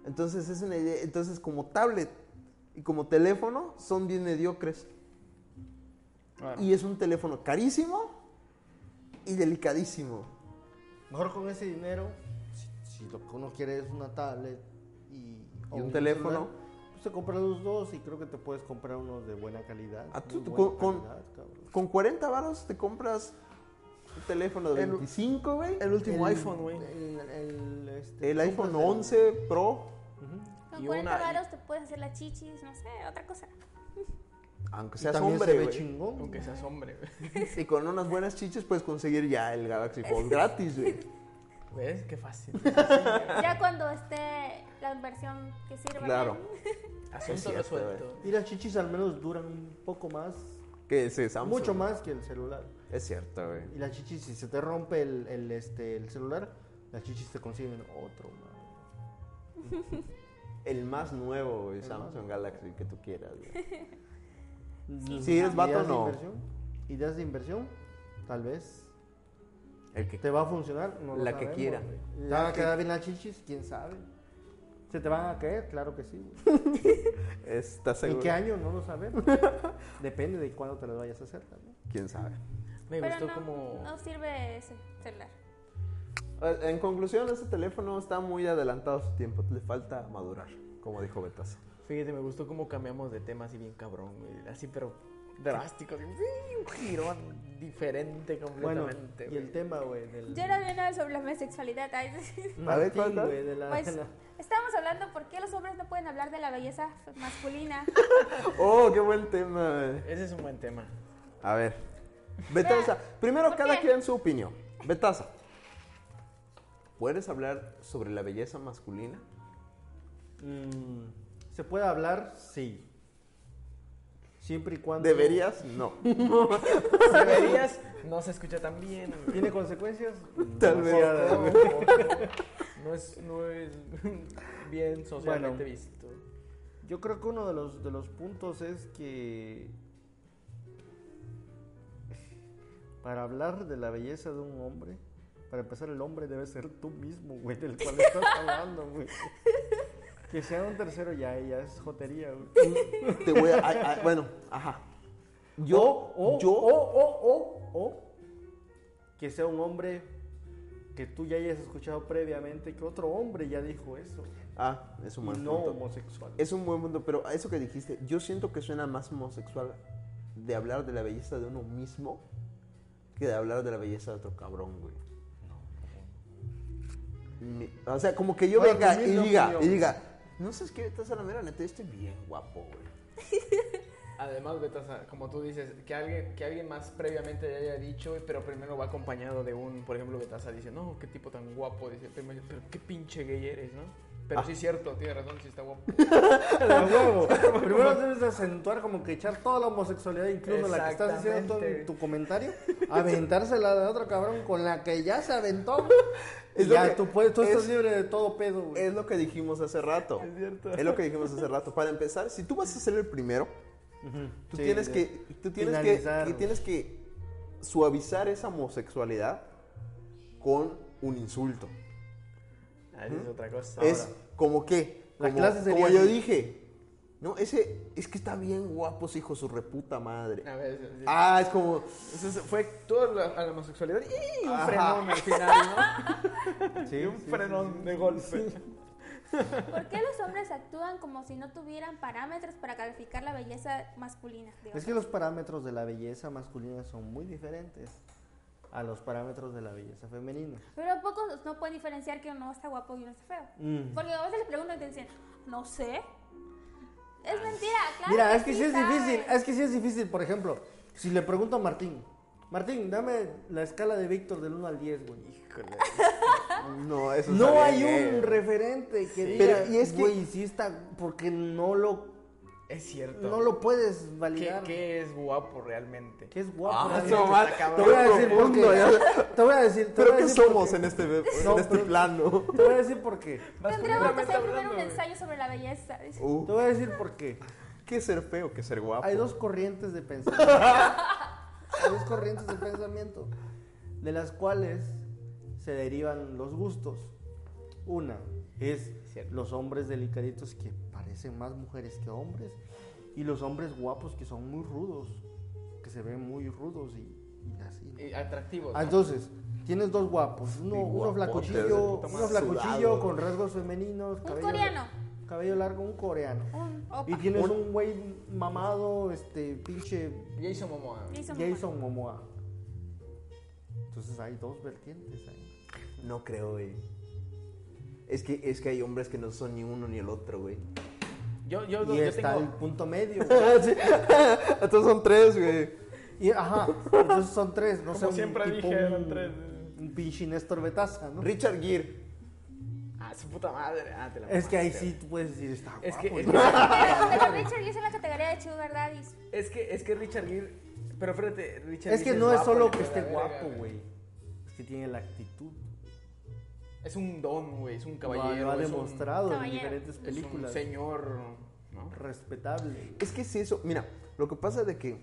Speaker 2: Entonces es una idea, entonces como tablet y como teléfono son bien mediocres.
Speaker 1: Claro.
Speaker 2: Y es un teléfono carísimo y delicadísimo.
Speaker 4: Mejor con ese dinero, si, si lo que uno quiere es una tablet y, o
Speaker 2: un teléfono.
Speaker 4: pues te compras los dos y creo que te puedes comprar unos de buena calidad.
Speaker 2: Ah, tú-
Speaker 4: muy
Speaker 2: tú
Speaker 4: buena
Speaker 2: con-
Speaker 4: calidad, cabrón.
Speaker 2: Con 40 varos te compras un teléfono de
Speaker 1: El-
Speaker 2: 25, güey.
Speaker 1: El último
Speaker 4: El-
Speaker 1: iPhone, güey.
Speaker 4: El, el, este,
Speaker 2: El
Speaker 4: te
Speaker 2: iPhone
Speaker 4: compras el-
Speaker 2: 11 Pro.
Speaker 3: Con
Speaker 1: Y
Speaker 3: 40
Speaker 1: una-
Speaker 3: varos te puedes hacer las chichis, no sé, otra cosa.
Speaker 2: Aunque
Speaker 4: y
Speaker 2: seas
Speaker 4: también
Speaker 2: hombre,
Speaker 4: se ve
Speaker 2: güey.
Speaker 4: chingón.
Speaker 1: Aunque seas hombre, güey.
Speaker 2: Y con unas buenas chiches puedes conseguir ya el Galaxy Fold gratis, güey.
Speaker 1: ¿Ves? Qué fácil.
Speaker 3: Ya cuando esté la versión que sirva.
Speaker 2: Claro. Es
Speaker 1: Asunto
Speaker 2: cierto,
Speaker 1: resuelto.
Speaker 4: Y las chichis al menos duran un poco más,
Speaker 2: Que ese Samsung.
Speaker 4: mucho más que el celular.
Speaker 2: Es cierto, güey.
Speaker 4: Y las chichis, si se te rompe el, el, este, el celular, las chichis te consiguen otro. man.
Speaker 2: El más nuevo, güey,
Speaker 4: El
Speaker 2: Samsung
Speaker 4: más-
Speaker 2: Galaxy que tú quieras, güey.
Speaker 4: Mm,
Speaker 2: Si eres vato,
Speaker 4: ideas de
Speaker 2: no.
Speaker 4: inversión, Ideas de inversión, tal vez.
Speaker 2: El que
Speaker 4: ¿Te va a funcionar? No lo
Speaker 2: La que
Speaker 4: sabemos,
Speaker 2: quiera.
Speaker 4: güey. ¿Te
Speaker 2: La
Speaker 4: van a
Speaker 2: que-
Speaker 4: quedar bien las chichis? ¿Quién sabe? ¿Se te van a caer? Claro que sí. güey.
Speaker 2: ¿Estás
Speaker 4: ¿En
Speaker 2: seguro?
Speaker 4: qué año? No lo sabemos. Depende de cuándo te las vayas a hacer también.
Speaker 2: ¿Quién sabe?
Speaker 1: Me
Speaker 3: Pero
Speaker 1: gustó
Speaker 3: no,
Speaker 1: como.
Speaker 3: no sirve ese celular.
Speaker 2: Eh, En conclusión, este teléfono está muy adelantado a su tiempo. Le falta madurar, como dijo Betas.
Speaker 1: Fíjate, me gustó cómo cambiamos de tema así bien cabrón, güey. Así, pero drástico. así, ¡uy! un girón diferente
Speaker 4: Bueno,
Speaker 1: completamente.
Speaker 4: y el
Speaker 1: güey.
Speaker 4: tema, güey, del...
Speaker 3: Yo no hablé nada sobre la homosexualidad. ay,
Speaker 2: A ver, ¿cuál,
Speaker 4: Martín,
Speaker 2: cuál?
Speaker 4: güey, de la-
Speaker 1: Ah,
Speaker 3: Pues
Speaker 4: de la-
Speaker 3: estábamos hablando por qué los hombres no pueden hablar de la belleza masculina.
Speaker 2: ¡Oh, qué buen tema! güey.
Speaker 1: Ese es un buen tema.
Speaker 2: A ver. Betasa, primero
Speaker 3: ¿por
Speaker 2: cada
Speaker 3: qué?
Speaker 2: quien su opinión. Betasa, ¿puedes hablar sobre la belleza masculina?
Speaker 4: Mm, ¿Se puede hablar? Sí. Siempre y cuando...
Speaker 2: ¿Deberías? No.
Speaker 1: Si verías, no se escucha tan bien, güey.
Speaker 4: ¿Tiene consecuencias?
Speaker 2: Tal vez.
Speaker 4: Demasiadas, güey.
Speaker 1: No es, no es bien socialmente visto.
Speaker 4: Yo creo que uno de los, de los puntos es que para hablar de la belleza de un hombre, para empezar el hombre debe ser tú mismo, güey, del cual estás hablando, güey. Que sea un tercero ya, ya es jotería, güey.
Speaker 2: Te voy a... a- a- bueno, ajá. Yo,
Speaker 4: o,
Speaker 2: yo...
Speaker 4: o, o, o, o, que sea un hombre que tú ya hayas escuchado previamente que otro hombre ya dijo eso.
Speaker 2: Ah, es
Speaker 4: Y
Speaker 2: un buen
Speaker 4: no
Speaker 2: punto.
Speaker 4: homosexual.
Speaker 2: Es un buen punto, pero a eso que dijiste, yo siento que suena más homosexual de hablar de la belleza de uno mismo que de hablar de la belleza de otro cabrón, güey. Mi- O sea, como que yo
Speaker 4: Bueno,
Speaker 2: venga
Speaker 4: mi
Speaker 2: y
Speaker 4: humilde
Speaker 2: diga, y
Speaker 4: opinión.
Speaker 2: diga, no sé, es que estás a la mera neta, yo estoy bien guapo, güey.
Speaker 1: Además, Betas, a- como tú dices, que alguien, que alguien más previamente le haya dicho, pero primero va acompañado de un, por ejemplo, Betasa dice, no, qué tipo tan guapo, dice, primero, pero qué pinche gay eres, ¿no? Pero
Speaker 4: Ah.
Speaker 1: sí es cierto, tiene razón, sí está guapo.
Speaker 4: A huevo. Primero debes de acentuar como que echar toda la homosexualidad, incluso la que estás diciendo tú en
Speaker 1: Exactamente.
Speaker 4: tu comentario, aventársela de otro cabrón con la que ya se aventó. Y
Speaker 2: Es lo
Speaker 4: ya
Speaker 2: que-
Speaker 4: tú, puedes, tú estás
Speaker 2: es-
Speaker 4: libre de todo pedo, güey.
Speaker 2: Es lo que dijimos hace rato.
Speaker 1: Es cierto.
Speaker 2: Es lo que dijimos hace rato. Para empezar, si tú vas a ser el primero, tú
Speaker 4: Sí,
Speaker 2: tienes
Speaker 4: ya.
Speaker 2: que tú tienes que,
Speaker 4: Finalizar.
Speaker 2: que tienes que suavizar esa homosexualidad con un insulto.
Speaker 1: Ah, esa es otra cosa.
Speaker 2: es como que
Speaker 4: La
Speaker 2: como,
Speaker 4: clase sería
Speaker 2: como yo
Speaker 4: así.
Speaker 2: dije, no, ese es que está bien guapos, hijo de su reputa madre.
Speaker 1: Ahora, a ver, sí.
Speaker 2: Ah, es como
Speaker 1: Eso es- fue toda la, a la homosexualidad y un
Speaker 2: Ajá.
Speaker 1: frenón al final,
Speaker 4: Sí,
Speaker 1: ¿no? y un
Speaker 4: sí,
Speaker 1: frenón de golpe.
Speaker 3: ¿Por qué los hombres actúan como si no tuvieran parámetros para calificar la belleza masculina? Digo,
Speaker 4: Es que los parámetros de la belleza masculina son muy diferentes a los parámetros de la belleza femenina.
Speaker 3: Pero pocos no pueden diferenciar que uno está guapo y uno está feo.
Speaker 4: Mm.
Speaker 3: Porque a veces les preguntan y te dicen, no sé. Es mentira, claro.
Speaker 4: Mira, es que Ah, sí
Speaker 3: sí
Speaker 4: es difícil,
Speaker 3: saben.
Speaker 4: es que sí es difícil, por ejemplo, si le pregunto a Martín, Martín, dame la escala de Víctor del 1 al 10, güey.
Speaker 1: Híjole.
Speaker 2: no, eso
Speaker 4: No
Speaker 2: está
Speaker 4: hay
Speaker 2: bien.
Speaker 4: un referente que diga,
Speaker 2: Pero, y es que-
Speaker 4: güey, sí está, porque no lo,
Speaker 1: Es cierto.
Speaker 4: no lo puedes
Speaker 1: ¿Qué,
Speaker 4: validar.
Speaker 1: qué es guapo realmente?
Speaker 4: Que es guapo.
Speaker 2: Ah,
Speaker 4: realmente.
Speaker 2: eso va-
Speaker 4: te voy a decir por
Speaker 2: profundo,
Speaker 4: qué.
Speaker 2: ya.
Speaker 4: Te voy a decir, te
Speaker 2: Pero
Speaker 4: voy a
Speaker 2: qué
Speaker 4: decir por
Speaker 2: somos
Speaker 4: qué.
Speaker 2: en este
Speaker 4: No,
Speaker 2: en este
Speaker 4: pero-
Speaker 2: plano.
Speaker 4: Te voy a decir por qué.
Speaker 3: Tendríamos que hacer primero un
Speaker 1: hablando,
Speaker 3: ensayo sobre la belleza. dice.
Speaker 2: Uh,
Speaker 4: Te voy a decir por qué.
Speaker 2: qué ser feo, qué ser guapo.
Speaker 4: Hay dos corrientes de pensamiento. Hay dos corrientes de pensamiento. De las cuales se derivan los gustos. Una es
Speaker 1: Cierto.
Speaker 4: los hombres delicaditos que parecen más mujeres que hombres. Y los hombres guapos que son muy rudos. Que se ven muy rudos y, y así. ¿no?
Speaker 1: Y atractivos.
Speaker 4: Ah, Entonces, tienes dos guapos. Uno, uno
Speaker 2: guapotes, de
Speaker 4: flacuchillo,
Speaker 2: puta
Speaker 4: uno
Speaker 2: madre.
Speaker 4: flacuchillo
Speaker 2: Sudado.
Speaker 4: con rasgos femeninos.
Speaker 3: Un coreano.
Speaker 4: Cabello largo, un coreano.
Speaker 3: Un opa.
Speaker 4: Y tienes un güey mamado, este, pinche
Speaker 1: Jason Momoa.
Speaker 3: Jason Momoa.
Speaker 4: Jason Momoa. Entonces hay dos vertientes ahí.
Speaker 2: No creo, güey. Es que es que hay hombres que no son ni uno ni el otro, güey.
Speaker 1: Yo, yo, yo
Speaker 4: Y está el
Speaker 1: tengo...
Speaker 4: punto medio.
Speaker 2: Estos son tres, güey.
Speaker 4: Y, ajá, entonces son tres, no sé.
Speaker 1: Como
Speaker 4: un
Speaker 1: siempre
Speaker 4: tipo,
Speaker 1: dije,
Speaker 4: un-
Speaker 1: eran tres.
Speaker 4: Un pinche Néstor Betaza, ¿no?
Speaker 2: Richard Gere.
Speaker 1: Ah, su puta madre. Ah, te la
Speaker 4: Es que ahí
Speaker 1: mamaste.
Speaker 4: sí tú puedes decir, está guapo.
Speaker 1: Es que, es,
Speaker 4: ¿no?
Speaker 3: Pero, pero Richard, yo soy la categoría de Sugar Daddies.
Speaker 1: que, es que, es que Richard Gere... Pero fíjate, Richard
Speaker 4: Es que
Speaker 1: Gere
Speaker 4: no es
Speaker 1: guapo,
Speaker 4: solo
Speaker 1: le
Speaker 4: que
Speaker 1: pega
Speaker 4: esté
Speaker 1: la verga,
Speaker 4: guapo, güey. Es que tiene la actitud.
Speaker 1: Es un don, güey. Es un
Speaker 4: Lo ha-
Speaker 1: caballero.
Speaker 4: Lo ha
Speaker 1: es un-
Speaker 4: demostrado en
Speaker 3: Caballero.
Speaker 4: diferentes
Speaker 1: Es un
Speaker 4: películas.
Speaker 1: señor, ¿no?
Speaker 4: Respetable.
Speaker 2: Es que si eso, mira, lo que pasa de que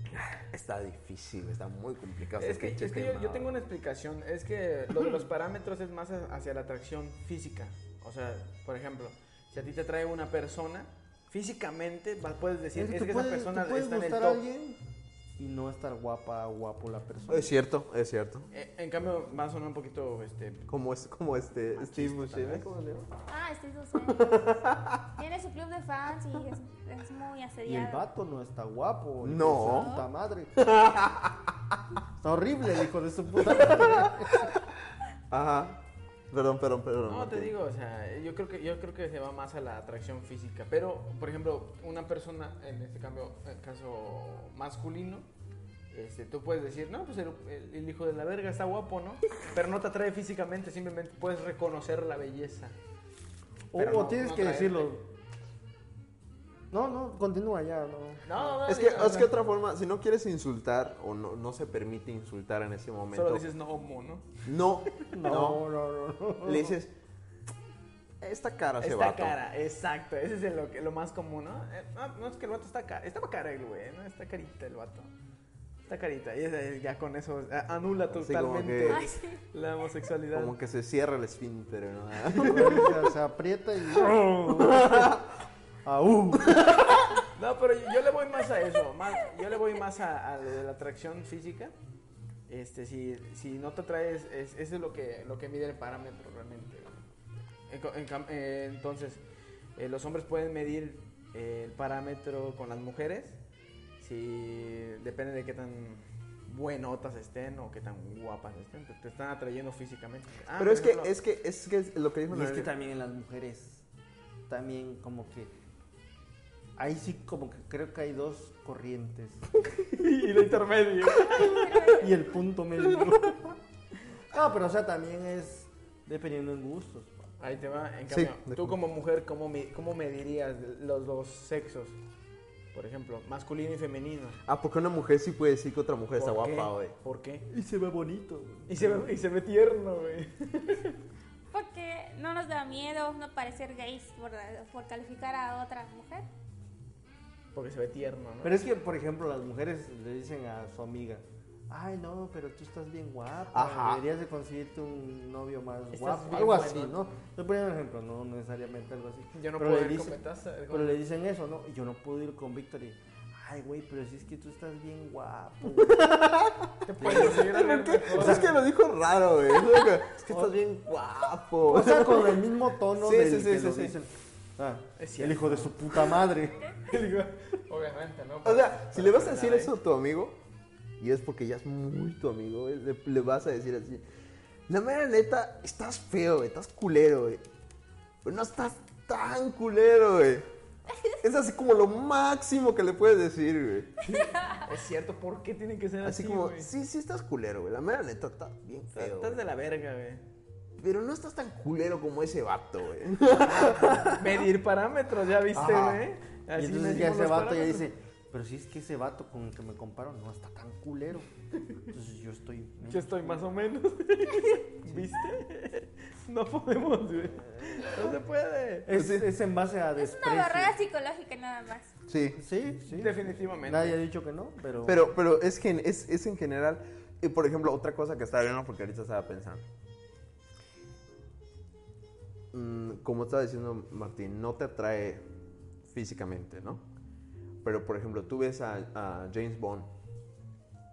Speaker 2: está difícil, está muy complicado.
Speaker 1: Es que,
Speaker 2: este
Speaker 1: es que
Speaker 2: tema.
Speaker 1: yo, yo tengo una explicación. Es que lo de los parámetros es más a- hacia la atracción física. O sea, por ejemplo, si a ti te trae una persona, físicamente va- puedes decir, es que,
Speaker 4: tú
Speaker 1: esa
Speaker 4: puedes-
Speaker 1: persona
Speaker 4: tú puedes
Speaker 1: está en el
Speaker 4: gustar
Speaker 1: top.
Speaker 4: a alguien y no estar guapa guapo la persona.
Speaker 2: Es cierto, es cierto.
Speaker 1: Eh, en cambio, va a sonar un poquito, este...
Speaker 2: Como, es, como este
Speaker 1: Ah,
Speaker 2: Steve Buscemi. ¿cómo se llama?
Speaker 3: Ah, estoy José. Tiene su club de fans y es, es muy
Speaker 4: Y el
Speaker 3: asediado.
Speaker 4: vato no está guapo. el hijo
Speaker 2: No.
Speaker 4: de su puta madre. está horrible el hijo de su puta madre.
Speaker 2: Ajá. Perdón, perdón, perdón.
Speaker 1: No, te
Speaker 2: Martín.
Speaker 1: digo, o sea, yo creo que yo creo que se va más a la atracción física, pero por ejemplo, una persona en este cambio en caso masculino este, tú puedes decir, no, pues el, el- el hijo de la verga está guapo, ¿no? Pero no te atrae físicamente, simplemente puedes reconocer la belleza.
Speaker 4: O,
Speaker 1: Pero
Speaker 4: o
Speaker 1: no-
Speaker 4: Oh, tienes
Speaker 1: no
Speaker 4: que
Speaker 1: traerte.
Speaker 4: decirlo. No, no, continúa ya. No.
Speaker 1: No, no,
Speaker 2: Es que,
Speaker 1: digo,
Speaker 2: es que
Speaker 1: no.
Speaker 2: otra forma, si no quieres insultar o no, no se permite insultar en ese momento.
Speaker 1: Solo dices no homo, ¿no?
Speaker 2: no, no,
Speaker 4: No, no, no. no.
Speaker 2: Le dices, esta cara se
Speaker 1: Está
Speaker 2: va.
Speaker 1: cara, exacto. Ese es el- lo, que- lo más común, ¿no? Eh, no, no, es que el vato está cara. Estaba cara el güey, ¿no? Está carita el vato. Está carita. Y esa- ya con eso eh, anula
Speaker 2: Así como
Speaker 1: totalmente
Speaker 2: que-
Speaker 3: Ay, Ah, sí.
Speaker 1: la homosexualidad.
Speaker 2: Como que se cierra el esfínter, ¿no?
Speaker 4: Se, se aprieta y. "Oh". ¡Aú!
Speaker 1: No, pero yo, yo le voy más a eso. Más, yo le voy más a, a lo de la atracción física. Este, si, si no te atraes, es, eso es lo que, lo que mide el parámetro realmente. En co- en cam- eh, entonces, eh, los hombres pueden medir eh, el parámetro con las mujeres. Si depende de qué tan buenotas estén o qué tan guapas estén. Te, te están atrayendo físicamente. Ah,
Speaker 2: Pero
Speaker 1: por
Speaker 2: es que,
Speaker 1: ejemplo,
Speaker 2: es que, es que lo que dijo
Speaker 4: Y es
Speaker 2: Nayeli-
Speaker 4: que también en las mujeres, también como que Ahí sí como que creo que hay dos corrientes.
Speaker 1: y lo intermedio.
Speaker 4: y el punto medio. no, pero o sea, también es dependiendo en gustos.
Speaker 1: Ahí te va. En cambio,
Speaker 2: Sí, de
Speaker 1: tú
Speaker 2: acuerdo.
Speaker 1: como mujer, ¿cómo, me, ¿cómo medirías los dos sexos? Por ejemplo, masculino y femenino.
Speaker 2: Ah, porque una mujer sí puede decir que otra mujer Pues está
Speaker 1: ¿Por
Speaker 2: guapa,
Speaker 1: qué?
Speaker 2: güey.
Speaker 1: ¿Por qué?
Speaker 4: Y se ve bonito.
Speaker 1: Y se ve, y se ve tierno, güey.
Speaker 3: Porque no nos da miedo no parecer gays por, por calificar a otra mujer.
Speaker 1: Porque se ve tierno, ¿no?
Speaker 4: Pero es que, por ejemplo, las mujeres le dicen a su amiga, ay no, pero tú estás bien guapa,
Speaker 2: Ajá.
Speaker 4: deberías de conseguirte un novio más
Speaker 1: Estás
Speaker 4: guapo,
Speaker 1: bien
Speaker 4: algo así,
Speaker 1: bueno.
Speaker 4: ¿no? Estoy poniendo un ejemplo, no necesariamente algo así.
Speaker 1: Yo no
Speaker 4: Pero
Speaker 1: puedo
Speaker 4: le
Speaker 1: ir con
Speaker 4: dicen-
Speaker 1: Betasa, con-
Speaker 4: Pero le dicen eso, ¿no? Y yo no puedo ir con Victory. Ay, güey, pero si es que tú estás bien guapo. güey".
Speaker 1: Te puedes conseguir a ver mejor.
Speaker 2: Pues es que lo dijo raro, güey. Es como que, es que estás bien guapo.
Speaker 4: O sea, con el mismo tono
Speaker 2: Sí,
Speaker 4: del
Speaker 2: sí, sí,
Speaker 4: que
Speaker 2: sí,
Speaker 4: lo
Speaker 2: sí.
Speaker 4: dicen. Ah,
Speaker 1: Es
Speaker 4: el hijo de su puta madre.
Speaker 1: Obviamente, ¿no?
Speaker 2: O sea, si le vas a
Speaker 1: Para
Speaker 2: decir
Speaker 1: nada, ¿eh?
Speaker 2: eso a tu amigo, y es porque ya es muy tu amigo, güey, le, le vas a decir así, la mera neta, estás feo, güey, estás culero, güey. Pero no estás tan culero, güey. Es así como lo máximo que le puedes decir, güey.
Speaker 1: Es cierto, ¿por qué tiene que ser así?
Speaker 2: Así como,
Speaker 1: Ah, güey?
Speaker 2: sí, sí estás culero, güey. La mera neta, estás bien
Speaker 1: Estás-
Speaker 2: feo.
Speaker 1: Estás de
Speaker 2: güey.
Speaker 1: la verga, güey.
Speaker 2: Pero no estás tan culero como ese vato, güey.
Speaker 1: Medir parámetros, ya viste,
Speaker 2: Ajá.
Speaker 1: güey.
Speaker 4: y
Speaker 1: Así
Speaker 4: entonces ya
Speaker 1: medimos
Speaker 4: ese
Speaker 1: los
Speaker 4: vato ya
Speaker 1: parámetros.
Speaker 4: dice, pero si es que ese vato con el que me comparo no está tan culero. Entonces yo estoy...
Speaker 1: Yo estoy más o menos. ¿Viste? No podemos, güey. No se puede.
Speaker 4: Es, es en base a
Speaker 3: Es
Speaker 4: desprecio.
Speaker 3: una barrera psicológica nada más.
Speaker 2: Sí.
Speaker 4: Sí, sí.
Speaker 1: Definitivamente.
Speaker 4: Nadie ha dicho que no, pero...
Speaker 2: Pero, pero es, que en- es, es en general. Y por ejemplo, otra cosa que estaba viendo porque ahorita estaba pensando. Mm, como estaba diciendo Martín, no te atrae físicamente, ¿no? Pero por ejemplo, tú ves a, a James Bond,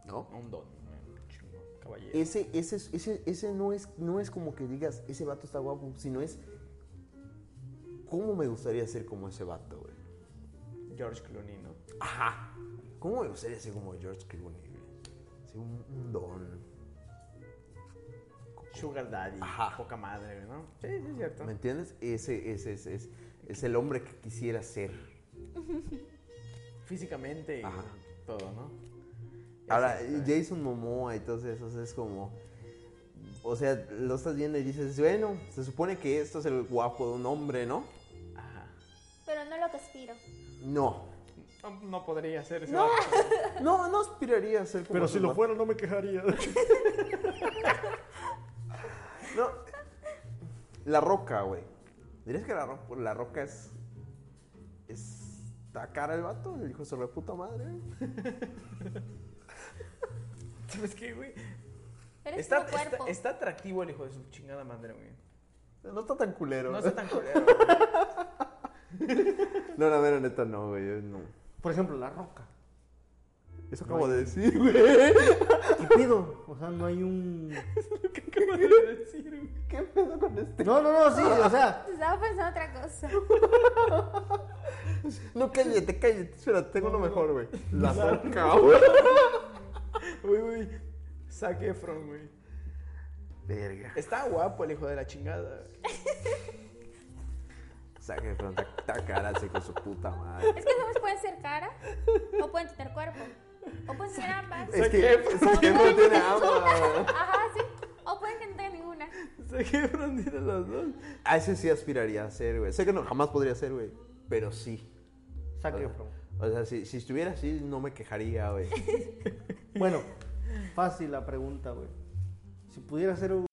Speaker 2: ¿no?
Speaker 1: Un don, un chingón, caballero.
Speaker 2: Ese, ese, es- ese, ese no, es, no es como que digas, ese vato está guapo, sino es. ¿Cómo me gustaría ser como ese vato, güey?
Speaker 1: George Clooney, ¿no?
Speaker 2: Ajá. ¿Cómo me gustaría ser como George Clooney? güey? Así un, un don.
Speaker 1: Sugar Daddy.
Speaker 2: Ajá.
Speaker 1: Poca madre, güey, ¿no? Sí, sí, es cierto.
Speaker 2: ¿Me entiendes? Ese, ese, ese- es, es el hombre que quisiera ser.
Speaker 1: Físicamente y
Speaker 2: Ajá.
Speaker 1: todo, ¿no? Ya
Speaker 2: Ahora,
Speaker 1: sabes, güey.
Speaker 2: Jason Momoa y todos esos es como. O sea, lo estás viendo y dices, bueno, se supone que esto es el guapo de un hombre, ¿no?
Speaker 1: Ajá.
Speaker 3: Pero no lo que aspiro.
Speaker 2: No.
Speaker 1: No, no podría ser. ese
Speaker 2: No,
Speaker 1: vato.
Speaker 2: no, no aspiraría a ser como. su ma-
Speaker 4: fuera no me quejaría.
Speaker 2: No. La roca, güey. ¿Dirías que la, Ro- la roca es. es. está cara el vato? El hijo de su re puta madre, güey.
Speaker 1: ¿Sabes qué, güey?
Speaker 3: Eres
Speaker 1: Está,
Speaker 3: tu
Speaker 1: está,
Speaker 3: cuerpo.
Speaker 1: está atractivo el hijo de su chingada madre, güey.
Speaker 2: No está tan culero.
Speaker 1: No
Speaker 2: No,
Speaker 1: está tan culero. güey.
Speaker 2: no la mera neta no, güey. yo No.
Speaker 4: Por ejemplo, La Roca.
Speaker 2: Eso
Speaker 4: No
Speaker 2: acabo
Speaker 4: hay-
Speaker 2: de decir, güey.
Speaker 4: ¿Qué pido? O sea, no hay un...
Speaker 1: Lo que acabas de decir, güey.
Speaker 2: ¿Qué pedo con este?
Speaker 4: No, no, no, sí, o sea...
Speaker 3: Estaba pensando otra cosa.
Speaker 2: No, cállate, cállate. Espera, tengo uno mejor, güey. La roca, güey.
Speaker 1: Uy, uy. Zac Efron, güey.
Speaker 2: Verga.
Speaker 1: Está guapo el hijo de la chingada. güey.
Speaker 2: Saque pronto, está cara, se con su puta madre.
Speaker 3: Es que somos pueden ser cara o pueden tener cuerpo. O pueden tener ambas.
Speaker 2: Es que, es que no tiene hambre.
Speaker 3: Ajá, sí. O pueden que no tengan ninguna.
Speaker 1: Zac Efron tiene los dos.
Speaker 2: A ese sí aspiraría a ser, güey. Sé que no, jamás podría ser, güey. Pero sí.
Speaker 4: Zac
Speaker 2: O sea,
Speaker 4: Efron.
Speaker 2: O sea, si, si estuviera así, no me quejaría, güey.
Speaker 4: Bueno, fácil la pregunta, güey. Si pudiera ser un,